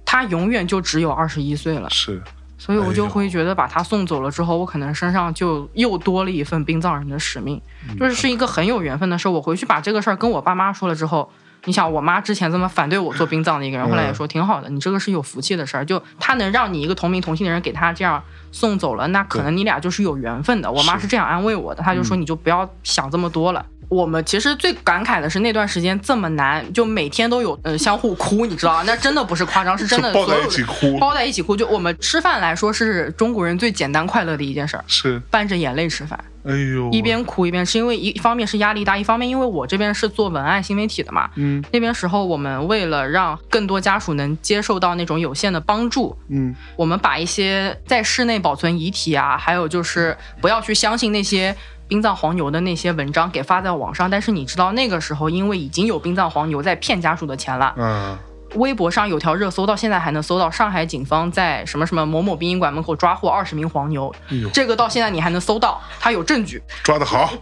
他永远就只有二十一岁了。
是，
所以我
哎
就
呦
会觉得把他送走了之后，我可能身上就又多了一份殡葬人的使命，
嗯
就是是一个很有缘分的事儿。我回去把这个事儿跟我爸妈说了之后，你想我妈之前这么反对我做殡葬的一个人，
嗯
后来也说挺好的，你这个是有福气的事儿，就他能让你一个同名同姓的人给他这样送走了，那可能你俩就是有缘分的。我妈
是嗯
是这样安慰我的，她就说你就不要想这么多了。我们其实最感慨的是那段时间这么难，就每天都有呃相互哭，你知道吗？那真的不是夸张，是真的
就抱
所
在
有
一
的
起哭，
包在一起哭，就我们吃饭来说是中国人最简单快乐的一件事儿，
是，
伴着眼泪吃饭，
哎呦，
一边哭一边吃，因为一一方面是压力大，一方面因为我这边是做文案新媒体的嘛，
嗯
那边时候我们为了让更多家属能接受到那种有限的帮助，
嗯，
我们把一些在室内保存遗体啊，还有就是不要去相信那些。殡葬黄牛的那些文章给发在网上，但是你知道那个时候，因为已经有殡葬黄牛在骗家属的钱了，
啊，
微博上有条热搜，到现在还能搜到，上海警方在什么什么某某殡仪馆门口抓获二十名黄牛
哎呦，
这个到现在你还能搜到，它有证 据。
抓得好，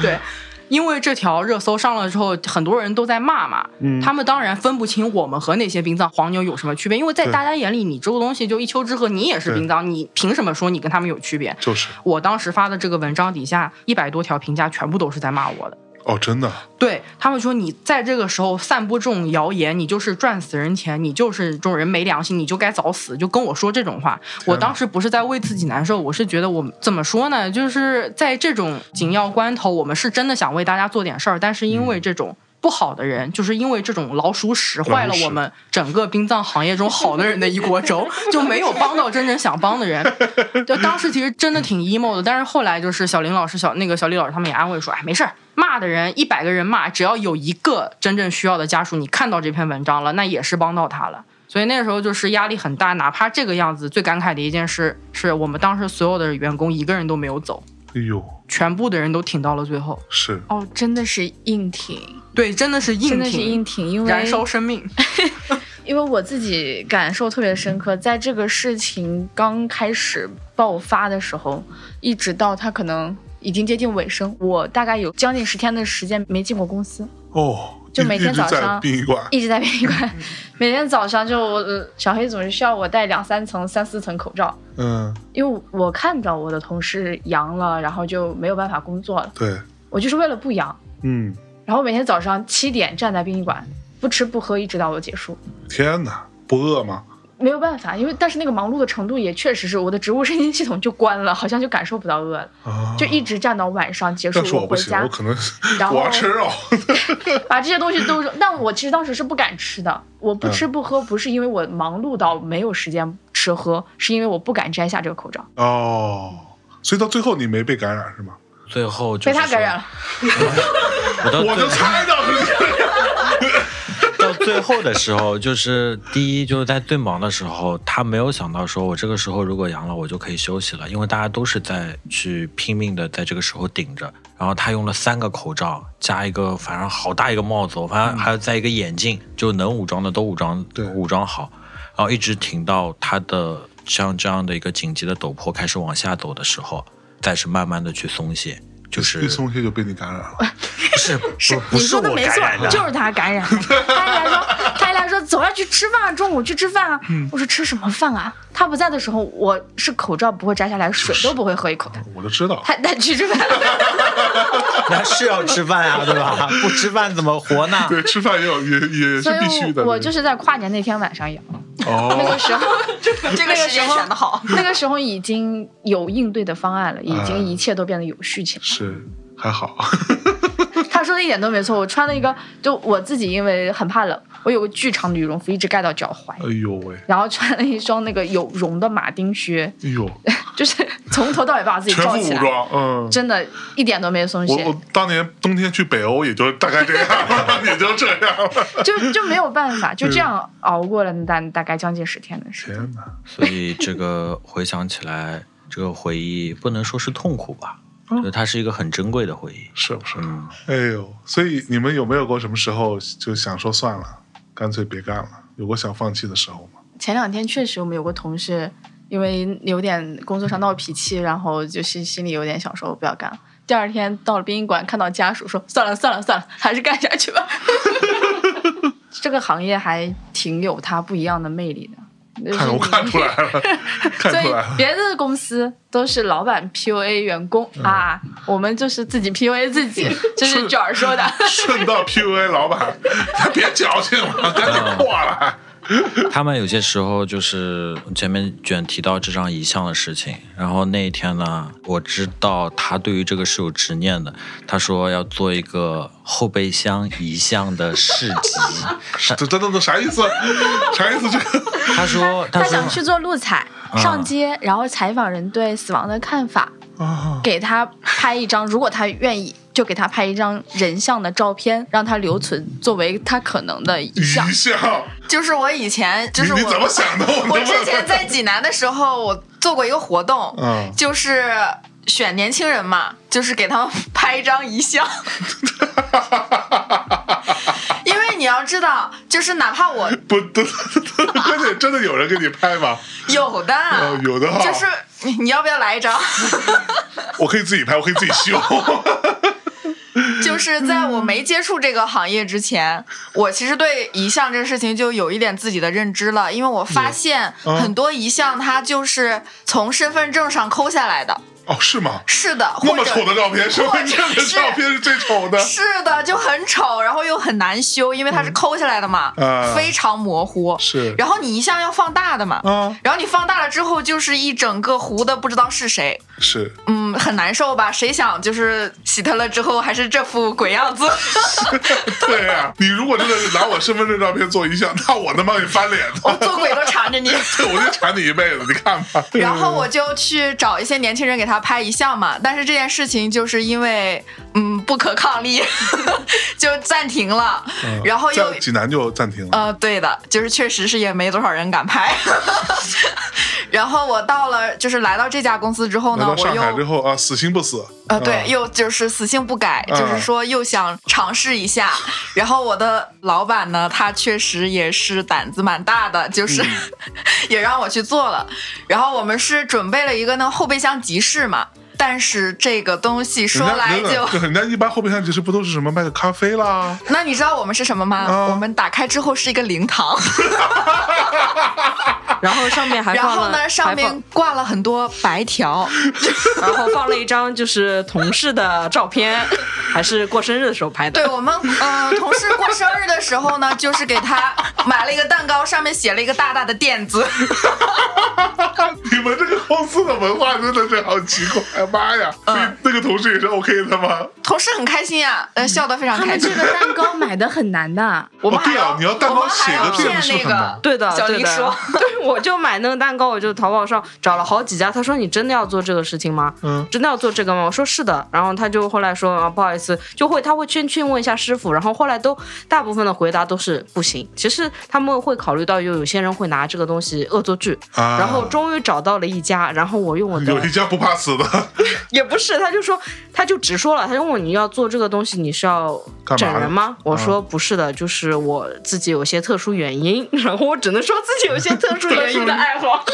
对，因为这条热搜上了之后，很多人都在骂嘛。
嗯
他们当然分不清我们和那些殡葬黄牛有什么区别，因为在
对
大家眼里，你这个东西就一丘之貉，你也是
对
殡葬，你凭什么说你跟他们有区别？
就是
我当时发的这个文章底下一百多条评价，全部都是在骂我的。
哦，真的，
对他们说，你在这个时候散播这种谣言，你就是赚死人钱，你就是这种人没良心，你就该早死，就跟我说这种话。
哪
我当时不是啊在为自己难受，我是觉得我怎么说呢？就是在这种紧要关头，我们是真的想为大家做点事儿，但是因为这种。不好的人，就是因为这种嗯老鼠屎坏了
老鼠屎
我们整个殡葬行业中好的人的一锅粥，就没有帮到真正想帮的人。就当时其实真的挺 emo 的，但是后来就是小林老师、小那个小李老师他们也安慰说，哎，没事儿，骂的人一百个人骂，只要有一个真正需要的家属，你看到这篇文章了，那也是帮到他了。所以那时候就是压力很大，哪怕这个样子，最感慨的一件事是我们当时所有的员工一个人都没有走，
哎呦，
全部的人都挺到了最后。
是
哦，真的是硬挺，
对，真的是硬挺，
真的是硬挺，因为
燃烧生命。
因为我自己感受特别深刻，在这个事情刚开始爆发的时候，一直到它可能已经接近尾声，我大概有将近十天的时间没进过公司，
哦，
就
一
每天
一直
早
在
上
殡仪馆，
一直在 殡仪馆，每天早上就呃小黑总是需要我戴两三层、三四层口罩，
嗯，
因为我看到我的同事阳了，然后就没有办法工作了，
对，
我就是为了不阳，
嗯，
然后每天早上七点站在殡仪馆，不吃不喝一直到我结束。
天哪，不饿吗？
没有办法，因为但是那个忙碌的程度也确实是我的植物神经系统就关了，好像就感受不到饿了，
啊，
就一直站到晚上结束
但是我不
回
行，
家
我，可能
然后
我要吃肉，
把这些东西都扔。但我其实当时是不敢吃的，我
嗯
不吃不喝不是因为我忙碌到没有时间吃喝，是因为我不敢摘下这个口罩，
哦，所以到最后你没被感染是吗？
最后就是
被他
说
感染了。
我到
我
最
就猜到了，
到最后的时候，就是第一就是在最忙的时候，他没有想到说我这个时候如果阳了，我就可以休息了，因为大家都是在去拼命的在这个时候顶着。然后他用了三个口罩，加一个反正好大一个帽子，我反正还有再一个眼镜，就能武装的都武装
对
武装好，然后一直挺到他的像这样的一个紧急的陡坡开始往下走的时候，再是慢慢的去松懈。 就是
一松懈就被你感染了。
不是不不
你
是
说
我
的没
感
错
染，的，
就是他感染的。他一来说，他一来说走啊，去吃饭啊，中午去吃饭啊。我说吃什么饭啊？他不在的时候，我是口罩不会摘下来，水都不会喝一口的。
我就知道，
他他去吃饭。
那是要吃饭啊，对吧？不吃饭怎么活呢？
对，吃饭也有也也是
所以
必须的。
我我
对
就是在跨年那天晚上阳， 那
哦
个，时候
这个时间选的好。
那个时候已经有应对的方案了，已
啊
经一切都变得有序起来。
是还好，
他说的一点都没错，我穿了一个，就我自己因为很怕冷，我有个巨长的羽绒服一直盖到脚踝，
哎呦喂，
然后穿了一双那个有绒的马丁靴，
哎呦，
就是从头到尾把我自己
全
罩
副
起
武
来，
装，嗯。
真的一点都没松
我
懈，
我当年冬天去北欧，也就大概这样了， 也就这样了。
就就没有办法，就这样熬过了大大概将近十天的时间。
天哪，
所以 这个回想起来，这个回忆不能说是痛苦吧，
嗯
就是它是一个很珍贵的回忆。
是不是？
嗯，
哎呦，所以你们有没有过什么时候就想说算了，干脆别干了？有过想放弃的时候吗？
前两天确实我们有个同事，因为有点工作上闹脾气，然后就是心里有点想说我不要干了。第二天到了殡仪馆，看到家属说算了算了算了，还是干下去 吧。这个行业还挺有它不一样的魅力的，就是
看
你
我看出 来了，看
所以
出来了。
别的公司都是老板 PUA 员工、啊，我们就是自己 PUA 自己，这是卷儿说的。
顺道 PUA 老板，他别矫情了，赶紧过来。
他们有些时候就是前面卷提到这张遗像的事情，然后那一天呢，我知道他对于这个是有执念的，他说要做一个后备箱遗像的市集。
这这这这啥意思？啥意思？这个
他说，
他
说
想去做路采，
啊
上街，然后采访人对死亡的看法，
啊，
给他拍一张，如果他愿意，就给他拍一张人像的照片，让他留存作为他可能的遗
一
像。
笑，
就是我以前，就是
你
我
你怎么想的？我
我
能不
之
能
前在济南的时候，我做过一个活动，
嗯
就是选年轻人嘛，就是给他们拍一张遗像。因为你要知道，就是哪怕我
不，真的真的真的有人给你拍吗？
有的，啊
哦有的哈
就是你你要不要来一 张？
我可以自己拍，我可以自己修。嗯
就是在我没接触这个行业之前，我其实对遗像这个事情就有一点自己的认知了，因为我发现
嗯
很多遗像它就是从身份证上抠下来的。
哦，是吗？
是的，
那
或
么
者
丑的照片，身份证的照片是最丑 的。
是的，就很丑，然后又很难修，因为它是抠下来的嘛，
嗯啊
非常模糊。
是
然后你一向要放大的嘛，
啊，
然后你放大了之后就是一整个糊的，不知道是谁，
是
嗯，很难受吧？谁想就是洗它了之后还是这副鬼样子？
对呀、你如果真的是拿我身份证照片做遗像，那我他妈给翻脸
我
的，
做鬼都缠着你。
对， 我就缠你一辈子，你看吧。
然后我就去找一些年轻人给他拍遗像嘛，但是这件事情就是因为嗯不可抗力， 就暂停了。
嗯
然后又
在济南就暂停了。
呃，对的，就是确实是也没多少人敢拍。 然后我到了，就是来到这家公司之后呢，
来到
哦我
上海之
又
后啊，死心不死。
呃对，
嗯
啊
又就是死性不改，
啊
就是说又想尝试一下。然后我的老板呢，他确实也是胆子蛮大的，就是、
嗯
也让我去做了。然后我们是准备了一个那个后备箱集市嘛，但是这个东西说来
人家
就
人家人家一般后备箱其实不都是什么卖个咖啡啦？
那你知道我们是什么吗？
啊
嗯
我们打开之后是一个灵堂，
然后上面还
然
放了，
后呢上
还
面挂了很多白 条，
放，然后放了一张就是同事的照片，还是过生日的时候拍的。
对我们，呃，同事过生日的时候呢，就是给他买了一个蛋糕，上面写了一个大大的“店”字。
你们这个公司的文化真的是好奇怪，妈呀！
嗯
那个同事也是 OK 的吗？
同事很开心呀、呃，笑得非常
他
开
们这
心。
个蛋糕买的很难的，
我们
哦
还
对
要、
啊你要蛋
我
糕
们还要
写个
骗
字
那
是很
个
难
对的，
小
对
林
的
说，
对，我就买那个蛋糕，我就淘宝上找了好几家。他说：“你真的要做这个事情吗？
嗯
真的要做这个吗？”我说：“是的。”然后他就后来说：“啊，不好意思，就会他会先去问一下师傅。”然后后来都大部分的回答都是不行。其实他们会考虑到有有些人会拿这个东西恶作剧，
啊，
然后终于找到了一家，然后我用我的
有一家不怕 死的，
也不是，他就说，他就直说了，他就问我你要做这个东西，你是要
干嘛
整人吗？我说
嗯
不是的，就是我自己有些特殊原因，然后我只能说自己有些 特殊原因的爱好，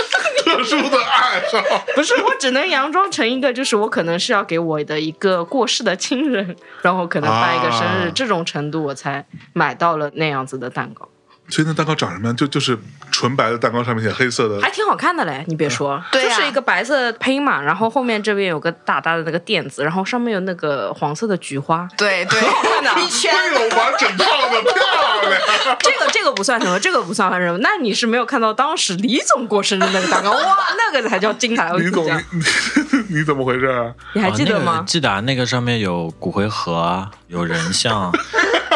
特殊的爱上。
不是我只能佯装成一个，就是我可能是要给我的一个过世的亲人，然后可能办一个生日，
啊
这种程度我才买到了那样子的蛋糕，
所以那蛋糕长什么样？就就是纯白的蛋糕，上面写黑色的
还。挺好看的嘞，你别说，
对呀
就是一个白色拼嘛，然后后面这边有个大大的那个垫子，然后上面有那个黄色的菊花，
对 对，
啊
一圈。
哎呦，完整套 的漂亮！
这个这个不算什么，这个不算什么。那你是没有看到当时李总过生日那个蛋糕，哇，那个才叫精彩！我跟
李总，
你讲，
你你 你怎么回事啊？
你还记得
啊那
吗
个？记得啊，那个上面有骨灰盒啊，有人像，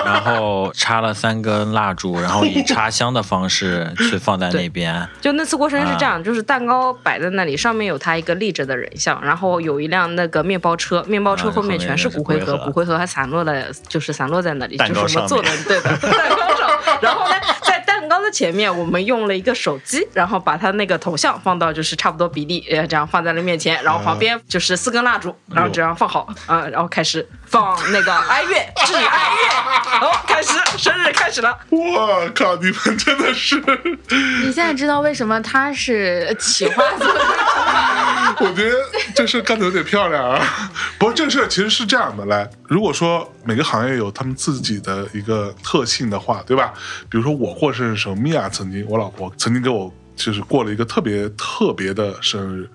然后插了三根蜡烛，然后以插香的方式去放在那边。
就那次过生日是这
啊
样，就是蛋糕摆在那里，上面有他一个立着的人像，然后有一辆那个面包车，面包车
啊
后面
后面
全是
是
骨灰
骨
盒
灰，盒
骨灰盒还散落在，就是散落在那里，
蛋糕
就是我们做的
上面
对的 蛋糕上。然后呢，在蛋糕的前面，我们用了一个手机，然后把它那个头像放到就是差不多比例，呃，这样放在了面前，然后旁边就是四根蜡烛，然后这样放好，啊，然后开始放那个哀乐，致哀 乐，好，开始生日开始了。
我靠，你们真的是，
你现在知道为什么他是企划组
我觉得这事儿干得有点漂亮啊。不是，这事儿其实是这样的，来，如果说每个行业有他们自己的一个特性的话，对吧？比如说我过生日的时候，米娅曾经，我老婆曾经给我就是过了一个特别特别的生日，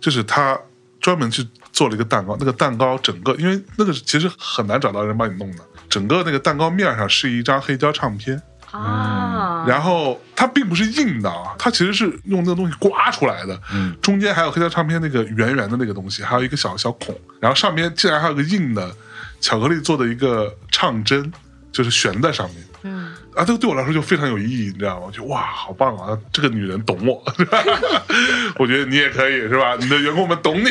就是她专门去做了一个蛋糕，那个蛋糕整个，因为那个其实很难找到人帮你弄的，整个那个蛋糕面上是一张黑胶唱片。
음.啊，
然后它并不是硬的啊，它其实是用那个东西刮出来的，
嗯
中间还有黑胶唱片那个圆圆的那个东西，还有一个小小孔，然后上面竟然还有个硬的巧克力做的一个唱针，就是悬在上面。
嗯，
啊，这个对我来说就非常有意义，你知道吗？我觉得哇，好棒啊！这个女人懂我，是吧我觉得你也可以，是吧？你的员工们懂你，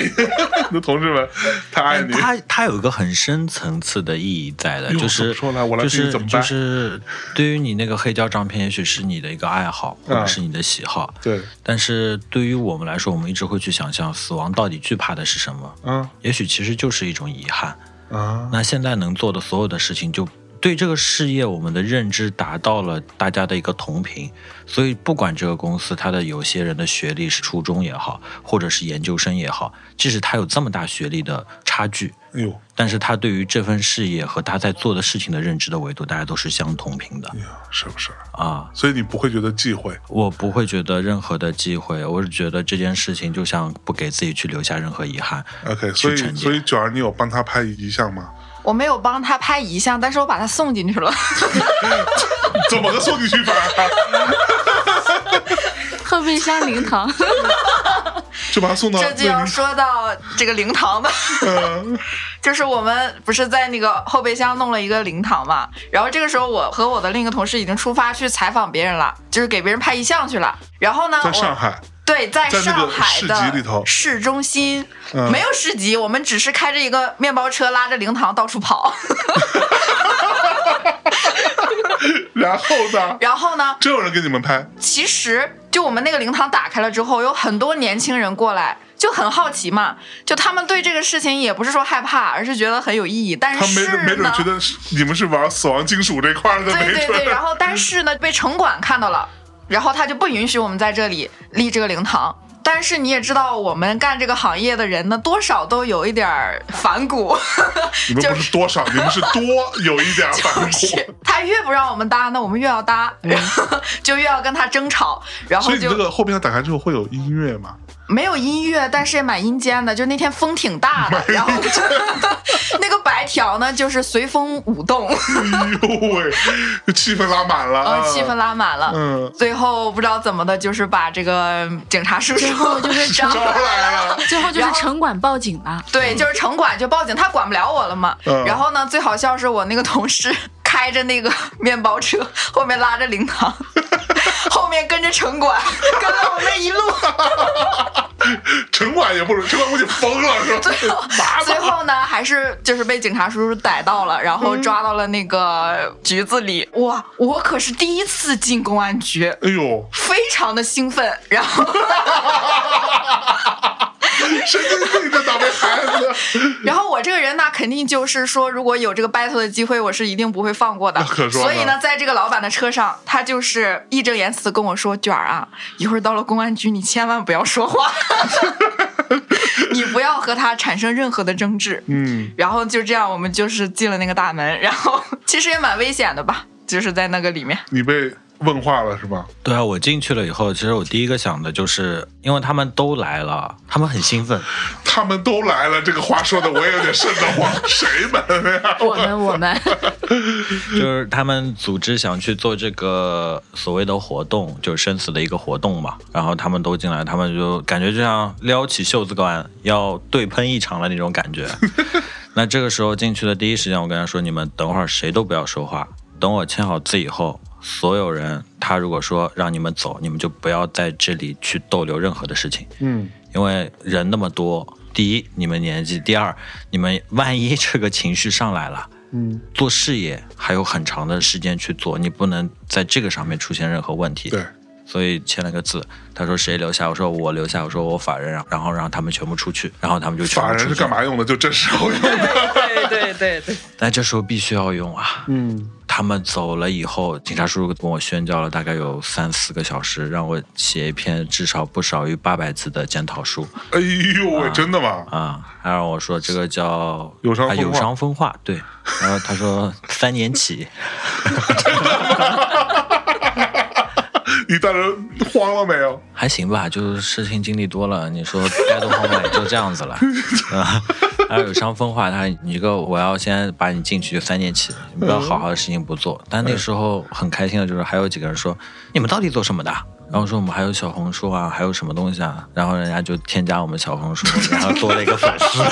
你的同事们，他爱你。
它它有一个很深层次的意义在的，
哟
就是
怎么说呢我来
就
听你
是
怎么
就
办
是对于你那个黑胶唱片，也许是你的一个爱好，或者
嗯
是你的喜好，
对，
但是对于我们来说，我们一直会去想象死亡到底惧怕的是什么。
啊
也许其实就是一种遗憾。
啊，
那现在能做的所有的事情，就对这个事业我们的认知达到了大家的一个同频，所以不管这个公司它的有些人的学历是初中也好，或者是研究生也好，即使他有这么大学历的差距，
哎呦，
但是他对于这份事业和他在做的事情的认知的维度，大家都是相同频的
是不是？
啊。
所以你不会觉得忌讳？
我不会觉得任何的忌讳，我是觉得这件事情就像不给自己去留下任何遗憾。
OK，所以
去沉淀
所以九儿，你有帮他拍遗像 吗？
我没有帮他拍遗像，但是我把他送进去 了。
怎么个送进去法？啊
鹤壁山 灵堂，
就把他送到
这就要说到这个灵堂的，
嗯
就是我们不是在那个后备箱弄了一个灵堂嘛，然后这个时候我和我的另一个同事已经出发去采访别人了，就是给别人拍遗像去了。然后呢，
在
我
上海，
对，在
在那
上
个
海
市集里头
的市中心，
嗯
没有市集，我们只是开着一个面包车拉着灵堂到处跑。
然后呢？
然后呢，
真有人给你们拍？
其实就我们那个灵堂打开了之后，有很多年轻人过来，就很好奇嘛，就他们对这个事情也不是说害怕，而是觉得很有意义。但
他没
是呢，
没准觉得是你们是玩死亡金属这块儿的，
对
没
对
准
对，然后但是呢，被城管看到了，然后他就不允许我们在这里立这个灵堂。但是你也知道，我们干这个行业的人呢，多少都有一点儿反骨，
你们不是多少，你们是多有一点反
就
骨。
是他越不让我们搭，那我们越要搭，然后 就越要跟他争吵，然后
嗯所以你
就
这个后备箱打开之后会有音 乐吗？
没有音乐，但是也蛮阴间的。就那天风挺大的，然后就 那个白条呢，就是随风舞动，
哎呦喂，气氛拉满了，
然
啊
哦后气氛拉满了。
嗯，
最后不知道怎么的，就是把这个警察叔叔就是招
招来了，
最后就
然后
是城管报警了。
对，就是城管就报警，他管不了我了嘛。
嗯
然后呢，最好笑是我那个同事开着那个面包车，后面拉着灵堂，后面跟着城管，跟了我们一路。
城管也不如，城管估计疯了是吧？麻
最
烦。
后呢，还是就是被警察叔叔逮到了，然后抓到了那个局子里。嗯哇，我可是第一次进公安局，
哎呦，
非常的兴奋。然后，
神经病这倒霉孩子，
然后我这个人呢，肯定就是说，如果有这个 battle 的机会，我是一定不会放过 的
那。可说呢
所以呢，在这个老板的车上，他就是义正言辞地跟我说：“卷儿啊，一会儿到了公安局，你千万不要说话， 你不要和他产生任何的争执。”
嗯，
然后就这样，我们就是进了那个大门，然后 其实也蛮危险的吧，就是在那个里面。
你被问话了是吧？
对啊，我进去了以后，其实我第一个想的就是，因为他们都来了，他们很兴奋，
他们都来了，这个话说的我也有点瘆得慌，谁们呀？
我们我们
就是 他们组织想去做这个所谓的活动，就是生死的一个活动嘛。然后他们都进来，他们就感觉就像撩起袖子管要对喷一场的那种感觉。那这个时候进去的第一时间，我跟他说：“你们等会儿谁都不要说话，等我签好字以后，所有人他如果说让你们走，你们就不要在这里去逗留任何的事情。”
嗯，
因为人那么多，第一你们年纪，第二你们万一这个情绪上来了，嗯，做事业还有很长的时间去做，你不能在这个上面出现任何问题。
对，
所以签了个字，他说谁留下，我说我留下，我说我法人，然后让他们全部出去，然后他们就全
法
部
人
出
是
去
干。嘛用的？就真实后用的。
对对对对，
但这时候必须要用啊。
嗯，
他们走了以后，警察叔叔跟我宣教了大概有三四个小时，让我写一篇至少不少于八百字的检讨书。
哎呦喂，真的 吗？
啊、还让我说这个叫
友商
啊
分化
友商分化，对。然后他说 三年起，
你当时慌了没有？
还行吧，就是事情经历多了，你说该多慌吧，也就这样子了。啊，还有友商分化，他你一个我要先把你进去就三年起，你不要好好的事情不做。但那时候很开心的就是还有几个人说你们到底做什么的？然后说我们还有小红书啊，还有什么东西啊？然后人家就添加我们小红书，然后多了一个粉丝。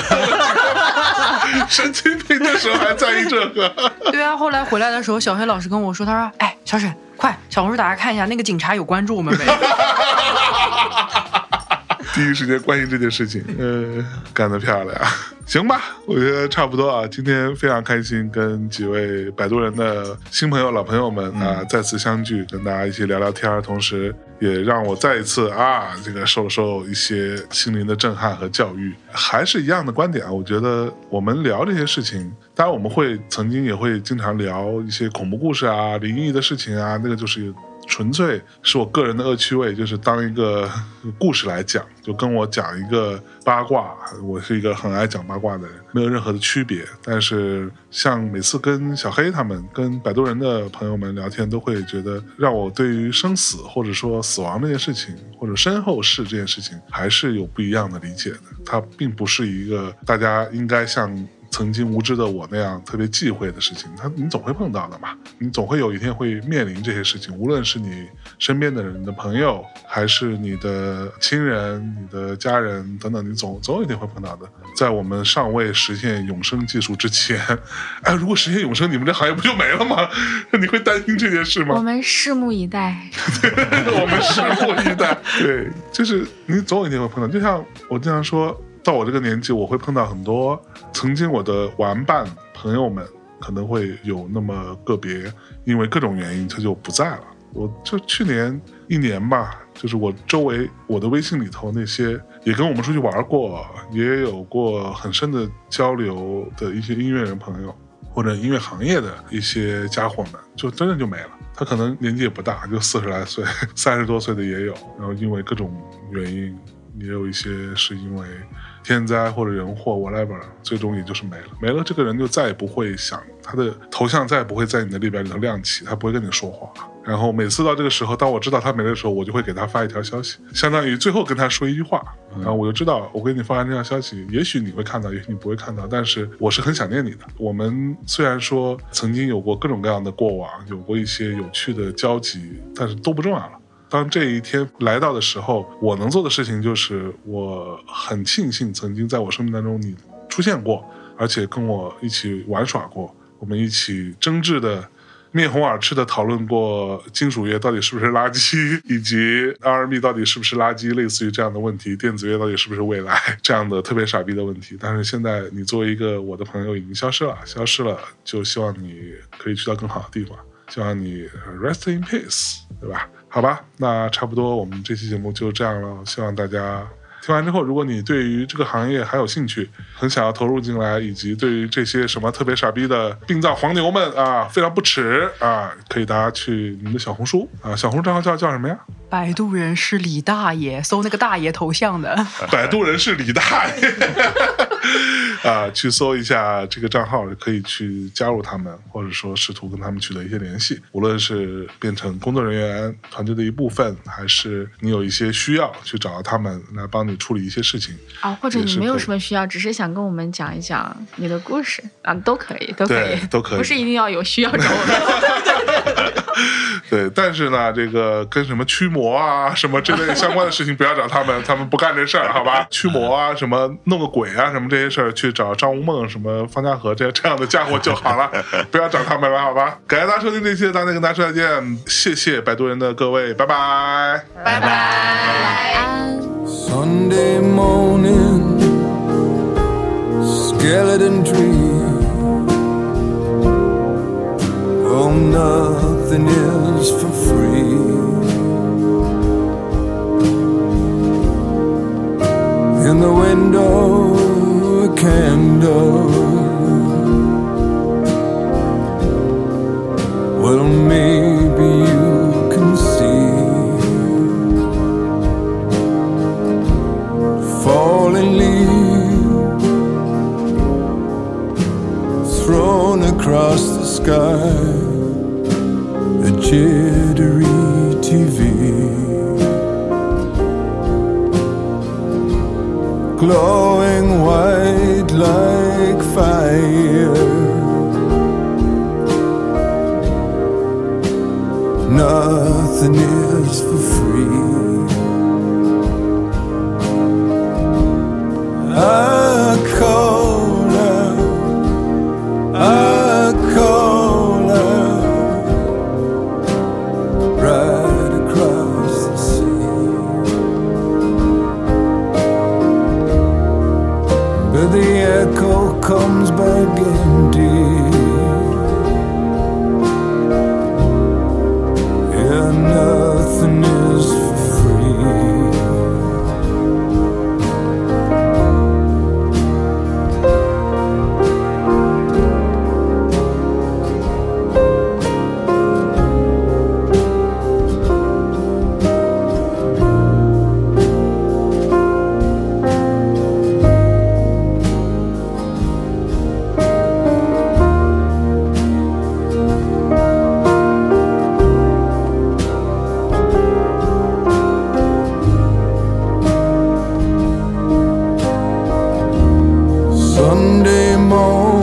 神经病那时候还在意这个？
对啊，后来回来的时候，小黑老师跟我说，他说：“哎，小沈，快小红书打开看一下，那个警察有关注我们没？
第一时间关心这件事情，嗯、干得漂亮。行吧，我觉得差不多啊。今天非常开心，跟几位摆渡人的新朋友、老朋友们啊、再次相聚，跟大家一起聊聊天儿，同时也让我再一次啊，这个受了受一些心灵的震撼和教育。还是一样的观点啊，我觉得我们聊这些事情，当然我们会曾经也会经常聊一些恐怖故事啊、灵异的事情啊，那个就是纯粹是我个人的恶趣味，就是当一个 故事来讲，就跟我讲一个八卦，我是一个很爱讲八卦的人，没有任何的区别。但是像每次跟小黑他们、跟摆渡人的朋友们聊天，都会觉得让我对于生死或者说死亡这件事情，或者身后事这件事情，还是有不一样的理解的。它并不是一个大家应该像曾经无知的我那样特别忌讳的事情，他你总会碰到的嘛，你总会有一天会面临这些事情，无论是你身边的人、你的朋友，还是你的亲人、你的家人等等，你总总有一天会碰到的。在我们尚未实现永生技术之前，哎，如果实现永生，你们这行业不就没了吗？ 你会担心这件事吗
我？们拭目以待。
我们拭目以待。 对，就是你总有一天会碰到，就像我经常说，到我这个年纪，我会碰到很多曾经我的玩伴朋友们，可能会有那么个别，因为各种原因他就不在了。我就去年一年吧，就是我周围我的微信里头那些也跟我们出去玩过，也有过很深的交流的一些音乐人朋友，或者音乐行业的一些家伙们，就真的就没了。他可能年纪也不大，就四十来岁、 三十多岁的也有。然后因为各种原因，也有一些是因为天灾或者人祸 whatever，最终也就是没了。没了，这个人就再也不会想他的头像，再也不会在你的列表里头亮起，他不会跟你说话。然后每次到这个时候，当我知道他没的时候，我就会给他发一条消息，相当于最后跟他说一句话。然后我就知道，我给你发完这条消息，也许你会看到，也许你不会看到，但是我是很想念你的。我们虽然说曾经有过各种各样的过往，有过一些有趣的交集，但是都不重要了。当这一天来到的时候，我能做的事情就是，我很庆幸曾经在我生命当中你出现过，而且跟我一起玩耍过，我们一起争执的。面红耳赤的讨论过金属乐到底是不是垃圾，以及 R&B 到底是不是垃圾，类似于这样的问题，电子乐到底是不是未来这样的特别傻逼的问题。但是现在你作为一个我的朋友已经消失了，消失了，就希望你可以去到更好的地方，希望你呃 rest in peace，对吧？好吧，那差不多我们这期节目就这样了，希望大家。听完之后，如果你对于这个行业还有兴趣，很想要投入进来，以及对于这些什么特别傻逼的殡葬黄牛们啊，非常不耻啊，可以大家去你们的小红书啊，小红书账号叫叫什么呀？
摆渡人是李大爷，搜那个大爷头像的。
摆渡人是李大爷 啊，去搜一下这个账号，可以去加入他们，或者说试图跟他们取得一些联系。无论是变成工作人员团队的一部分，还是你有一些需要去找到他们来帮你处理一些事情，
啊，或者
也
你
是
没有
可以
什么需要，只是想跟我们讲一讲你的故事啊，都可以，都可
对
以，
都可以
不是一定要有需要找我们。
对，但是呢，这个跟什么驱魔啊、什么之类的相关的事情，不要找他们，他们不干这事儿，好吧？驱魔啊、什么弄个鬼啊、什么这些事儿，去找张无梦、什么方家和这这样的家伙就好了，不要找他们了，好吧？感谢大家收听这期的《大内跟大家说再见》，谢谢摆渡人的各位，拜拜。
Sunday morning, skeleton tree. Oh, nothing is for free. In the window, a candle Well, maybe you can see falling leaves thrown across the sky. A jittery TV glowing white like fire. Nothing is for free. A cola, a cola, right across the sea. But the echo comes burgundy. Yeah, nothing is for free. Sunday morning.